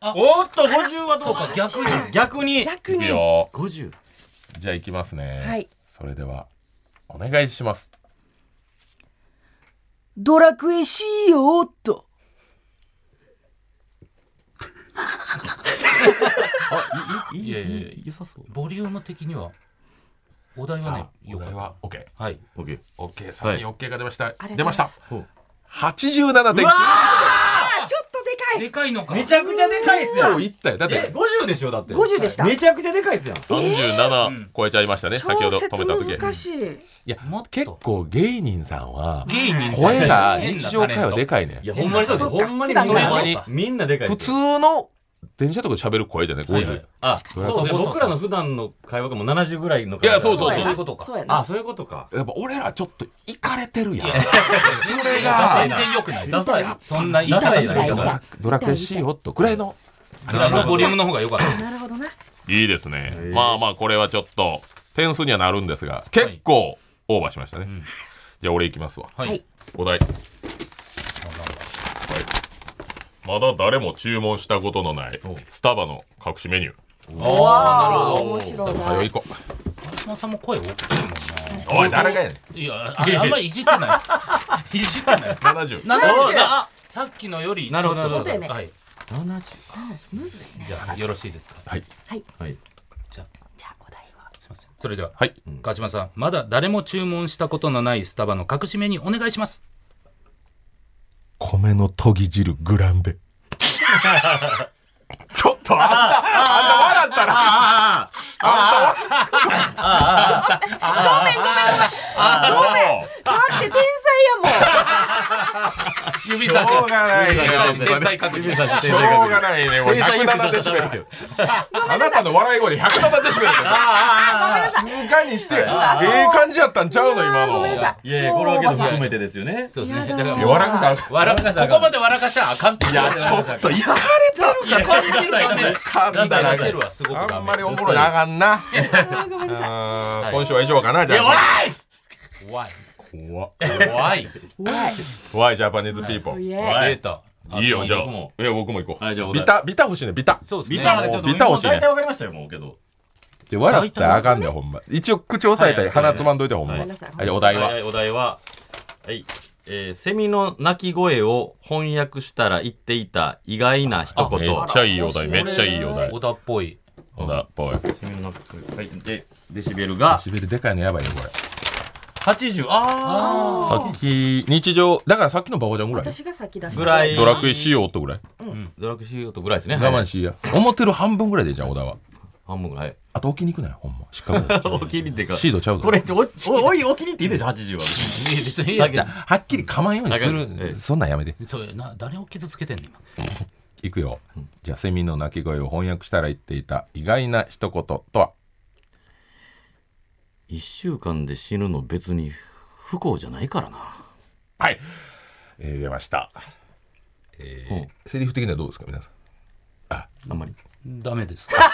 [SPEAKER 4] 50
[SPEAKER 5] おっと50はどうか
[SPEAKER 2] 逆に
[SPEAKER 5] 逆に
[SPEAKER 4] 逆
[SPEAKER 1] い
[SPEAKER 4] に
[SPEAKER 1] いよ
[SPEAKER 3] 50
[SPEAKER 1] じゃあ行きますね
[SPEAKER 4] はい
[SPEAKER 1] それではお願いします
[SPEAKER 4] ドラクエしようっと
[SPEAKER 2] いやいやいや
[SPEAKER 3] 良さそう
[SPEAKER 2] ボリューム的にはお題はね
[SPEAKER 1] さあ
[SPEAKER 2] よ
[SPEAKER 1] お
[SPEAKER 2] かっ
[SPEAKER 1] 題
[SPEAKER 2] た
[SPEAKER 1] は OK
[SPEAKER 2] はい
[SPEAKER 3] オッケー
[SPEAKER 1] OK さらに OK が出ました
[SPEAKER 4] りがとうございます
[SPEAKER 1] 出ました
[SPEAKER 3] ほう
[SPEAKER 1] 87.9
[SPEAKER 4] あちょっとでかい
[SPEAKER 2] でかいのか
[SPEAKER 5] めちゃくちゃでかいっすよ
[SPEAKER 1] いったよだっ
[SPEAKER 5] え
[SPEAKER 1] て
[SPEAKER 5] 50でしょだって
[SPEAKER 4] 50でした
[SPEAKER 5] めちゃくちゃでかいっすよ
[SPEAKER 1] 37超えちゃいましたね先ほど
[SPEAKER 4] 調
[SPEAKER 1] 止
[SPEAKER 4] 節
[SPEAKER 1] めた時
[SPEAKER 4] 難しい
[SPEAKER 1] いや
[SPEAKER 2] もっと
[SPEAKER 1] 結構芸人さんは
[SPEAKER 2] 芸人さん
[SPEAKER 1] 声が日常会話でかいね
[SPEAKER 3] いやほんまにそうですよほんまにみん
[SPEAKER 4] そっ
[SPEAKER 1] 普
[SPEAKER 3] な
[SPEAKER 4] か
[SPEAKER 1] 段が
[SPEAKER 3] みんなでかい
[SPEAKER 1] 普
[SPEAKER 3] です
[SPEAKER 1] 通
[SPEAKER 3] よ
[SPEAKER 1] の電車とかで喋る声だよね
[SPEAKER 2] はいはい
[SPEAKER 1] 50
[SPEAKER 3] あそうですね
[SPEAKER 2] そうそう
[SPEAKER 3] 僕らの普段の会話がもう70ぐらいの
[SPEAKER 1] いやそうそう
[SPEAKER 4] や
[SPEAKER 2] そうい
[SPEAKER 4] な
[SPEAKER 2] うことか
[SPEAKER 4] そうやな
[SPEAKER 3] あそういうことか
[SPEAKER 1] やっぱ俺らちょっといかれてるやんそれ
[SPEAKER 2] 全
[SPEAKER 1] が
[SPEAKER 2] 然良くない
[SPEAKER 3] ダサい
[SPEAKER 2] そんな言い方する
[SPEAKER 4] ダ
[SPEAKER 2] と
[SPEAKER 1] ド
[SPEAKER 4] サ
[SPEAKER 2] か
[SPEAKER 1] ラドラクエしよっとくらいの
[SPEAKER 2] あのボリュームの方が良かった
[SPEAKER 4] なるほどない
[SPEAKER 1] いですねまあまあこれはちょっと点数にはなるんですが結構オーバーしましたねじゃあ俺いきますわ
[SPEAKER 2] はい。
[SPEAKER 1] お題はいまだ誰も注文したことのないスタバの隠しメニュー
[SPEAKER 4] わあ面白いな
[SPEAKER 1] 早い行こう
[SPEAKER 2] 松本さんも声大きい
[SPEAKER 1] おい誰がやねん
[SPEAKER 2] もん。いや、ああんまりいじってないです。いじってない。
[SPEAKER 1] 70
[SPEAKER 2] な
[SPEAKER 4] 70
[SPEAKER 2] さっきのより。
[SPEAKER 3] なるほど
[SPEAKER 2] ちょっと
[SPEAKER 4] なるほど
[SPEAKER 2] はい。
[SPEAKER 3] 70
[SPEAKER 4] むずいね
[SPEAKER 2] じゃあ、よろしいですか。
[SPEAKER 1] はい
[SPEAKER 3] はい
[SPEAKER 2] じゃあ、
[SPEAKER 4] じゃあお題は
[SPEAKER 2] すみません。それでは、
[SPEAKER 1] はい
[SPEAKER 2] 川島さん、まだ誰も注文したことのないスタバの隠しメニューお願いします。
[SPEAKER 1] 米のとぎ汁グランベちょっとあんたあんた笑ったら
[SPEAKER 5] あ
[SPEAKER 1] ご
[SPEAKER 4] だって天才やもん
[SPEAKER 2] 指さ
[SPEAKER 1] しょうがないよ
[SPEAKER 2] 指さし天才確認。
[SPEAKER 1] しょうがないねこれ107デシベル
[SPEAKER 3] すよ
[SPEAKER 1] あなたの笑い声で107デシベル静かにしてええ感じやったんちゃうの今
[SPEAKER 4] あーごめんな
[SPEAKER 1] の
[SPEAKER 4] さい
[SPEAKER 3] いやいや
[SPEAKER 4] そう
[SPEAKER 3] これはけど
[SPEAKER 4] おばさん
[SPEAKER 3] 含めてですよね
[SPEAKER 2] そうですね。
[SPEAKER 4] やだ
[SPEAKER 2] だからもう、
[SPEAKER 1] 笑かさ
[SPEAKER 2] わらここまで笑かしちゃあかんって。い
[SPEAKER 1] いやちょっといかれてるからか
[SPEAKER 2] ダ
[SPEAKER 1] んだ
[SPEAKER 2] メ。
[SPEAKER 1] ら
[SPEAKER 2] 出てるはすごく
[SPEAKER 1] あ
[SPEAKER 2] ダ
[SPEAKER 1] ん
[SPEAKER 2] メ
[SPEAKER 1] ま。りおもろいなあかんな
[SPEAKER 4] あーごめんなさい
[SPEAKER 1] あー今週は以上かなじゃあ
[SPEAKER 2] 怖い
[SPEAKER 1] 怖
[SPEAKER 2] 怖い
[SPEAKER 4] 怖い。
[SPEAKER 1] 怖いジャパニーズピーポー。
[SPEAKER 4] い
[SPEAKER 3] い
[SPEAKER 4] え。
[SPEAKER 3] はい
[SPEAKER 2] データ
[SPEAKER 1] いいよ、じゃあ。
[SPEAKER 3] 僕も
[SPEAKER 1] いや、僕も行こ
[SPEAKER 3] はいじゃあ
[SPEAKER 1] う。
[SPEAKER 3] お
[SPEAKER 1] ビ
[SPEAKER 3] 題
[SPEAKER 1] タ、ビタ欲しいね、ビタ。
[SPEAKER 2] そうですね
[SPEAKER 3] ビタ
[SPEAKER 1] ね
[SPEAKER 3] でちょっと
[SPEAKER 1] ビタ欲しいね
[SPEAKER 3] 大体わかりましたよもうけど
[SPEAKER 1] で、笑ったらあかんねん、ほんま。一応、口押さえたり、
[SPEAKER 2] はいはい
[SPEAKER 1] 鼻つまんどいて、ほんま。
[SPEAKER 3] はい
[SPEAKER 1] は
[SPEAKER 4] ごめんなさい
[SPEAKER 1] い、お題
[SPEAKER 3] はいは
[SPEAKER 1] は。
[SPEAKER 3] いお題ははいえーセミの鳴き声を翻訳したら言っていた意外な一
[SPEAKER 1] めっ
[SPEAKER 3] 言
[SPEAKER 1] ちゃいいお題、めっちゃいいお題
[SPEAKER 2] 小。田っぽい
[SPEAKER 1] ほら、ぽい。
[SPEAKER 3] セミの鳴き声はいでデシベルが
[SPEAKER 1] しびれでかいのやばいね、これ。
[SPEAKER 3] 80あ
[SPEAKER 1] さっき、日常、だからさっきのバカちゃんぐらい。
[SPEAKER 4] 私が先出した。
[SPEAKER 3] ぐらい
[SPEAKER 1] ドラクエしようとぐらい。
[SPEAKER 3] ードラクシオとぐらいですね
[SPEAKER 1] 我
[SPEAKER 3] は
[SPEAKER 1] 慢
[SPEAKER 3] い
[SPEAKER 1] しいや。思ってる半分ぐらいでいいじゃん、小田は。
[SPEAKER 3] 半分ぐらい
[SPEAKER 1] あと、置きに行くなよ、ほんま。し かも。
[SPEAKER 3] お気に入ってか
[SPEAKER 1] シードちゃうぞ
[SPEAKER 3] これおおおいお気に入っていいでしょ80は
[SPEAKER 2] 別にいい
[SPEAKER 1] さ
[SPEAKER 2] や
[SPEAKER 1] っき
[SPEAKER 2] けど
[SPEAKER 1] はっきりかまんようにす
[SPEAKER 3] だからえ
[SPEAKER 1] る。
[SPEAKER 3] え
[SPEAKER 1] そんなんやめて。
[SPEAKER 2] そうやな誰を傷つけてんの今
[SPEAKER 1] いくよ。じゃあ、セミの鳴き声を翻訳したら言っていた意外な一言とは
[SPEAKER 3] 1週間で死ぬの別に不幸じゃないからな
[SPEAKER 1] はい、えー出ました。えー
[SPEAKER 3] うん
[SPEAKER 1] セリフ的にはどうですか、皆さん。
[SPEAKER 3] あんまり
[SPEAKER 2] ダメですは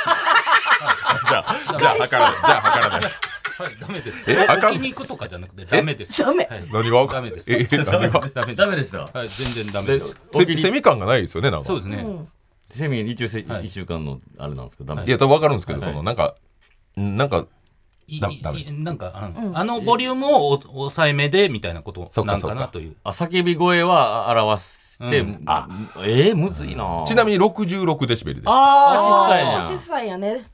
[SPEAKER 1] じゃ あ、じゃあ、はからない。じゃあ、はからないです。
[SPEAKER 2] いダメです
[SPEAKER 1] えあかん
[SPEAKER 2] 置きに行くとかじゃなくてダメです
[SPEAKER 4] ダメ
[SPEAKER 2] は い
[SPEAKER 1] 何がわか
[SPEAKER 2] ダ
[SPEAKER 1] ん
[SPEAKER 2] メです
[SPEAKER 1] えー何が
[SPEAKER 2] ダメで
[SPEAKER 3] ダ
[SPEAKER 2] す
[SPEAKER 3] メでした
[SPEAKER 2] はい全然ダメです
[SPEAKER 1] セミセミ感がないですよね、なんか。
[SPEAKER 2] そうですね
[SPEAKER 3] セミ一応せ、
[SPEAKER 2] はい
[SPEAKER 3] 1週間のあれなんですけどダメ
[SPEAKER 1] いや、多分わかるんですけど、
[SPEAKER 3] はい
[SPEAKER 1] その、なんか、んなんか、
[SPEAKER 2] いい
[SPEAKER 1] ダメダメ
[SPEAKER 2] いなんかあのあのボリュームをお抑えめでみたいなこと
[SPEAKER 1] そっか
[SPEAKER 2] なんか
[SPEAKER 1] そっ
[SPEAKER 2] な
[SPEAKER 1] か
[SPEAKER 2] という
[SPEAKER 3] あ叫び声は表して、
[SPEAKER 2] う
[SPEAKER 3] あえー、むずいな
[SPEAKER 1] ちな
[SPEAKER 3] みに
[SPEAKER 1] みに66デシベルです。
[SPEAKER 3] あー小さい
[SPEAKER 4] あ
[SPEAKER 3] な
[SPEAKER 4] 小さいやね。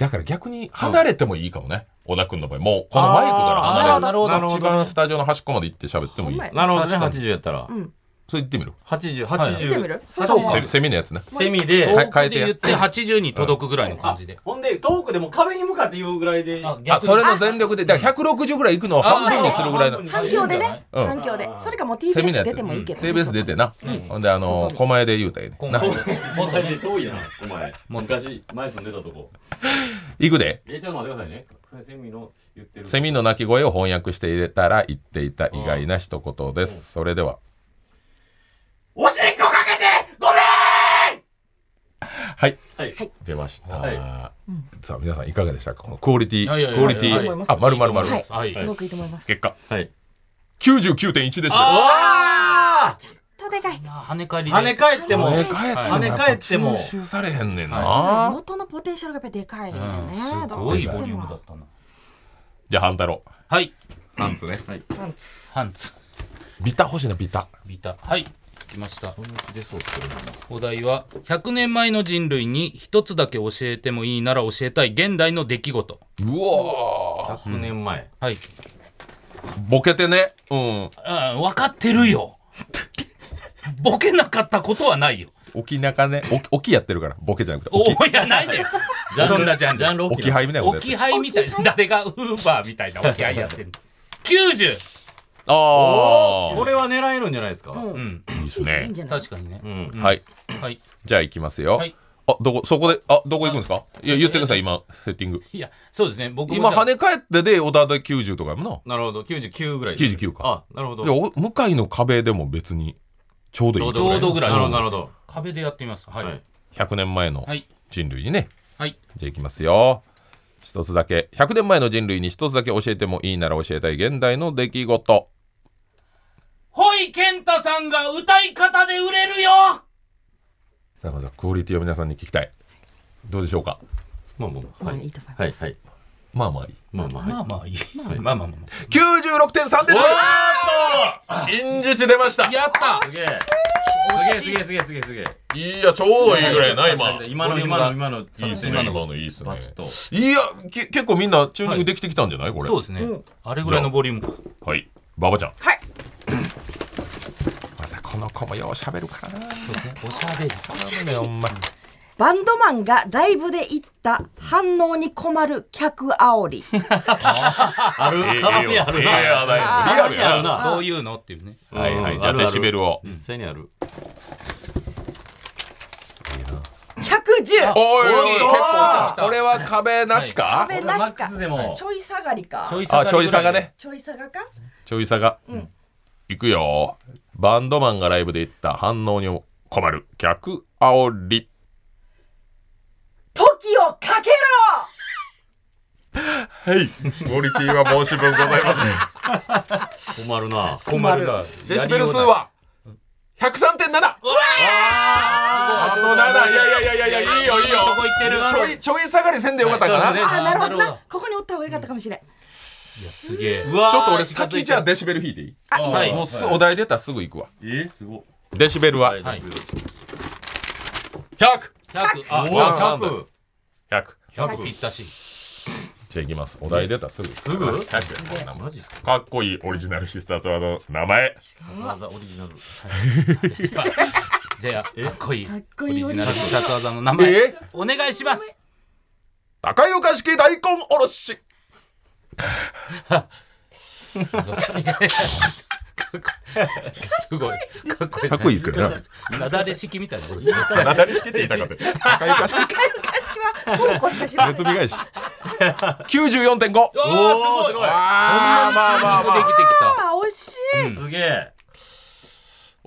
[SPEAKER 1] だから逆に離れてもいいかもね、小田君の場合。もう、このマイクから離れ
[SPEAKER 2] あー
[SPEAKER 1] る。
[SPEAKER 2] なるほど
[SPEAKER 1] 一番スタジオの端っこまで行って喋ってもいい
[SPEAKER 4] ほんま。や
[SPEAKER 3] なるほどね
[SPEAKER 2] 確かに
[SPEAKER 3] 80やったら、
[SPEAKER 4] ん
[SPEAKER 1] それ言ってみる。
[SPEAKER 3] 8080、
[SPEAKER 2] はい
[SPEAKER 4] 見てみる。そう
[SPEAKER 3] 80
[SPEAKER 1] セミセミのやつね。
[SPEAKER 3] セミで、
[SPEAKER 1] は
[SPEAKER 2] 遠
[SPEAKER 1] い変えて
[SPEAKER 2] くで言って80に届くぐらいの感じで
[SPEAKER 3] ほんで遠くでも壁に向かって言うぐらいで
[SPEAKER 2] あ
[SPEAKER 1] あ、
[SPEAKER 2] 逆に
[SPEAKER 1] それの全力で、だから160ぐらい行くのを半分にするぐらいの。
[SPEAKER 4] 反響で
[SPEAKER 2] いいんじゃない
[SPEAKER 4] ね。
[SPEAKER 1] うん
[SPEAKER 4] 反響で。それかもう
[SPEAKER 1] セミの
[SPEAKER 4] TBS
[SPEAKER 1] やつ
[SPEAKER 4] 出てもいいけど。
[SPEAKER 1] TBS 出てな、ほんであの
[SPEAKER 4] 外に
[SPEAKER 1] 狛江で言うたらええねんな
[SPEAKER 2] 今
[SPEAKER 3] お前で遠いなお前昔前住んでたとこ
[SPEAKER 1] 行くで
[SPEAKER 3] えー、ちょっと待ってくださいねセミの言ってる
[SPEAKER 1] セミの鳴き声を翻訳して入れたら言っていた意外な一言ですそれでは
[SPEAKER 3] おしっこかけてごめん
[SPEAKER 1] はい、
[SPEAKER 3] はい
[SPEAKER 1] 出ました、
[SPEAKER 3] はい
[SPEAKER 1] さあ皆さんいかがでしたかこのクオリティ
[SPEAKER 2] いやいやいや
[SPEAKER 1] クオリテ
[SPEAKER 2] はい
[SPEAKER 4] はい
[SPEAKER 1] ィあまるまるまる
[SPEAKER 4] はい
[SPEAKER 1] です
[SPEAKER 2] はい
[SPEAKER 4] すごくいいと思います。
[SPEAKER 1] 結果
[SPEAKER 3] はい
[SPEAKER 1] 99.1でした
[SPEAKER 3] あ
[SPEAKER 4] とでかい。
[SPEAKER 2] あ跳ね返りで
[SPEAKER 3] ー跳ね返っても
[SPEAKER 1] 跳ね返っても
[SPEAKER 3] 跳ね返っても
[SPEAKER 1] やぱ吸収されへんねんな、
[SPEAKER 4] 元のポテンシャルがやっぱでかいですね。
[SPEAKER 2] すごいボリュームだったな
[SPEAKER 1] じゃあ半太郎
[SPEAKER 2] はい
[SPEAKER 1] パンツね
[SPEAKER 4] た。なんつ
[SPEAKER 2] ハンツ
[SPEAKER 1] ビタ欲しいなビタ
[SPEAKER 2] ビタはい来ましたお題は100年前の人類に一つだけ教えてもいいなら教えたい現代の出来事
[SPEAKER 1] うわー
[SPEAKER 3] 100年前、
[SPEAKER 2] はい
[SPEAKER 1] ボケてねうん
[SPEAKER 2] ああ分かってるよボケなかったことはないよ
[SPEAKER 1] 沖中ね沖沖やってるからボケじゃなくて
[SPEAKER 2] お
[SPEAKER 1] 沖
[SPEAKER 2] おやないでよ そんなジャン
[SPEAKER 3] ジャン
[SPEAKER 2] ル
[SPEAKER 3] ル大き
[SPEAKER 1] 沖
[SPEAKER 3] な
[SPEAKER 1] 配みたいなことや
[SPEAKER 2] 置
[SPEAKER 1] ってる
[SPEAKER 2] き配みたいな誰がウーバーみたいな置き配やってる 90!
[SPEAKER 1] あ
[SPEAKER 3] これは狙えるんじゃないですか、
[SPEAKER 4] う。
[SPEAKER 2] うんん
[SPEAKER 1] あいいです
[SPEAKER 4] いい
[SPEAKER 1] ね
[SPEAKER 4] んじゃない。
[SPEAKER 2] 確かにね、
[SPEAKER 3] ん
[SPEAKER 2] うん
[SPEAKER 1] はい
[SPEAKER 2] はい
[SPEAKER 1] じゃあ行きますよ、
[SPEAKER 2] はい
[SPEAKER 1] あどこそこであどこ行くんですかいや言ってください今セッティング
[SPEAKER 2] いやそうですね僕も
[SPEAKER 1] 今
[SPEAKER 2] じゃあ
[SPEAKER 1] 跳ね返ってで小田で90とかやもんな
[SPEAKER 3] なるほど99ぐらい
[SPEAKER 1] 99か
[SPEAKER 3] あなるほど
[SPEAKER 1] でお向かいの壁でも別にちょうどいい
[SPEAKER 2] ちょうどぐらい
[SPEAKER 3] なるほどなるほど
[SPEAKER 2] 壁でやってみますはい
[SPEAKER 3] は
[SPEAKER 2] はい
[SPEAKER 3] い、
[SPEAKER 1] 100年前の
[SPEAKER 2] はい、
[SPEAKER 1] 人類にね、じゃあ行きますよ一つだけ100年前の人類に一つだけ教えてもいいなら教えたい現代の出来事
[SPEAKER 2] ほいけんたさんが歌い方で売れるよ
[SPEAKER 1] さあまずはクオリティを皆さんに聞きたいどうでしょうか
[SPEAKER 3] まあまあ
[SPEAKER 4] ま
[SPEAKER 3] は
[SPEAKER 4] あ
[SPEAKER 3] い
[SPEAKER 4] いいと思います
[SPEAKER 3] はいはい
[SPEAKER 1] まあまあいい
[SPEAKER 3] まあまあはい
[SPEAKER 2] まあまあいい、まあまあま
[SPEAKER 1] 96.3でした真実出ました
[SPEAKER 2] あやった
[SPEAKER 3] すげえすげえすげえすげえすげえ
[SPEAKER 1] いや超いいぐらいな今
[SPEAKER 3] 今の今の今の
[SPEAKER 1] いいですね、今のいいですね
[SPEAKER 3] バ。チッと
[SPEAKER 1] いや、け結構みんなチューニングできてきたんじゃないこれ。
[SPEAKER 2] そうですね、
[SPEAKER 4] うん
[SPEAKER 2] あれぐらいのボリュームか
[SPEAKER 1] はい。馬場ちゃん。
[SPEAKER 4] はい。
[SPEAKER 1] またこの子もよう喋るからな。
[SPEAKER 2] おしゃべり
[SPEAKER 1] ほんま。
[SPEAKER 4] バンドマンがライブで言った反応に困る客煽り。
[SPEAKER 3] ある
[SPEAKER 1] ええ
[SPEAKER 3] たまにある
[SPEAKER 1] ええええやばい
[SPEAKER 3] な
[SPEAKER 1] リアルやな
[SPEAKER 3] たまにある
[SPEAKER 2] どういうのっていうね
[SPEAKER 3] な
[SPEAKER 1] はいはい。じゃあ
[SPEAKER 3] うんるる
[SPEAKER 1] デシベルを。
[SPEAKER 3] 実際にある
[SPEAKER 1] おいおい、
[SPEAKER 4] 110。
[SPEAKER 1] 結
[SPEAKER 3] おい
[SPEAKER 1] 構。これは壁なしか
[SPEAKER 4] 壁
[SPEAKER 3] これ
[SPEAKER 4] なし
[SPEAKER 3] マッ
[SPEAKER 4] か
[SPEAKER 3] クスでも。
[SPEAKER 4] ちょい下がりか
[SPEAKER 2] ち。ょい下
[SPEAKER 1] あ、
[SPEAKER 2] がり
[SPEAKER 1] ちょい差がね。
[SPEAKER 4] ちょい下がか。
[SPEAKER 1] ちょい差が。いくよ。バンドマンがライブで言った反応に困る。客煽り。
[SPEAKER 4] 時をかけろ。
[SPEAKER 1] はい。クオリティは申し分ございません。
[SPEAKER 3] 困るな。
[SPEAKER 2] 困るな
[SPEAKER 1] デシベル数は103.7あと7いやいやいやいやいやいいよいいよ
[SPEAKER 2] どこ行ってる
[SPEAKER 1] ちょいちょい下がりせんでよかったんかな、
[SPEAKER 2] そうですね
[SPEAKER 4] あーなるほど
[SPEAKER 2] なる
[SPEAKER 4] なここにおった方がよかったかもしれん
[SPEAKER 2] いやすげえ
[SPEAKER 3] うわ
[SPEAKER 1] ちょっと俺先じゃあデシベル引いていい
[SPEAKER 4] あいいよ
[SPEAKER 2] はい
[SPEAKER 1] もうすお題出たらすぐ行くわ
[SPEAKER 5] えすごい
[SPEAKER 1] デシベルは100
[SPEAKER 2] はい
[SPEAKER 1] 100
[SPEAKER 2] 100あ
[SPEAKER 3] お
[SPEAKER 1] わ
[SPEAKER 3] ー
[SPEAKER 2] 100
[SPEAKER 3] 100。
[SPEAKER 2] 100ぴったし
[SPEAKER 1] じゃあ行きますお題出たらすぐす
[SPEAKER 3] ぐ
[SPEAKER 1] 100こんなもんかっこいいオリジナル必殺技の名前
[SPEAKER 3] まだオリジナル。
[SPEAKER 2] じゃあかっこいい
[SPEAKER 4] かっ
[SPEAKER 2] オ
[SPEAKER 4] こい
[SPEAKER 2] リ
[SPEAKER 4] い
[SPEAKER 2] ジ
[SPEAKER 4] オリジ
[SPEAKER 2] ナ
[SPEAKER 4] ナ
[SPEAKER 2] ル
[SPEAKER 4] ル
[SPEAKER 2] 必殺技の名前
[SPEAKER 1] え
[SPEAKER 2] お願いします
[SPEAKER 1] 高岡式大根おろし
[SPEAKER 2] すごいかっこいい
[SPEAKER 1] かっこいいですよね
[SPEAKER 2] なだれ式みたいなことですね
[SPEAKER 1] なだれ式って言いたかった高床式
[SPEAKER 4] 高床式は倉庫しか知らん
[SPEAKER 1] ネズミ返し94.5
[SPEAKER 2] うわーすごい
[SPEAKER 1] あーまあまあまあ
[SPEAKER 2] できてきた
[SPEAKER 4] あー惜しい
[SPEAKER 5] すげえ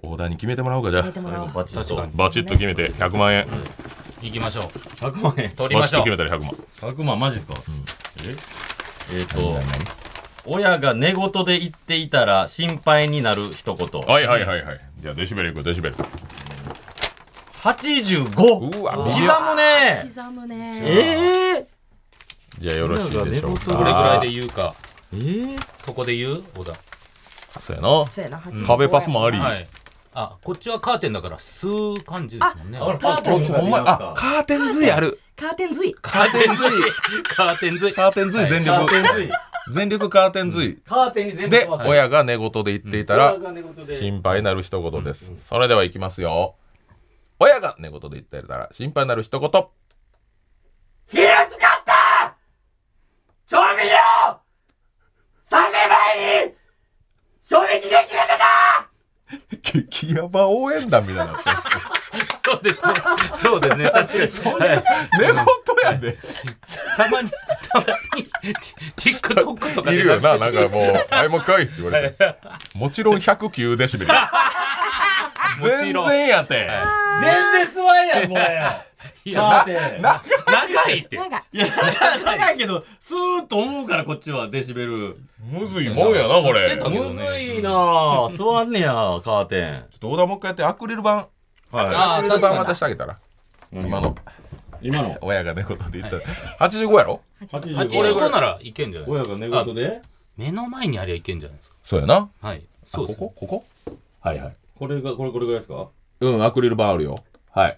[SPEAKER 1] オーダーに決めてもらおうかじゃ
[SPEAKER 4] 見てもらおう
[SPEAKER 3] バチッ
[SPEAKER 2] 確か
[SPEAKER 3] と。
[SPEAKER 2] に
[SPEAKER 1] バチッと決めて100万円
[SPEAKER 2] 行きましょ
[SPEAKER 3] 100万円
[SPEAKER 2] う。取り
[SPEAKER 1] バ
[SPEAKER 2] ま
[SPEAKER 1] チ
[SPEAKER 2] し
[SPEAKER 1] ッ
[SPEAKER 2] ょ
[SPEAKER 1] と
[SPEAKER 2] う
[SPEAKER 1] 決めたら100万
[SPEAKER 3] 100万マジですか。ええーと。親が寝言で言っていたら心配になる一言。
[SPEAKER 1] はいはいはいはいじゃあデシベルいくデシベル
[SPEAKER 5] 85
[SPEAKER 1] うわ
[SPEAKER 5] 刻むね
[SPEAKER 4] 刻むね
[SPEAKER 5] ええ
[SPEAKER 1] じゃあよろしいでしょうか
[SPEAKER 2] どれぐらいで言うか
[SPEAKER 5] えー
[SPEAKER 2] そこで言う小田
[SPEAKER 1] そうやな
[SPEAKER 4] そうやな85
[SPEAKER 1] 壁パスもあり
[SPEAKER 2] はいあこっちはカーテンだから吸う感じですもんね
[SPEAKER 3] あ
[SPEAKER 4] カーテン
[SPEAKER 1] ほんまやあカーテンズイある
[SPEAKER 4] カーテン髄
[SPEAKER 2] カーテン髄カーテン髄
[SPEAKER 1] カーテンズイ全
[SPEAKER 5] カー
[SPEAKER 1] 力
[SPEAKER 5] テンズイ
[SPEAKER 1] 全力カーテンズイ
[SPEAKER 5] カーテンに全部
[SPEAKER 1] で
[SPEAKER 5] 飛ばす
[SPEAKER 1] 親が寝言で言っていたら
[SPEAKER 5] 親が寝言で
[SPEAKER 1] 心配なる一言ですそれではいきますよ親が寝言で言っていたら心配なる一言
[SPEAKER 5] 火がつかった調味料 !3 年前に賞味期限切れてた
[SPEAKER 1] 激ヤバ応援団みたいになってる
[SPEAKER 2] そうですねそうですね確かにはい
[SPEAKER 1] 寝言やで
[SPEAKER 2] たまにたまに TikTok とか
[SPEAKER 1] い
[SPEAKER 2] で
[SPEAKER 1] るよな、 なんかもう、はい、もう一回って言われて。もちろん109デシ ベル。全然やて。
[SPEAKER 5] 全然すまんやん、これ。
[SPEAKER 2] い
[SPEAKER 5] カ
[SPEAKER 2] や
[SPEAKER 5] ーテン。
[SPEAKER 1] な
[SPEAKER 2] 長いって
[SPEAKER 4] なんか
[SPEAKER 3] いや、高いけど、スーッと思うから、こっちは、デシベル。
[SPEAKER 1] むずいもんやな、こ
[SPEAKER 2] 吸って
[SPEAKER 1] れ。ち
[SPEAKER 2] た
[SPEAKER 1] ょっ
[SPEAKER 2] もん
[SPEAKER 1] と
[SPEAKER 3] むずいなぁ。座んねや、カーテン。
[SPEAKER 1] オーダーもう一回やって、アクリル板。
[SPEAKER 3] は
[SPEAKER 2] あ
[SPEAKER 1] アクリル板
[SPEAKER 2] 確かに
[SPEAKER 1] 渡してあげたら。今の、
[SPEAKER 3] い。今の。
[SPEAKER 1] 親が寝言で言ったら。85やろ
[SPEAKER 3] 85
[SPEAKER 2] 85ならいけんじゃないですか
[SPEAKER 3] 親が寝言で
[SPEAKER 2] 目の前にありゃいけんじゃないですか
[SPEAKER 1] そうやな。
[SPEAKER 2] はい
[SPEAKER 1] あ
[SPEAKER 2] そう
[SPEAKER 1] こ
[SPEAKER 2] ですね
[SPEAKER 1] こここはいはい。
[SPEAKER 3] これが、これ、これぐらいですか
[SPEAKER 1] うん、アクリル板あるよ。はい。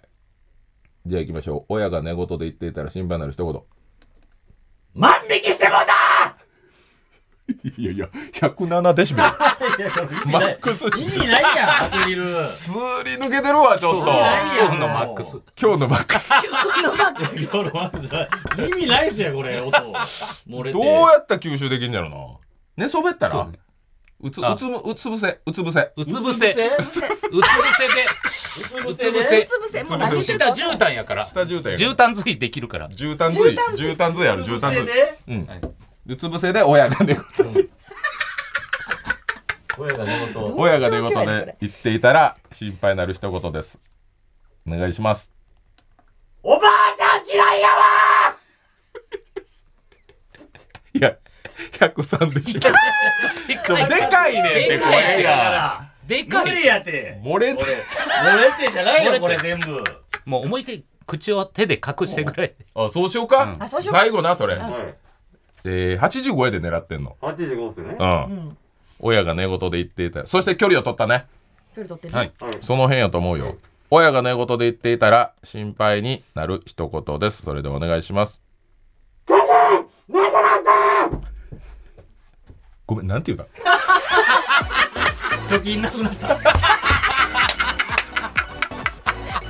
[SPEAKER 1] じゃあ行きましょう。親が寝言で言っていたら心配になる一言。
[SPEAKER 5] 万引きしてもうた
[SPEAKER 1] いやいや、107デシベル。マックス値
[SPEAKER 5] 意味ないやん、アクリル。
[SPEAKER 1] すり抜けてるわ、ちょっと。
[SPEAKER 5] ないやん
[SPEAKER 2] 今日のマックス
[SPEAKER 5] も
[SPEAKER 1] 今日のマックス。
[SPEAKER 5] これマジで意味ないっすよ、これ、音。漏れて。
[SPEAKER 1] どうやったら吸収できんじゃろな。寝そべった
[SPEAKER 2] そう
[SPEAKER 1] ら
[SPEAKER 2] ですね
[SPEAKER 1] うつ、う
[SPEAKER 2] あ
[SPEAKER 1] つむ、うつぶせ、うつぶせ。
[SPEAKER 2] うつ伏せうつ伏
[SPEAKER 5] うつ
[SPEAKER 2] せで
[SPEAKER 5] 伏
[SPEAKER 2] うつ伏
[SPEAKER 5] せ
[SPEAKER 4] う
[SPEAKER 2] せ
[SPEAKER 4] つ伏せもう何してる
[SPEAKER 2] 下
[SPEAKER 4] か
[SPEAKER 2] 絨毯やから
[SPEAKER 1] 下絨毯や
[SPEAKER 2] 絨毯付いできるから
[SPEAKER 1] 絨毯髄、絨毯髄ある、絨毯髄。
[SPEAKER 5] で
[SPEAKER 1] うん
[SPEAKER 2] はい。
[SPEAKER 1] うつぶせで親が寝言、
[SPEAKER 3] 親が寝言。
[SPEAKER 1] 親が寝言
[SPEAKER 4] 状況やね
[SPEAKER 1] で
[SPEAKER 4] これ
[SPEAKER 1] 言っていたら心配なる一言です。お願いします。
[SPEAKER 5] おばあちゃん嫌いやわ
[SPEAKER 1] いや、103でしょ。ちょでかいねんって、
[SPEAKER 5] で
[SPEAKER 1] こ
[SPEAKER 5] かい
[SPEAKER 1] れ
[SPEAKER 5] や
[SPEAKER 1] が。
[SPEAKER 5] か
[SPEAKER 2] で
[SPEAKER 5] ら。
[SPEAKER 2] か
[SPEAKER 5] 無
[SPEAKER 2] い
[SPEAKER 5] 理やて。
[SPEAKER 1] 漏れて、
[SPEAKER 5] 漏れてんじゃないよ、これ全部。
[SPEAKER 2] もう思いっきり口を手で隠してぐらい
[SPEAKER 1] あ、そうしようか。
[SPEAKER 4] あそうしようか
[SPEAKER 1] 最後な、それ。
[SPEAKER 7] はい。
[SPEAKER 1] えー、85円で狙ってんの。
[SPEAKER 7] 85ですね。
[SPEAKER 1] うん。親が寝言で言っていたら。そして距離を取ったね。
[SPEAKER 4] 距離取ってる
[SPEAKER 2] は
[SPEAKER 4] ね
[SPEAKER 2] い
[SPEAKER 7] はい。
[SPEAKER 1] その辺やと思うよ。親が寝言で言っていたら心配になる一言です。それでお願いします。ごめん、なんて言うた
[SPEAKER 5] 貯金なくなった。
[SPEAKER 4] こ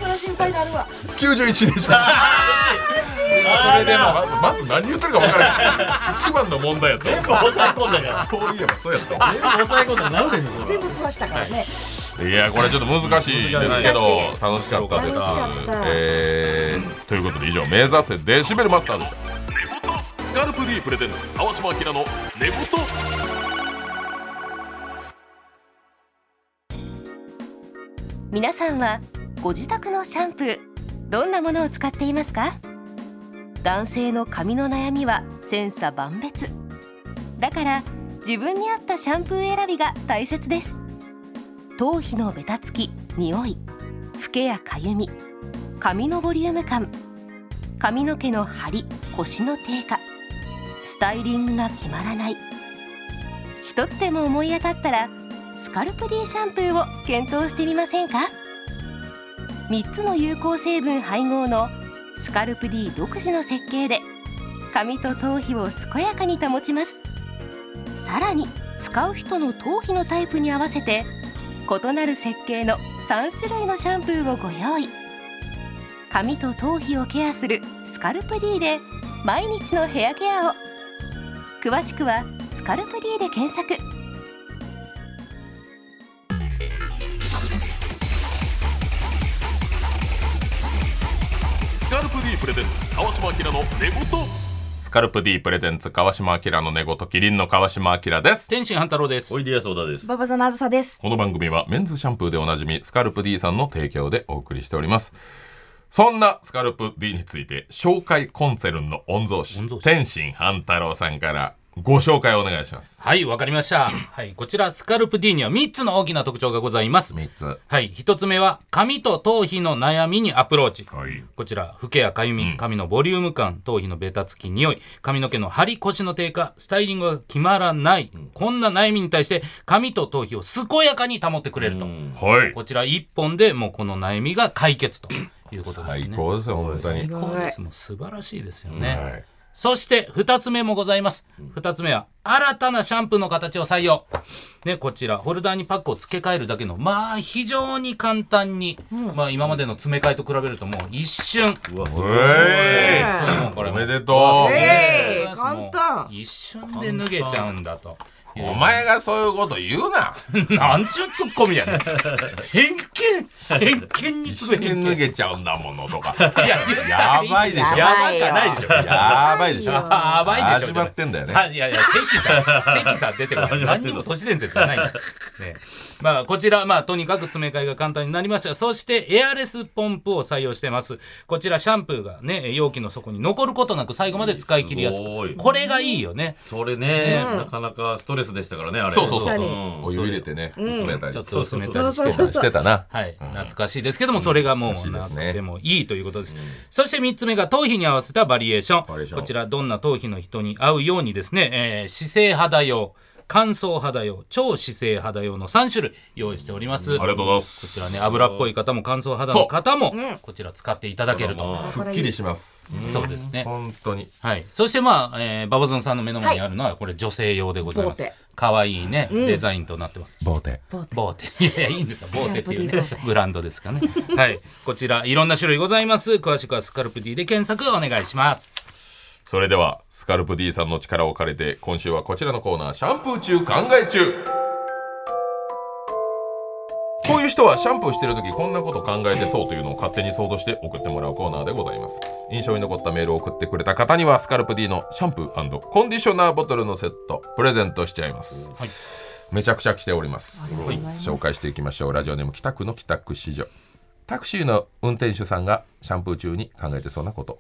[SPEAKER 4] れは心配になるわ
[SPEAKER 1] ?91 でしょ。それでもまず、まず何言ってるか分からない。一番の問題やった。
[SPEAKER 5] 全部抑え込んだから。
[SPEAKER 1] そういえばそうやった。
[SPEAKER 5] 全部抑え込んだらなるでしょ、これ
[SPEAKER 4] 全部吸わしたからね
[SPEAKER 1] いや、これちょっと難しいですけど、楽しかったです
[SPEAKER 4] 楽しかった。
[SPEAKER 1] えー、ということで以上、目指せデシベルマスターでした。スカルプ D プレゼンツ、青島明の寝言。
[SPEAKER 6] 皆さんはご自宅のシャンプーどんなものを使っていますか男性の髪の悩みは千差万別だから自分に合ったシャンプー選びが大切です頭皮のベタつき匂い老けやかゆみ髪のボリューム感髪の毛の張り腰の低下スタイリングが決まらない一つでも思い当たったらスカルプ D シャンプーを検討してみませんか3つの有効成分配合のスカルプ D 独自の設計で髪と頭皮を健やかに保ちますさらに使う人の頭皮のタイプに合わせて異なる設計の3種類のシャンプーをご用意髪と頭皮をケアするスカルプ D で毎日のヘアケアを詳しくは「スカルプ D」で検索
[SPEAKER 1] スカルプ D プレゼンツ川島明の寝言スカルプ D プレゼンツ川島明の寝言キリンの川島明です
[SPEAKER 2] 天心半太郎です
[SPEAKER 3] おいでやす小田です
[SPEAKER 4] ババザナズサです。
[SPEAKER 1] この番組はメンズシャンプーでおなじみスカルプ D さんの提供でお送りしておりますそんなスカルプ D について紹介コンセルンの御曹司
[SPEAKER 2] 御曹司
[SPEAKER 1] 天心半太郎さんからご紹介お願いします
[SPEAKER 2] はいわかりましたはいこちらスカルプ D には3つの大きな特徴がございます
[SPEAKER 1] 3つ
[SPEAKER 2] はい1つ目は髪と頭皮の悩みにアプローチ
[SPEAKER 1] はい
[SPEAKER 2] こちら、フケやかゆみ、髪のボリューム感、頭皮のベタつき、匂い、髪の毛の張り、腰の低下、スタイリングが決まらない、こんな悩みに対して、髪と頭皮を健やかに保ってくれると。
[SPEAKER 1] はい
[SPEAKER 2] こちら一本でもうこの悩みが解決ということです
[SPEAKER 1] 最
[SPEAKER 2] ね。
[SPEAKER 1] 高ですよ本当
[SPEAKER 2] 最
[SPEAKER 1] に
[SPEAKER 2] 高です。もう素晴らしいですよね。
[SPEAKER 1] はい
[SPEAKER 2] そして二つ目もございます。二つ目は新たなシャンプーの形を採用。ね、こちら、ホルダーにパックを付け替えるだけの、まあ非常に簡単に、まあ今までの詰め替えと比べるともう一瞬、
[SPEAKER 3] うわす
[SPEAKER 1] う
[SPEAKER 3] ごい
[SPEAKER 1] えい
[SPEAKER 2] 本当にもうこれ
[SPEAKER 1] お
[SPEAKER 2] もう
[SPEAKER 1] めでとう
[SPEAKER 4] えい
[SPEAKER 2] もう
[SPEAKER 4] 簡単
[SPEAKER 2] 一瞬で脱げちゃうんだと。
[SPEAKER 1] お前がそういうこと言うな
[SPEAKER 2] なんちゅうツッコミやねん。偏見偏見に
[SPEAKER 1] 一
[SPEAKER 2] 次ぐ偏
[SPEAKER 1] 瞬
[SPEAKER 2] 見。
[SPEAKER 1] 脱げちゃうんだものと か
[SPEAKER 2] いや、言ったら
[SPEAKER 1] や
[SPEAKER 2] いい
[SPEAKER 1] ばいでしょ
[SPEAKER 2] やばくはないでしょ。
[SPEAKER 1] やばいでしょ
[SPEAKER 4] や
[SPEAKER 2] やばいでしょ。
[SPEAKER 1] 始まってんだよね
[SPEAKER 2] あいやいや、関さん、関さん出てこない。何にも都市伝説じゃないんだ。ね、まあ、こちら、まあ、とにかく詰め替えが簡単になりました。そして、エアレスポンプを採用してます。こちら、シャンプーがね、容器の底に残ることなく最後まで使い切りやす
[SPEAKER 3] すご
[SPEAKER 2] く。
[SPEAKER 3] い
[SPEAKER 2] これがいいよね。
[SPEAKER 3] それね、なかなかストレスでしたからねあれ
[SPEAKER 1] そうそうそう
[SPEAKER 4] 確かに
[SPEAKER 3] ん
[SPEAKER 1] お湯入れてね薄めたり
[SPEAKER 2] ちょっと薄めたりして
[SPEAKER 4] そうそうそう
[SPEAKER 1] してたな
[SPEAKER 2] はい、懐かしいですけども、それがもう
[SPEAKER 1] 懐か
[SPEAKER 2] な
[SPEAKER 1] しいです
[SPEAKER 2] く
[SPEAKER 1] ね
[SPEAKER 2] てもいいということです。そして3つ目が頭皮に合わせたバリエーション。
[SPEAKER 1] バリエーション
[SPEAKER 2] こちら、どんな頭皮の人に合うようにですね、えー姿勢肌用、乾燥肌用、超姿勢肌用の3種類用意しております。
[SPEAKER 1] ありがとうございま
[SPEAKER 2] こ
[SPEAKER 1] す
[SPEAKER 2] ちらね、油っぽい方も乾燥肌の方も、こちら使っていただけると。
[SPEAKER 1] すっきりします
[SPEAKER 2] そうですね。
[SPEAKER 1] 本当に
[SPEAKER 2] はい。そしてまあ、えー、ババゾンさんの目の前にあるのは、これ女性用でございま
[SPEAKER 4] ボー
[SPEAKER 2] す
[SPEAKER 4] テ。
[SPEAKER 2] 可愛いね、デザインとなってます。
[SPEAKER 1] ボーテ
[SPEAKER 2] ボーテ。 いやいや、いいんですよ。ボーテっていうね、ブランドですかね。はい。こちら、いろんな種類ございます。詳しくはスカルプ D で検索お願いします。
[SPEAKER 1] それではスカルプ D さんの力を借りて今週はこちらのコーナーシャンプー中考え中こういう人はシャンプーしてる時こんなこと考えてそうというのを勝手に想像して送ってもらうコーナーでございます印象に残ったメールを送ってくれた方にはスカルプ D のシャンプーコンディショナーボトルのセットプレゼントしちゃいます、
[SPEAKER 2] はい
[SPEAKER 1] めちゃくちゃ来ております紹介していきましょうラジオネーム北区の帰宅子女タクシーの運転手さんがシャンプー中に考えてそうなこと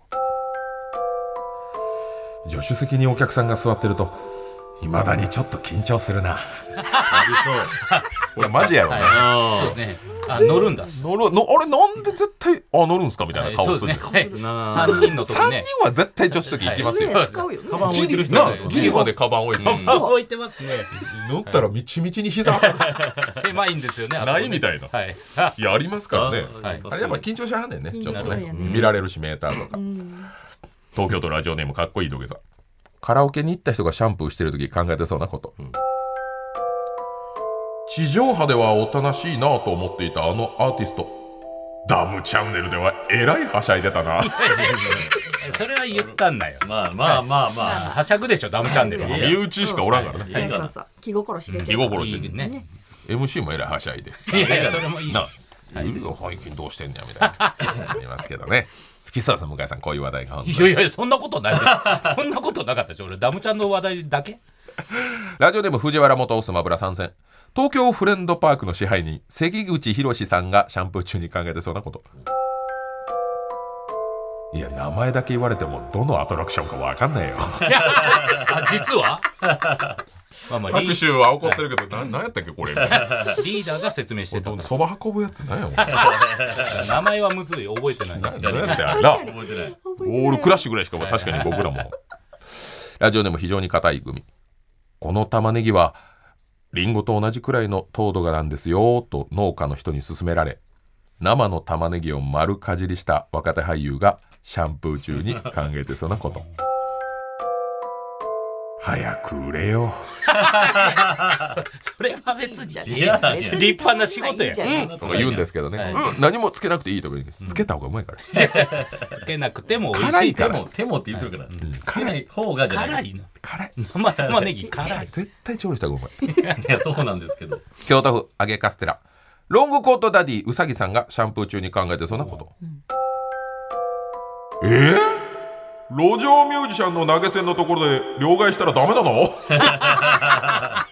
[SPEAKER 1] 助手席にお客さんが座ってるといまだにちょっと緊張するなあり そうこれマジやろうね、
[SPEAKER 3] あ
[SPEAKER 2] そうですね。あ、乗るんだ。
[SPEAKER 1] 乗るのあれなんで絶対あ乗るんすかみた
[SPEAKER 2] はい
[SPEAKER 1] な
[SPEAKER 2] いそ
[SPEAKER 1] 顔
[SPEAKER 2] うですす
[SPEAKER 1] る
[SPEAKER 2] ね。
[SPEAKER 1] じゃん、
[SPEAKER 2] はい。3人の時
[SPEAKER 1] 三
[SPEAKER 2] ね。
[SPEAKER 1] 人は絶対助手席行きますよ、
[SPEAKER 2] はい
[SPEAKER 4] ね使うよね。
[SPEAKER 3] カバン置いてる人
[SPEAKER 1] な
[SPEAKER 3] みたいな
[SPEAKER 1] ギリまでカバン置いて、乗
[SPEAKER 2] 動いてますね。
[SPEAKER 1] ったらみちみちに膝
[SPEAKER 2] 狭いんですよね。あそこね
[SPEAKER 1] ないみたいな
[SPEAKER 2] はい。あ
[SPEAKER 1] いやありますからね
[SPEAKER 3] あ
[SPEAKER 2] はい
[SPEAKER 1] あれやっぱ緊張しはんねんねちょっと
[SPEAKER 4] 緊張する
[SPEAKER 1] ね
[SPEAKER 4] よね
[SPEAKER 1] 見られるしメーターとか東京都ラジオネームかっこいい土下座カラオケに行った人がシャンプーしてる時考えてそうなこと、地上波ではおとなしいなぁと思っていたあのアーティストダムチャンネルではえらいはしゃいでたな
[SPEAKER 2] それは言ったんだよ。
[SPEAKER 3] まあまあまあまあ
[SPEAKER 2] はしゃぐでしょ、ダムチャンネルは。
[SPEAKER 1] 身内しかおらんからね
[SPEAKER 4] そうそうそう気心知れて
[SPEAKER 1] 気
[SPEAKER 4] る。
[SPEAKER 1] 心
[SPEAKER 2] い
[SPEAKER 1] して
[SPEAKER 2] い
[SPEAKER 1] る
[SPEAKER 2] ね。
[SPEAKER 1] MC もえらいはしゃいで
[SPEAKER 2] いやいや、それもいいで
[SPEAKER 1] な
[SPEAKER 2] す。
[SPEAKER 1] いるよ最近どうしてんねやみたいなありますけどね好きそうです向井さんこういう話題が本当に
[SPEAKER 2] いやいや、そんなことないです。そんなことなかったでしょ。俺、ダムちゃんの話題だ け
[SPEAKER 1] ラジオでも藤原元オスマブラ参戦。東京フレンドパークの支配人、関口博さんがシャンプー中に考えてそうなこと。いや名前だけ言われてもどのアトラクションかわかんないよ
[SPEAKER 2] あ実 はまあまあ
[SPEAKER 1] 拍
[SPEAKER 2] リー
[SPEAKER 1] 手は怒ってるけどな何やったっけこれ
[SPEAKER 2] リーダーが説明してた
[SPEAKER 1] どん そば運ぶやつなんやもんな
[SPEAKER 2] 名前はむずい覚えてないです
[SPEAKER 1] 何やったんやな
[SPEAKER 3] 覚えてない。
[SPEAKER 1] オールクラッシュぐらいしか確かに僕らもラジオでも非常に硬い組この玉ねぎはリンゴと同じくらいの糖度がなんですよと農家の人に勧められ生の玉ねぎを丸かじりした若手俳優がシャンプー中に考えてそうなこと早く売れよ
[SPEAKER 2] それは別に
[SPEAKER 3] いや
[SPEAKER 2] 立派な仕事や
[SPEAKER 4] 別にいいんじゃない
[SPEAKER 1] とか言うんですけどね、
[SPEAKER 2] はい
[SPEAKER 1] うん何もつけなくていいとか言うつけた方がうまいから、
[SPEAKER 2] つけなくても美味
[SPEAKER 1] 辛
[SPEAKER 2] し
[SPEAKER 1] い
[SPEAKER 2] い
[SPEAKER 1] か
[SPEAKER 3] 手
[SPEAKER 1] ら
[SPEAKER 3] も、手もって言ってるか
[SPEAKER 1] う
[SPEAKER 3] ら。
[SPEAKER 1] ん
[SPEAKER 3] つけない方がじゃない。
[SPEAKER 2] 辛いな
[SPEAKER 1] 辛い
[SPEAKER 2] 生玉ねぎ辛い
[SPEAKER 1] 絶対調理した方がうまい
[SPEAKER 3] いや、そうなんですけど。
[SPEAKER 1] 京都府揚げカステラロングコートダディうさぎさんがシャンプー中に考えてそうなこと、えー路上ミュージシャンの投げ銭のところで両替したらダメ なの
[SPEAKER 3] あ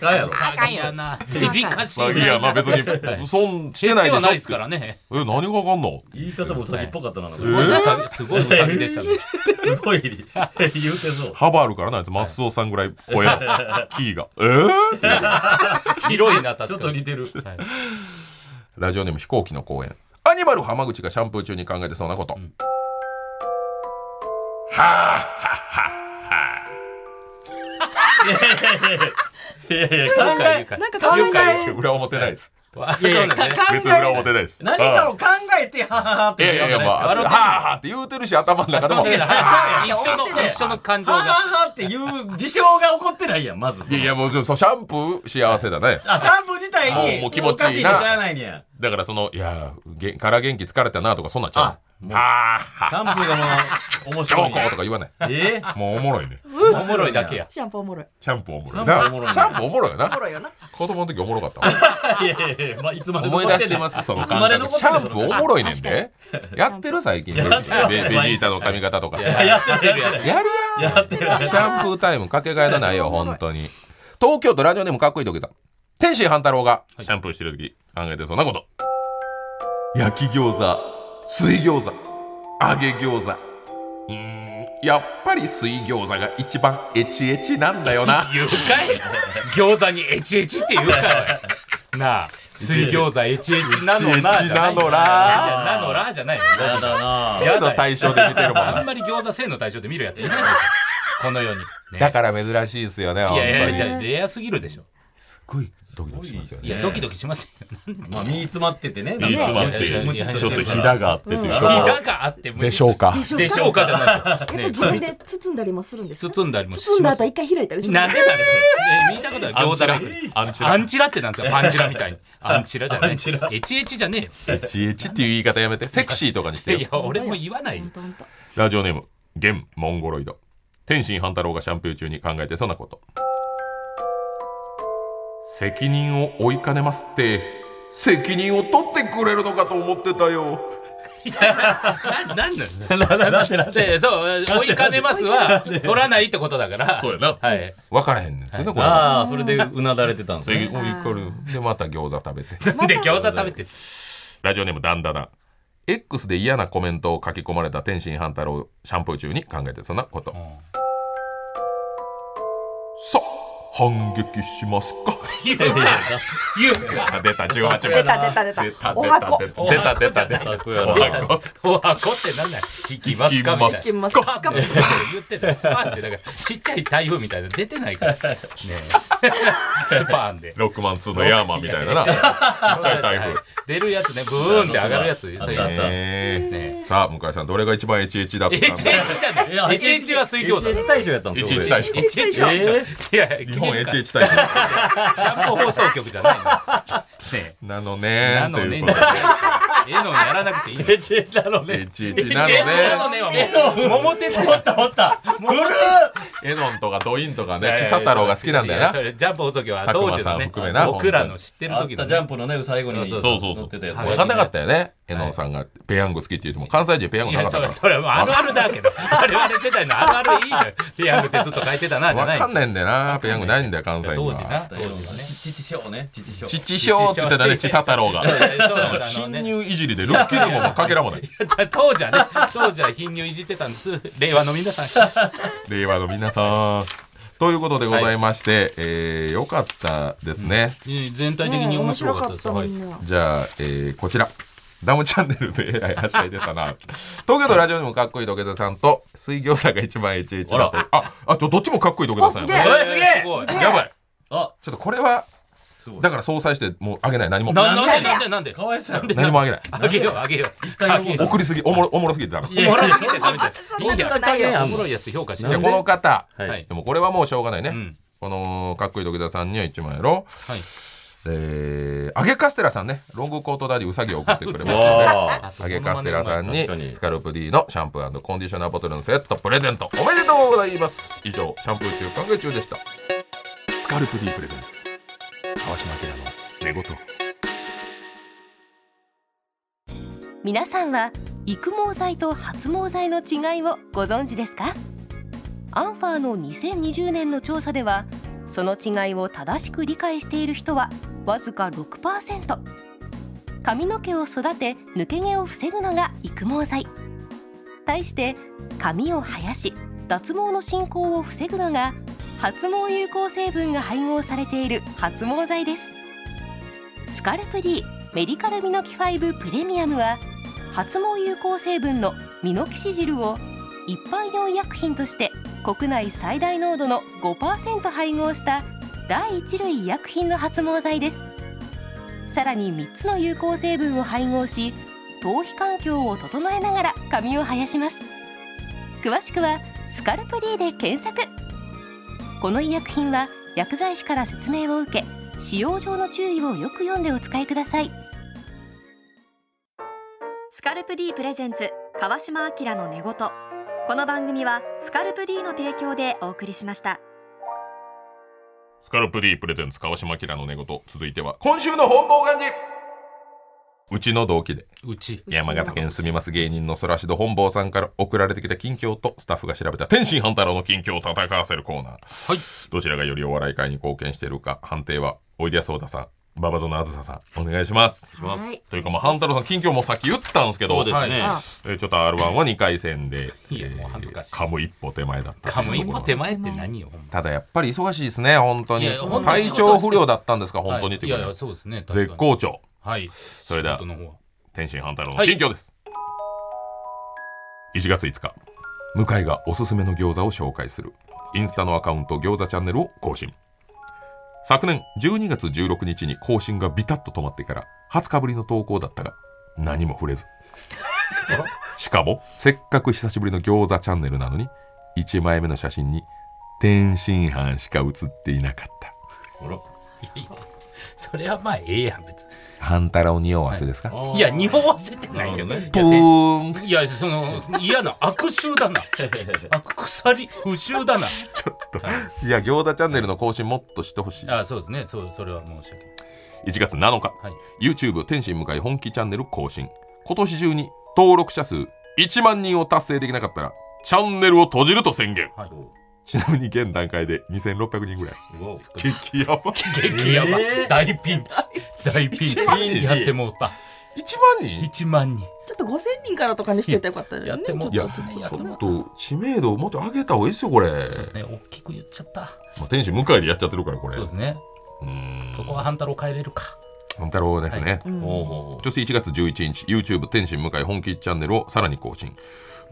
[SPEAKER 3] かんやろ。
[SPEAKER 2] 高いやなデリカシ
[SPEAKER 1] まあ
[SPEAKER 2] ー
[SPEAKER 1] いやまあ別に
[SPEAKER 2] はい
[SPEAKER 1] 損してないで
[SPEAKER 2] は
[SPEAKER 1] しょ
[SPEAKER 2] ないですからね
[SPEAKER 1] え何がわかんの
[SPEAKER 3] 言い方もウサギっぽかったな。なんか
[SPEAKER 1] えー
[SPEAKER 2] うさぎすごいうさぎでしたね
[SPEAKER 3] すごい 言うてそう。
[SPEAKER 1] 幅あるからなあいつマスオさんぐらい声の キーがえーって
[SPEAKER 2] 広いな
[SPEAKER 3] ち
[SPEAKER 2] 確
[SPEAKER 3] ょっ
[SPEAKER 2] か
[SPEAKER 3] と
[SPEAKER 2] に
[SPEAKER 3] 似てる。
[SPEAKER 1] ラジオネーム飛行機の公演アニマル浜口がシャンプー中に考えてそうなこと、
[SPEAKER 3] いやいや、考え、
[SPEAKER 4] なんか考えたい。
[SPEAKER 1] 裏表ないです
[SPEAKER 2] いやいや
[SPEAKER 1] 別に裏表ないです
[SPEAKER 3] 何かを考えて、はははっ
[SPEAKER 1] い
[SPEAKER 3] て
[SPEAKER 1] やい
[SPEAKER 3] 言う
[SPEAKER 1] やいや、
[SPEAKER 3] わけ
[SPEAKER 1] ま
[SPEAKER 3] じ
[SPEAKER 1] あ、はあ
[SPEAKER 2] 笑って
[SPEAKER 3] ゃ
[SPEAKER 1] はあって言うてるし、頭の中でも。
[SPEAKER 2] 一
[SPEAKER 1] い
[SPEAKER 2] 緒の一緒の感情
[SPEAKER 3] ないは
[SPEAKER 2] が
[SPEAKER 3] ははっていう事象が起こってないやん、まず。
[SPEAKER 1] やいや、もう、そうシャンプー幸せだね。
[SPEAKER 3] あ、シャンプー自体
[SPEAKER 1] もう
[SPEAKER 3] に、
[SPEAKER 1] もう気持ちいいな
[SPEAKER 3] おかしいのしゃあないにや。
[SPEAKER 1] だから、その、いや、げから元気疲れたなとか、そんなんちゃう。
[SPEAKER 3] もう
[SPEAKER 1] ああ、
[SPEAKER 3] シ
[SPEAKER 1] は
[SPEAKER 3] ャンプーがもう、
[SPEAKER 1] 強
[SPEAKER 3] 面白い
[SPEAKER 1] 行
[SPEAKER 3] んや。
[SPEAKER 1] とか言わない。
[SPEAKER 3] え
[SPEAKER 1] もうおもろいね。
[SPEAKER 2] おもろいだけや
[SPEAKER 4] シャンプーおも ろい。
[SPEAKER 1] シャンプーおもろい
[SPEAKER 3] シャンプーおもろい
[SPEAKER 1] な。
[SPEAKER 3] ね
[SPEAKER 1] シャンプーおもろいよ
[SPEAKER 4] おも
[SPEAKER 1] な。
[SPEAKER 4] ろいよな。
[SPEAKER 1] 子供の時おもろかったわ。
[SPEAKER 3] いやいやいや、まあ、いつまで。
[SPEAKER 1] 思い出してますす、その
[SPEAKER 3] いつま
[SPEAKER 1] 感
[SPEAKER 3] で
[SPEAKER 1] 覚。
[SPEAKER 3] 残っ
[SPEAKER 1] シ
[SPEAKER 3] てん
[SPEAKER 1] ャ
[SPEAKER 3] の
[SPEAKER 1] ンプーおもろいねんで。やってる最近。ベジベジータの髪型とか。やる
[SPEAKER 3] やってるやつ。
[SPEAKER 1] やん。
[SPEAKER 3] やってるや
[SPEAKER 1] シャンプータイムかけがえのないよ、本当に。東京都ラジオネームかっこいい時だ。天心半太郎がシャンプーしてる時考えてそんなこと。焼き餃子、水餃子、揚げ餃子。うーん、やっぱり水餃子が一番エチエチなんだよな。
[SPEAKER 2] 言うかい餃子にエチエチって言うかいなあ水餃子エチエチなのな
[SPEAKER 1] エチエチなのな
[SPEAKER 2] なのらじゃないよ
[SPEAKER 3] やだな
[SPEAKER 1] 性の対象で見てるもん
[SPEAKER 2] あん
[SPEAKER 1] な。
[SPEAKER 2] まり餃子性の対象で見るやついないでしょこの世 にね
[SPEAKER 1] だから珍しいですよね、
[SPEAKER 2] い
[SPEAKER 1] 本
[SPEAKER 2] やいやい
[SPEAKER 1] 当
[SPEAKER 2] や
[SPEAKER 1] に。すっ
[SPEAKER 2] じゃあレアすぎるでしょ
[SPEAKER 1] ごいドキドキしますよ
[SPEAKER 2] い
[SPEAKER 1] ね。
[SPEAKER 2] やドキドキしますよ
[SPEAKER 3] まあ、身詰まっててね。
[SPEAKER 1] いつまで
[SPEAKER 2] いやいやいや
[SPEAKER 1] ちょっとひだがあってという人も
[SPEAKER 2] ひだがあっても
[SPEAKER 1] でしょうか。
[SPEAKER 2] でしょうかじゃない
[SPEAKER 4] やっぱ自分で包んだりもするんですか。
[SPEAKER 2] 包んだりもし
[SPEAKER 4] 包んだ
[SPEAKER 2] ます
[SPEAKER 4] 後一回開いたりする。
[SPEAKER 2] なんでなんだよ見たことない餃子の
[SPEAKER 1] アンチラ
[SPEAKER 2] アンチラってなんですよパンチラみたいにアンチラじゃない
[SPEAKER 3] アンチラ
[SPEAKER 2] エチエチじゃねえよ
[SPEAKER 1] エチエチっていう言い方やめて、セクシーとかにしてよ
[SPEAKER 2] いや俺も言わないよ
[SPEAKER 4] ほんとほんと
[SPEAKER 1] ラジオネーム、ゲン・モンゴロイド。天心半太郎がシャンプー中に考えてそうなこと。責任を追いかねますって、責任を取ってくれるのかと思ってたよ。
[SPEAKER 2] ななんなん
[SPEAKER 3] なんてなんて。
[SPEAKER 2] でそう追いかねますは取らないってことだから
[SPEAKER 1] そうやな
[SPEAKER 2] はい
[SPEAKER 1] 分からへんねん。それでこれ。
[SPEAKER 3] ああ、それでうなだれてたんです
[SPEAKER 1] 責
[SPEAKER 3] ね。
[SPEAKER 1] 任を追いかねで、また餃子食べて。
[SPEAKER 2] なんで餃子食べて
[SPEAKER 1] ラジオネーム、ダンダダン。X で嫌なコメントを書き込まれた天心半太郎、シャンプー中に考えてそうなこと。さあ、反撃しますか。
[SPEAKER 2] 言うか言うか
[SPEAKER 1] あ出た、18番。
[SPEAKER 4] 出た出た出た
[SPEAKER 1] 出た
[SPEAKER 4] お箱
[SPEAKER 1] 出た出た出た出た
[SPEAKER 3] かっこいい
[SPEAKER 1] お箱
[SPEAKER 2] おはこってなんなん引きますかみたいな
[SPEAKER 1] 引
[SPEAKER 4] きます
[SPEAKER 2] スパンって言ってたよスパンってだからちっちゃい台風みたいなの出てないからね えスパンで
[SPEAKER 1] ロックマン2のヤーマンみたいなな。ちっちゃい台風。
[SPEAKER 2] 出るやつねブーンって上がるやつそういうやつ
[SPEAKER 1] ねえさあ、向井さん、どれが一番エチエチだった
[SPEAKER 2] エ
[SPEAKER 1] ん
[SPEAKER 2] チエ
[SPEAKER 1] だ
[SPEAKER 2] チじゃねえエチエチは水餃子
[SPEAKER 3] 一日大将やったんですよ。
[SPEAKER 1] 一日大将
[SPEAKER 2] エチエチはいいじゃんいやいや
[SPEAKER 1] 日本エチエ
[SPEAKER 2] チ
[SPEAKER 1] チ大賞。
[SPEAKER 2] 放送局じゃないのね
[SPEAKER 1] なの
[SPEAKER 2] え
[SPEAKER 1] ね
[SPEAKER 2] な
[SPEAKER 1] ーと
[SPEAKER 2] の
[SPEAKER 1] い
[SPEAKER 2] ね
[SPEAKER 1] うこと
[SPEAKER 2] えのやらなくていいの
[SPEAKER 3] 一日だろう
[SPEAKER 1] で。
[SPEAKER 3] ね。
[SPEAKER 1] エチエチ
[SPEAKER 2] エチエチ
[SPEAKER 1] なのね
[SPEAKER 2] なのねはもう桃鉄や
[SPEAKER 3] おったおった。ブルー
[SPEAKER 1] エノンとかドインとか
[SPEAKER 2] いや
[SPEAKER 1] ね
[SPEAKER 2] いやい
[SPEAKER 1] 千
[SPEAKER 2] や
[SPEAKER 1] 佐太郎が好きなんだよ
[SPEAKER 2] いやそ
[SPEAKER 1] な
[SPEAKER 2] れジャンプ細木は
[SPEAKER 1] 佐久
[SPEAKER 2] 当
[SPEAKER 1] 間
[SPEAKER 2] 時
[SPEAKER 1] さ
[SPEAKER 2] の
[SPEAKER 1] ん
[SPEAKER 2] ね
[SPEAKER 1] 含めな
[SPEAKER 2] 僕らの知ってる
[SPEAKER 3] あっ
[SPEAKER 2] 時の
[SPEAKER 3] た
[SPEAKER 2] ね
[SPEAKER 3] ジャンプのね最後に
[SPEAKER 2] そう
[SPEAKER 1] そうそう
[SPEAKER 3] 乗ってたやつ
[SPEAKER 2] はい
[SPEAKER 1] 分かんなかったよねエノンさんがペヤング好きって言っても関西人ペヤング
[SPEAKER 2] い
[SPEAKER 1] なか
[SPEAKER 2] や
[SPEAKER 1] った
[SPEAKER 2] そ
[SPEAKER 1] か
[SPEAKER 2] れそれはもうあるあるだけど 我々世代のあるあるいいのよペヤングってずっと書いてたな
[SPEAKER 1] ら
[SPEAKER 2] じゃない
[SPEAKER 1] 分
[SPEAKER 2] んで
[SPEAKER 1] かんない
[SPEAKER 2] すよ
[SPEAKER 1] んだよなペヤングないんだよ関西に
[SPEAKER 2] 当時
[SPEAKER 1] は
[SPEAKER 2] な当時はね
[SPEAKER 3] 父匠ね父匠
[SPEAKER 1] 父師匠って言ってたね千佐太 郎が
[SPEAKER 2] そうそうそうあの
[SPEAKER 1] 侵
[SPEAKER 2] ね
[SPEAKER 1] 入いじりでルッキズムもかけらもない
[SPEAKER 2] 当時はね 当時は貧乳いじってたんです令和の皆さん
[SPEAKER 1] 令和の皆さんということでございまして、えーよかったですね、
[SPEAKER 2] えー全体的に面白かったです、
[SPEAKER 4] ね
[SPEAKER 2] は
[SPEAKER 4] 面
[SPEAKER 2] い
[SPEAKER 4] 白かっ
[SPEAKER 1] じゃあ、えーこちら。ダムチャンネルで AI はしゃいでたな。東京都ラジオにもかっこいい土下座さんと、水餃子が一番 HH だと。あ、あ、ちょ、どっちもかっこいい土下座さんや
[SPEAKER 4] おす
[SPEAKER 1] ね
[SPEAKER 4] げえ
[SPEAKER 2] えーすごい
[SPEAKER 4] え
[SPEAKER 1] やばい。
[SPEAKER 3] あ
[SPEAKER 1] ちょっとこれは
[SPEAKER 3] すご、い
[SPEAKER 1] だから総裁して、もうあげない、何も。
[SPEAKER 2] な
[SPEAKER 3] なん
[SPEAKER 2] で
[SPEAKER 3] んで
[SPEAKER 2] なんでなんで
[SPEAKER 3] かわいそうやろ
[SPEAKER 1] 何もあげない。
[SPEAKER 2] あげようあげよう
[SPEAKER 3] 回
[SPEAKER 2] あげよう
[SPEAKER 1] 送りすぎ、おもろ、おもろすぎてダメ。
[SPEAKER 3] い
[SPEAKER 1] じ
[SPEAKER 3] やい
[SPEAKER 2] も
[SPEAKER 3] や
[SPEAKER 2] らってきて食べていいや
[SPEAKER 4] そんなことないよ
[SPEAKER 2] おもろいやつ評価し
[SPEAKER 1] ゃあ、
[SPEAKER 2] て
[SPEAKER 1] この方。
[SPEAKER 3] はい
[SPEAKER 2] はい
[SPEAKER 1] でもこれはもうしょうがないね。
[SPEAKER 2] うん
[SPEAKER 1] この、かっこいい土下座さんには一万やろ。
[SPEAKER 2] はい
[SPEAKER 1] えー、揚げカステラさんね、ロングコートダディウサギを送ってくれました
[SPEAKER 2] う
[SPEAKER 1] ね。
[SPEAKER 3] わ
[SPEAKER 1] 揚げカステラさんに
[SPEAKER 3] 確かに
[SPEAKER 1] スカルプ D のシャンプーコンディショナーボトルのセットプレゼントおめでとうございます以上シャンプー中考え中でしたスカルプ D プレゼンツ川島明の寝言
[SPEAKER 6] 皆さんは育毛剤と発毛剤の違いをご存知ですかアンファーの2020年の調査ではその違いを正しく理解している人はわずか6%髪の毛を育て抜け毛を防ぐのが育毛剤対して髪を生やし脱毛の進行を防ぐのが発毛有効成分が配合されている発毛剤ですスカルプ D メディカルミノキ5プレミアムは発毛有効成分のミノキシジルを一般用医薬品として国内最大濃度の5%配合した第一類医薬品の発毛剤ですさらに3つの有効成分を配合し頭皮環境を整えながら髪を生やします詳しくは「スカルプ D」で検索この医薬品は薬剤師から説明を受け使用上の注意をよく読んでお使いください
[SPEAKER 7] スカルプ D プレゼンツ川島明の寝言この番組はスカルプ D の提供でお送りしました
[SPEAKER 1] スカルプ D プレゼンツ川島明の寝言続いては今週の本望漢字うちの同期で
[SPEAKER 2] うち
[SPEAKER 1] 山形県住みます芸人のそらしど本坊さんから送られてきた近況とスタッフが調べた天心半太郎の近況を戦わせるコーナー、どちらがよりお笑い界に貢献しているか判定はおいでやそうださんババゾのあずささんお願いします
[SPEAKER 4] たはい
[SPEAKER 1] というかまあ半太郎さん近況もさっき言ったんですけど
[SPEAKER 3] そうですね
[SPEAKER 1] はいえーちょっと r 1は2回戦で
[SPEAKER 2] いやもう恥ずかしい
[SPEAKER 1] えー噛む一歩手前だった
[SPEAKER 2] かも一歩手前って何よほんま
[SPEAKER 1] ただやっぱり忙しいですね本当
[SPEAKER 2] い
[SPEAKER 1] に
[SPEAKER 2] や本当に
[SPEAKER 1] 体
[SPEAKER 2] 仕事
[SPEAKER 1] 調不良だったんですか本当
[SPEAKER 2] は
[SPEAKER 1] に
[SPEAKER 2] い
[SPEAKER 1] って
[SPEAKER 2] い
[SPEAKER 1] いう
[SPEAKER 2] やい
[SPEAKER 1] ぐら
[SPEAKER 2] や
[SPEAKER 1] い
[SPEAKER 2] そうですね確かに
[SPEAKER 1] 絶好調
[SPEAKER 2] はい
[SPEAKER 1] れでは
[SPEAKER 2] 仕事の方は
[SPEAKER 1] 天心半太郎の
[SPEAKER 2] はい
[SPEAKER 1] 近況です、1月5日向井がおすすめの餃子を紹介するインスタのアカウント餃子チャンネルを更新昨年12月16日に更新がビタッと止まってから20日ぶりの投稿だったが何も触 れずしかもせっかく久しぶりの餃子チャンネルなのに1枚目の写真に天津飯しか写っていなかった
[SPEAKER 2] いやいやそれはまあええやん別に
[SPEAKER 1] 半太郎におわせですか、
[SPEAKER 2] いや匂わせてないけどね
[SPEAKER 1] プーン
[SPEAKER 2] いやその嫌な悪臭 だな悪鎖不臭だな
[SPEAKER 1] いや餃子チャンネルの更新もっとしてほしいです
[SPEAKER 2] あそうですねそうそれは申し訳ない
[SPEAKER 1] 1月7日、
[SPEAKER 2] はい
[SPEAKER 1] YouTube 天心向井本気チャンネル更新今年中に登録者数1万人を達成できなかったらチャンネルを閉じると宣言
[SPEAKER 2] はい
[SPEAKER 1] ちなみに現段階で2600人ぐらい激ヤバ1
[SPEAKER 2] 激ヤバ、
[SPEAKER 3] えー
[SPEAKER 2] 大ピンチ 大ピンチ
[SPEAKER 1] 1万人
[SPEAKER 2] やってもうた
[SPEAKER 1] 万人
[SPEAKER 2] 1万人
[SPEAKER 4] ちょっと5000人からとかにしてたらよかったの
[SPEAKER 2] や
[SPEAKER 4] よ
[SPEAKER 2] っ
[SPEAKER 4] ね
[SPEAKER 2] ても
[SPEAKER 1] いや
[SPEAKER 4] ち
[SPEAKER 1] ち
[SPEAKER 4] ょっとやって
[SPEAKER 1] ょ
[SPEAKER 4] も
[SPEAKER 1] っと知名度をもっと上げた方がいいですよこれ、
[SPEAKER 2] そうですね大きく言っちゃった
[SPEAKER 1] まあ、天心向井でやっちゃってるからこれ
[SPEAKER 2] そうですね
[SPEAKER 1] うーん
[SPEAKER 2] そこは半太郎変えれるか
[SPEAKER 1] 本太郎ですね、
[SPEAKER 3] お
[SPEAKER 1] そして1月11日 YouTube 天心向井本気チャンネルをさらに更新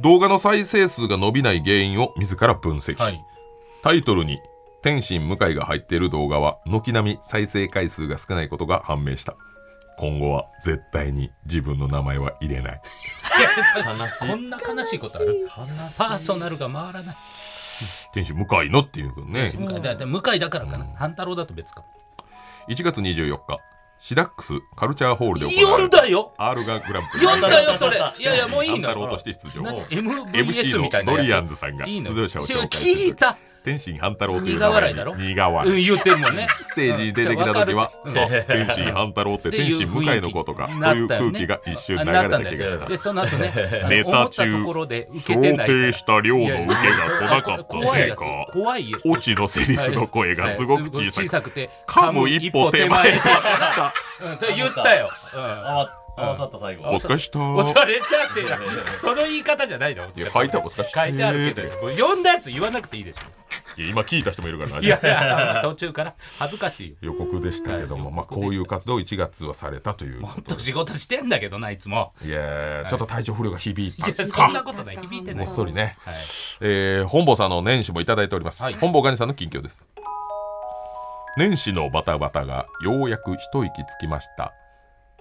[SPEAKER 1] 動画の再生数が伸びない原因を自ら分析、
[SPEAKER 2] はい
[SPEAKER 1] タイトルに天心向井が入っている動画は軒並み再生回数が少ないことが判明した今後は絶対に自分の名前は入れない
[SPEAKER 3] 悲しい
[SPEAKER 2] こんな悲しいことあるパーソナルが回らない
[SPEAKER 1] 天心向井のっていうことね
[SPEAKER 2] 向井だだ向井だからかな半太郎だと別か
[SPEAKER 1] 1月24日シダックスカルチャーホールで行わ
[SPEAKER 2] 読
[SPEAKER 1] れ
[SPEAKER 2] ん
[SPEAKER 1] た
[SPEAKER 2] だよ
[SPEAKER 1] R がグランプリ
[SPEAKER 2] 読んだよそ れいやいやもういい
[SPEAKER 1] 安太郎
[SPEAKER 2] の
[SPEAKER 1] として出場
[SPEAKER 2] MVS
[SPEAKER 1] MC
[SPEAKER 2] みたい
[SPEAKER 1] のド
[SPEAKER 2] なやつ
[SPEAKER 1] リアンズさんが
[SPEAKER 2] いい
[SPEAKER 1] 出
[SPEAKER 2] の
[SPEAKER 1] 場者を紹介する
[SPEAKER 2] 聞いた
[SPEAKER 1] 天心半太郎という
[SPEAKER 2] 苦笑いだろ
[SPEAKER 1] 苦
[SPEAKER 2] う
[SPEAKER 1] 笑
[SPEAKER 2] ん
[SPEAKER 1] い
[SPEAKER 2] 言ってるも んね
[SPEAKER 1] ステージに出てきた時は
[SPEAKER 2] うん
[SPEAKER 1] あ天心半太郎って天心向井のことかという空気が一瞬流れた気がした
[SPEAKER 2] でその後 ねあの
[SPEAKER 1] ネタ中
[SPEAKER 2] 思ったところで受け
[SPEAKER 1] 想
[SPEAKER 2] てないから
[SPEAKER 1] 定した量の受けが来なかった
[SPEAKER 2] 怖い
[SPEAKER 1] せい
[SPEAKER 2] やつ
[SPEAKER 1] か
[SPEAKER 2] 怖いよ
[SPEAKER 1] オチのセリフの声がすごく小さ
[SPEAKER 2] 小
[SPEAKER 1] く
[SPEAKER 2] さくて
[SPEAKER 1] 噛む一歩手前
[SPEAKER 2] うんそれ言ったよ、うん
[SPEAKER 3] あ合わさった最後
[SPEAKER 1] お疲れした
[SPEAKER 2] お疲れしたってなその言い方じゃないの
[SPEAKER 1] いや書いてあるお疲れした
[SPEAKER 2] 書いてあるけどこれ読んだやつ言わなくていいでしょ
[SPEAKER 1] いや今聞いた人もいるから
[SPEAKER 2] い
[SPEAKER 1] ね
[SPEAKER 2] やいや途中から恥ずかしい
[SPEAKER 1] 予
[SPEAKER 2] よ
[SPEAKER 1] 告でしたけども、
[SPEAKER 2] はい
[SPEAKER 1] まあ、こういう活動を1月はされたという
[SPEAKER 2] ほんと仕事してんだけどないつも
[SPEAKER 1] いやーちょっと体調不良が響い
[SPEAKER 2] い
[SPEAKER 1] たんで
[SPEAKER 2] や
[SPEAKER 1] す
[SPEAKER 2] そんな
[SPEAKER 1] か
[SPEAKER 2] ことない響いてな
[SPEAKER 1] ご
[SPEAKER 2] い
[SPEAKER 1] っそりね、
[SPEAKER 2] はい
[SPEAKER 1] えー本坊さんの年始もいただいております、
[SPEAKER 2] はい
[SPEAKER 1] 本坊ガニさんの近況です年始のバタバタがようやく一息つきました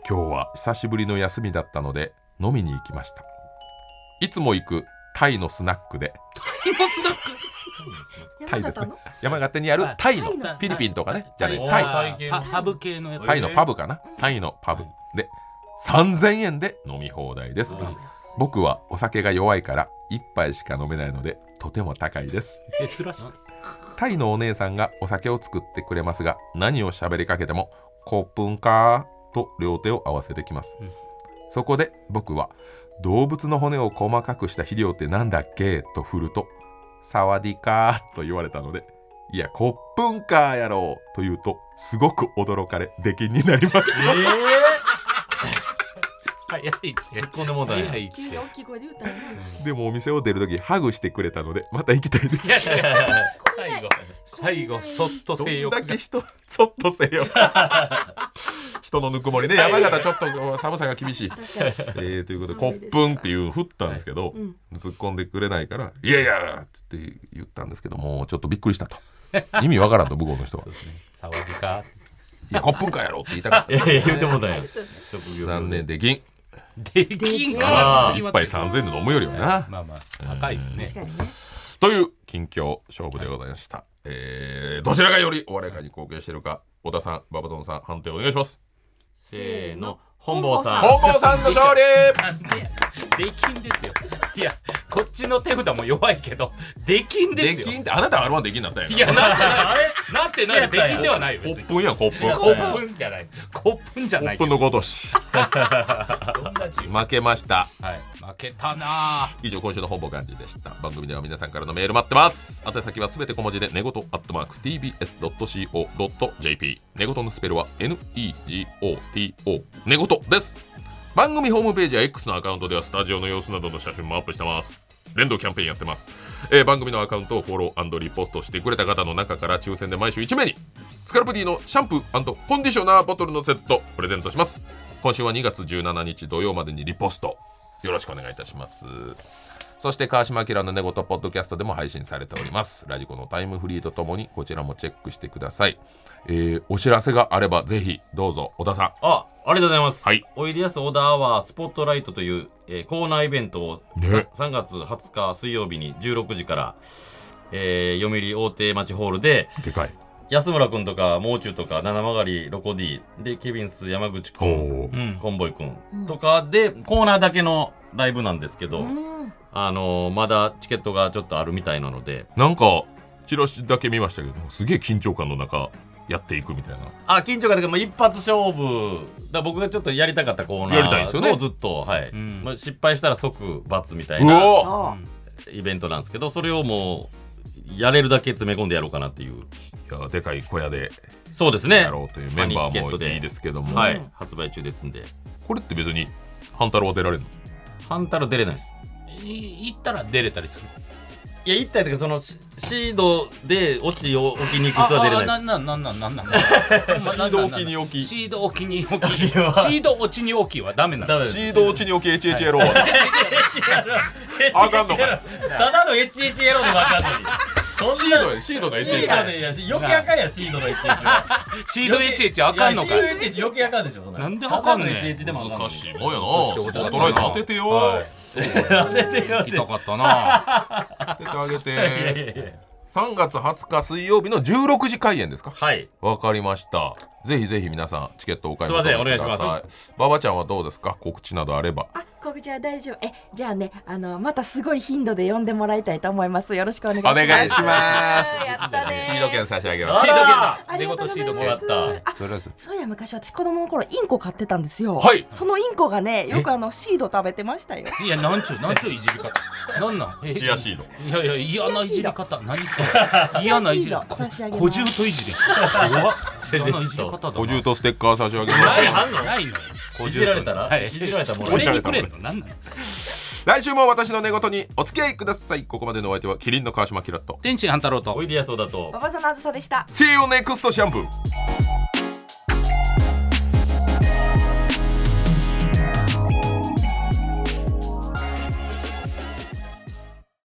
[SPEAKER 1] 今日は久しぶりの休みだったので飲みに行きましたいつも行くタイのスナックでタイですね山形にあるタイの
[SPEAKER 4] タイの
[SPEAKER 1] フィリピンとかねじゃ
[SPEAKER 2] タ
[SPEAKER 1] あ
[SPEAKER 2] イ
[SPEAKER 1] ね
[SPEAKER 3] おー
[SPEAKER 1] タイ
[SPEAKER 3] タイ系の
[SPEAKER 2] パパブ系のやつ
[SPEAKER 1] タイのパブかなタイのパブで3000円で飲み放題です僕はお酒が弱いから1杯しか飲めないのでとても高いです
[SPEAKER 2] え珍しい
[SPEAKER 1] タイのお姉さんがお酒を作ってくれますが何を喋りかけても「コップンかー」と両手を合わせてきます、
[SPEAKER 2] うん
[SPEAKER 1] そこで僕は「動物の骨を細かくした肥料ってなんだっけ?」と振ると「サワディカー」と言われたので「いやコップンかーやろう」と言うとすごく驚かれ出禁になりました
[SPEAKER 2] 早いって
[SPEAKER 3] 突っ込んでもうたね
[SPEAKER 2] 早いって
[SPEAKER 4] 急に大きい声で言うたんやな
[SPEAKER 1] でもお店を出る時ハグしてくれたのでまた行きたいです
[SPEAKER 2] いやいや最後最後そっと
[SPEAKER 1] ど
[SPEAKER 2] 性
[SPEAKER 1] ん
[SPEAKER 2] 欲
[SPEAKER 1] だ
[SPEAKER 2] が
[SPEAKER 1] け人そっとせ よ人のぬくもりね山形ちょっと寒さが厳しい
[SPEAKER 4] 確かに
[SPEAKER 1] えー、ということで「コップン」っていう振ったんですけど、
[SPEAKER 4] うん
[SPEAKER 1] 突っ込んでくれないから「いやいや」って言って言ったんですけどもうちょっとびっくりしたと意味わからんと向こうの人は「
[SPEAKER 2] 騒ぎか
[SPEAKER 1] いやコップンかやろ」って言いたかっ
[SPEAKER 3] いやいや言ってもうたんや
[SPEAKER 1] た 残念で銀
[SPEAKER 2] できんか
[SPEAKER 3] あー
[SPEAKER 1] 1杯3000で飲むよりはな、
[SPEAKER 2] まあまあ高いですね
[SPEAKER 4] 確かにね
[SPEAKER 1] という近況勝負でございました、えーどちらがよりお笑い界に貢献してるか小田さんババトンさん判定お願いします
[SPEAKER 3] せーの本坊さん
[SPEAKER 1] 本坊さんの勝利
[SPEAKER 2] なんでできんですよいやこっちの手札も弱いけどできんで
[SPEAKER 1] です
[SPEAKER 2] よ
[SPEAKER 1] きんってあなた R1 できんなったんやない
[SPEAKER 2] やなってないなってないできんではないよ
[SPEAKER 1] コ
[SPEAKER 2] 別に
[SPEAKER 1] ップンやんコップン
[SPEAKER 2] コップンじゃないコップンじゃ
[SPEAKER 1] コ
[SPEAKER 2] な
[SPEAKER 1] ッ
[SPEAKER 2] いけ
[SPEAKER 1] プ
[SPEAKER 2] ど
[SPEAKER 1] ンのことし
[SPEAKER 2] どんな字
[SPEAKER 1] 負けました
[SPEAKER 2] はい負けたなぁ
[SPEAKER 1] 以上今週の本望漢字でした番組では皆さんからのメール待ってます宛先はすべて小文字で寝言アットマーク tbs.co.jp 寝言のスペルは negoto 寝言です番組ホームページや X のアカウントではスタジオの様子などの写真もアップしてます連動キャンペーンやってます、えー番組のアカウントをフォローリポストしてくれた方の中から抽選で毎週1名にスカルプ D のシャンプーコンディショナーボトルのセットプレゼントします今週は2月17日土曜までにリポストよろしくお願いいたしますそして川島明の寝言ポッドキャストでも配信されております。ラジコのタイムフリーとともにこちらもチェックしてください。えーお知らせがあればぜひどうぞ小田さ
[SPEAKER 3] あありがとうございます、
[SPEAKER 1] はい
[SPEAKER 3] おいでやす小田アワースポットライトという、えーコーナーイベントを、
[SPEAKER 1] ね
[SPEAKER 3] さ3月20日水曜日に16時から、えー、読売大手町ホールで
[SPEAKER 1] ん。でかい。
[SPEAKER 3] 安村君とかもう中とか七曲りロコ D でケビンス山口君
[SPEAKER 1] おー
[SPEAKER 2] うん
[SPEAKER 3] コンボイ君とかでコーナーだけのライブなんですけど、
[SPEAKER 4] うん
[SPEAKER 3] あのーまだチケットがちょっとあるみたいなので
[SPEAKER 1] なんかチラシだけ見ましたけど、すげえ緊張感の中やっていくみたいな。
[SPEAKER 3] あ緊張感というか、まあ、一発勝負だ僕がちょっとやりたかったコーナー
[SPEAKER 1] やりたいんですよね
[SPEAKER 3] をずっと、はい
[SPEAKER 2] うん
[SPEAKER 3] まあ、失敗したら即罰みたいうな
[SPEAKER 1] おー
[SPEAKER 4] あ
[SPEAKER 3] イベントなんですけどそれをもうやれるだけ詰め込んでやろうかなっていう
[SPEAKER 1] いやでかい小屋で
[SPEAKER 3] そうですね
[SPEAKER 1] やろうというメンバーもいいですけども、
[SPEAKER 3] は
[SPEAKER 4] う
[SPEAKER 3] い
[SPEAKER 4] ん
[SPEAKER 3] 発売中ですんで
[SPEAKER 1] これって別に半太郎は出られるの
[SPEAKER 3] 半太郎出れないです
[SPEAKER 2] い行ったら出れたりする
[SPEAKER 3] いや一体というかそのシシードで落ちを置きに行く人は出れない
[SPEAKER 2] ああなんなんなんなんなんなん
[SPEAKER 1] ード置きに置き
[SPEAKER 2] シード置きに置きシード落ちに置きはダメな
[SPEAKER 3] ダ
[SPEAKER 2] の
[SPEAKER 3] メです
[SPEAKER 1] シード落ちに置き HHLO は。あかんのかい。
[SPEAKER 3] ただの HH エロの分かんない
[SPEAKER 1] シードやシードの HHLO。
[SPEAKER 3] やし余計あかんやシードの HH
[SPEAKER 2] シード HH あかんのかい
[SPEAKER 3] いやシード HH 余計あかんでしょそん
[SPEAKER 2] なんであかんねん
[SPEAKER 3] ただの HH でもあかん
[SPEAKER 1] 難しいもんや
[SPEAKER 2] そ
[SPEAKER 1] な。
[SPEAKER 2] し
[SPEAKER 1] ス
[SPEAKER 2] て
[SPEAKER 1] ポットライト当ててよ。
[SPEAKER 2] 行きたかったな
[SPEAKER 1] 当ててあげ
[SPEAKER 3] いやい
[SPEAKER 1] て。
[SPEAKER 3] やいや
[SPEAKER 1] 3月20日水曜日の16時開演ですか
[SPEAKER 3] はい
[SPEAKER 1] わかりましたぜひぜひ皆さんチケットお買い
[SPEAKER 3] すいま
[SPEAKER 1] 求
[SPEAKER 3] せん
[SPEAKER 1] めく
[SPEAKER 3] お願
[SPEAKER 1] だ
[SPEAKER 3] いし
[SPEAKER 1] さい馬場ちゃんはどうですか告知などあれば
[SPEAKER 4] あ、こちら大丈夫。え、じゃあね、あの、またすごい頻度で呼んでもらいたいと思います。よろしくお願いし
[SPEAKER 1] お
[SPEAKER 4] ます。
[SPEAKER 1] 願いし ます
[SPEAKER 4] やったね。
[SPEAKER 1] シード権差し上げま
[SPEAKER 3] あ
[SPEAKER 1] す
[SPEAKER 3] ら
[SPEAKER 4] ありがとうございます。
[SPEAKER 3] 出事シードもらった
[SPEAKER 4] あ
[SPEAKER 1] それです
[SPEAKER 4] そういや昔私子供の頃インコ飼ってたんですよ。
[SPEAKER 1] はい
[SPEAKER 4] そのインコがね、よくあのシード食べてましたよ。
[SPEAKER 2] いや、なんちゅう、なんちゅういじり方。なんなん。え
[SPEAKER 1] チアシード
[SPEAKER 2] いやいや、嫌ないじり方。何これ。嫌ないじり
[SPEAKER 4] チアシード
[SPEAKER 2] 方。
[SPEAKER 4] 差し上げます
[SPEAKER 2] 小獣といじり。怖っ。嫌ないじり方だな。
[SPEAKER 1] 補充とステッカー差し上げます
[SPEAKER 2] ないあんのないのよ。
[SPEAKER 3] いじられたら、
[SPEAKER 2] はい
[SPEAKER 3] い、じられたらもらえる
[SPEAKER 2] 俺にくれんのなんなの
[SPEAKER 1] 来週も私の寝言にお付き合いくださいここまでのお相手はキリンの川島キラット
[SPEAKER 2] 天心半太郎と
[SPEAKER 3] おいでやそうだと
[SPEAKER 4] ババザナズサでした。
[SPEAKER 1] See you next シャンプー